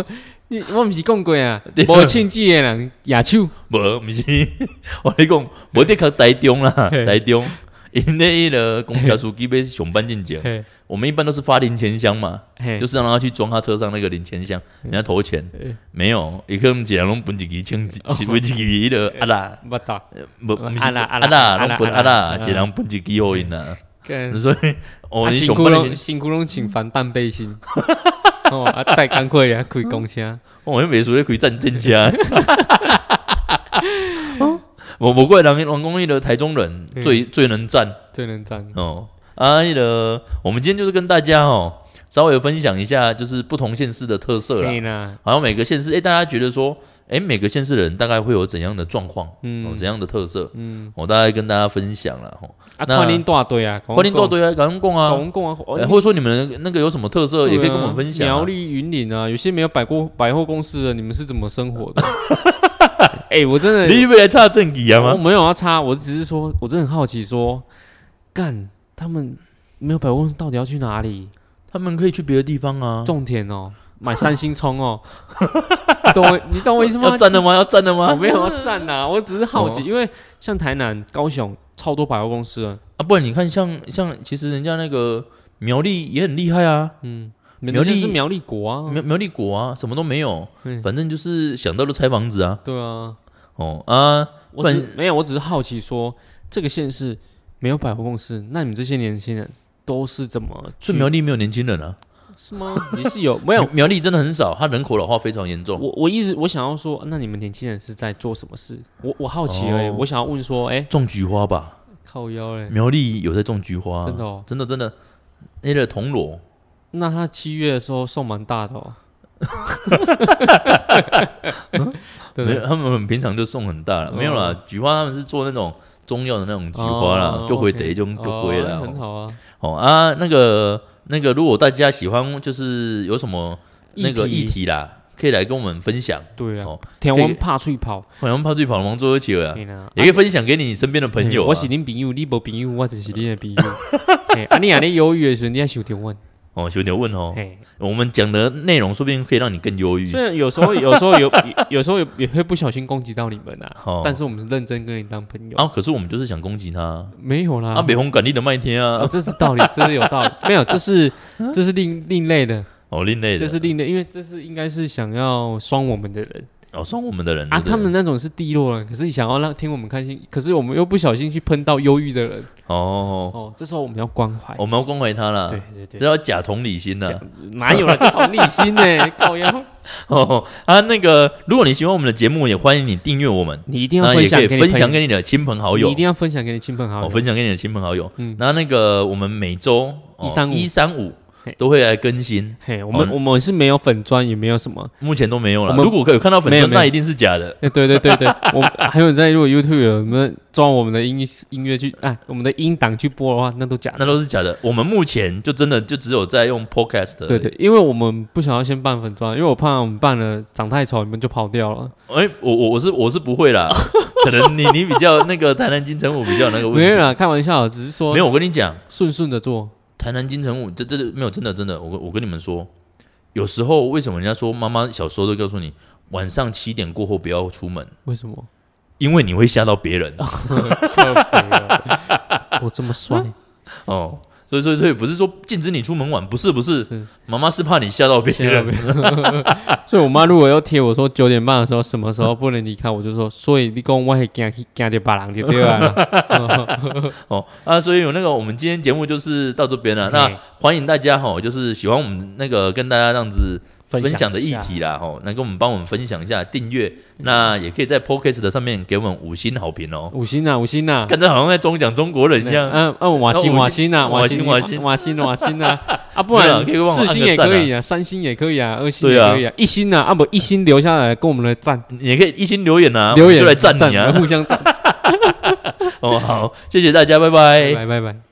Speaker 2: 你我毋是讲过 啊，无庆忌的人野手，
Speaker 1: 无，毋是， 我跟你讲，无的确台中啦，
Speaker 2: 嘿
Speaker 1: 台中，因为迄个公交司机要上班进前，
Speaker 2: 嘿，
Speaker 1: 我们一般都是发零钱箱嘛，
Speaker 2: 嘿
Speaker 1: 就是让他去装他车上那个零钱箱，人家投钱
Speaker 2: 嘿，哦
Speaker 1: 没有，伊可能一个人拢分一支枪，一分一支迄个啊 啦，
Speaker 2: 捌打，
Speaker 1: 无，毋是
Speaker 2: 啊啦
Speaker 1: 啊
Speaker 2: 啊啦
Speaker 1: 啦，
Speaker 2: 啊
Speaker 1: 拢
Speaker 2: 啦
Speaker 1: 分啊
Speaker 2: 啊啦
Speaker 1: 啦，
Speaker 2: 啊
Speaker 1: 一
Speaker 2: 啦
Speaker 1: 个人分一支互因啦，
Speaker 2: 干
Speaker 1: 啊所以哦，
Speaker 2: 啊，
Speaker 1: 你
Speaker 2: 辛
Speaker 1: 上
Speaker 2: 苦
Speaker 1: 班的
Speaker 2: 拢
Speaker 1: 时
Speaker 2: 辛苦拢穿帆扮背心， 哦，啊，带工课也开公车，
Speaker 1: 我迄袂输咧开战争 车。哦无无怪人人讲迄个台中人最
Speaker 2: 嗯
Speaker 1: 最能战
Speaker 2: 最能站。
Speaker 1: 哦啊！迄个我们今天就是跟大家哦稍微分享一下，就是不同县市的特色啦
Speaker 2: 嘿。啦，
Speaker 1: 好像每个县市，诶、大家觉得说，诶、每个县市的人大概会有怎样的状况，哦，
Speaker 2: 嗯
Speaker 1: 怎样的特色，
Speaker 2: 嗯，
Speaker 1: 我、大概跟大家分享了吼。
Speaker 2: 啊，
Speaker 1: 那
Speaker 2: 看恁大队啊，
Speaker 1: 欢迎多对啊，赶快共啊，
Speaker 2: 讲讲啊，
Speaker 1: 诶
Speaker 2: 哦
Speaker 1: 或者说你们那个有什么特色，
Speaker 2: 对
Speaker 1: 也可以
Speaker 2: 啊
Speaker 1: 跟我们分享、
Speaker 2: 苗栗、云林啊，有些没有百货百货公司的，你们是怎么生 活的？哎、我真的
Speaker 1: 你以为来差正义啊
Speaker 2: 我
Speaker 1: 吗？
Speaker 2: 没有要插，我只是说，我真的很好奇说干他们没有百货公司到底要去哪里？
Speaker 1: 他们可以去别的地方啊。
Speaker 2: 种田 哦，买三星葱哦，你 懂我，你懂我意思吗？
Speaker 1: 要站了吗？要站了
Speaker 2: 我
Speaker 1: 吗？
Speaker 2: 没有要站 呐、我只是好奇，
Speaker 1: 哦
Speaker 2: 因为像台南、高雄超多百货公司了，
Speaker 1: 啊，不然你看像，像其实人家那个苗栗也很厉害啊，
Speaker 2: 嗯，人
Speaker 1: 苗
Speaker 2: 家
Speaker 1: 栗
Speaker 2: 是苗栗国啊，
Speaker 1: 苗苗栗果啊，什么都没有，
Speaker 2: 嗯
Speaker 1: 反正就是想到就拆房子啊，
Speaker 2: 对啊，
Speaker 1: 哦啊，
Speaker 2: 我只没有，我只是好奇说，这个县市没有百货公司，那你们这些年轻人都是怎么去
Speaker 1: 所以苗栗没有年轻人啊，
Speaker 2: 是吗？你是有没
Speaker 1: 没
Speaker 2: 有？
Speaker 1: 苗栗真的很少，它人口老化非常严重。
Speaker 2: 我我一直我想要说，那你们年轻人是在做什么事？我我好奇而已，
Speaker 1: 哦嗯
Speaker 2: 我想要问说，哎、
Speaker 1: 种菊花吧，
Speaker 2: 靠腰嘞，
Speaker 1: 苗栗有在种菊花啊、
Speaker 2: 真的哦
Speaker 1: 真的真的，那个铜锣，
Speaker 2: 那他七月的时候送蛮大 的哦，对哦不
Speaker 1: 没
Speaker 2: 对
Speaker 1: 有，他们平常就送很大了，没有啦，菊花他们是做那种中药的那种菊花啦，就会得一种就会啦
Speaker 2: 哦，很好啊。
Speaker 1: 哦啊，那个那个，如果大家喜欢，就是有什么那个议题啦，可以来跟我们分享。
Speaker 2: 对啊
Speaker 1: 哦，
Speaker 2: 天
Speaker 1: 可以
Speaker 2: 王怕脆跑，
Speaker 1: 好像怕最跑的王周起了啊，
Speaker 2: 对啦
Speaker 1: 也可以分享给你身边的朋友、啊。
Speaker 2: 我是恁朋友，你无朋友，我只是恁的朋友。嘿啊，你安尼犹豫的时候，你要想着我。
Speaker 1: 哦，兄弟问哦，
Speaker 2: 嘿，
Speaker 1: 我们讲的内容说不定可以让你更忧郁
Speaker 2: 虽。然有 时候有时候有有有时候也也会不小心攻击到你们啊，
Speaker 1: 哦
Speaker 2: 但是我们是认真跟你当朋友
Speaker 1: 啊，可是我们就是想攻击他
Speaker 2: 没有啦，
Speaker 1: 啊，北红感力的麦天
Speaker 2: 哦
Speaker 1: 啊，
Speaker 2: 这是道理，这是有道理，没有，这是这是另另类的，
Speaker 1: 哦，另类
Speaker 2: 这
Speaker 1: 的，
Speaker 2: 是另类，因为这是应该是想要双我们的人
Speaker 1: 哦，算我们的人
Speaker 2: 啊，
Speaker 1: 对不对
Speaker 2: 他们那种是低落人，可是想要让听我们开心，可是我们又不小心去喷到忧郁的人，
Speaker 1: 哦，
Speaker 2: 哦，这时候我们要关怀，
Speaker 1: 我们要恭维他啦，
Speaker 2: 哎对对
Speaker 1: 哦这叫
Speaker 2: 对，
Speaker 1: 假同理心呐
Speaker 2: 假。哪有了这同理 心呢？靠腰，
Speaker 1: 哦啊，那个，如果你喜欢我们的节目，也欢迎你订阅我们，
Speaker 2: 你一定要
Speaker 1: 那
Speaker 2: 分
Speaker 1: 也可
Speaker 2: 享
Speaker 1: 以
Speaker 2: 给
Speaker 1: 分享
Speaker 2: 朋友
Speaker 1: 给你的亲朋好友
Speaker 2: 你一，定要分享给你亲朋好
Speaker 1: 哦，
Speaker 2: 友，
Speaker 1: 分享给你的亲朋好友。
Speaker 2: 嗯
Speaker 1: 那那个，我们每周哦
Speaker 2: 135
Speaker 1: 一三五
Speaker 2: 嘿
Speaker 1: 都会来更新，
Speaker 2: 嘿，我们
Speaker 1: 哦
Speaker 2: 我们是没有粉砖，也没有什么。
Speaker 1: 目前都没有了。
Speaker 2: 我们
Speaker 1: 如果可以看到粉
Speaker 2: 没有
Speaker 1: 砖，
Speaker 2: 没有
Speaker 1: 那一定是假的。
Speaker 2: 哎，对对对 对，我们还有在如果 YouTube 有什么装我们的音音乐去，哎，我们的音档去播的话，那都假的
Speaker 1: 那。都是假的。我们目前就真的就只有在用 Podcast 而已。
Speaker 2: 对对，因为我们不想要先办粉砖，因为我怕我们办了长太丑，你们就跑掉了。
Speaker 1: 哎、我我我是我是不会啦，可能你你比较那个台南金城武比较有那个问
Speaker 2: 没有
Speaker 1: 题。
Speaker 2: 啦，开玩笑，只是说
Speaker 1: 没有，我跟你讲，
Speaker 2: 顺顺的做。
Speaker 1: 台南金城武这这这没有真的真的，我跟我跟你们说，有时候为什么人家说妈妈小时候都告诉你晚上七点过后不要出门，
Speaker 2: 为什么？
Speaker 1: 因为你会吓到别人
Speaker 2: 哦靠北啊我这么帅，
Speaker 1: 哦。所以所以所以不是说禁止你出门晚，不是不是
Speaker 2: 是，
Speaker 1: 妈妈是怕你吓到别
Speaker 2: 吓到
Speaker 1: 人
Speaker 2: 别。 所以我妈如果要贴我说九点半的时候什么时候不能离开，我就说，所以你讲我会惊去惊到别人就对啊。
Speaker 1: 哦啊，所以有那个，我们今天节目就是到这边了。那
Speaker 2: 嘿
Speaker 1: 欢迎大家哈、就是喜欢我们那个跟大家这样子
Speaker 2: 分
Speaker 1: 分
Speaker 2: 享
Speaker 1: 享的
Speaker 2: 一
Speaker 1: 议
Speaker 2: 下嗯
Speaker 1: 题啦，哈、能给我们帮我们分享一下订阅，那也可以在 Podcast 的上面给我们五星好评哦。
Speaker 2: 五星啊，五星啊。
Speaker 1: 看这好像在中讲中国人一样，
Speaker 2: 嗯嗯，瓦星
Speaker 1: 那
Speaker 2: 瓦
Speaker 1: 瓦
Speaker 2: 星
Speaker 1: 辛
Speaker 2: 啊，瓦
Speaker 1: 瓦
Speaker 2: 星
Speaker 1: 辛
Speaker 2: 瓦
Speaker 1: 瓦
Speaker 2: 星
Speaker 1: 辛
Speaker 2: 瓦星瓦星啊啊，不
Speaker 1: 对
Speaker 2: 然
Speaker 1: 啊可以帮我
Speaker 2: 四
Speaker 1: 按
Speaker 2: 星
Speaker 1: 个
Speaker 2: 也
Speaker 1: 赞
Speaker 2: 可以
Speaker 1: 啊
Speaker 2: 啊，三星也可以啊，二星也
Speaker 1: 对啊
Speaker 2: 可以啊，一星啊啊不一星留下来跟我们来赞
Speaker 1: 你也可以一心留言啊，
Speaker 2: 留 言
Speaker 1: 我们就来赞你啊。
Speaker 2: 互相赞，
Speaker 1: 哦，好，谢谢大家，拜
Speaker 2: 拜拜拜。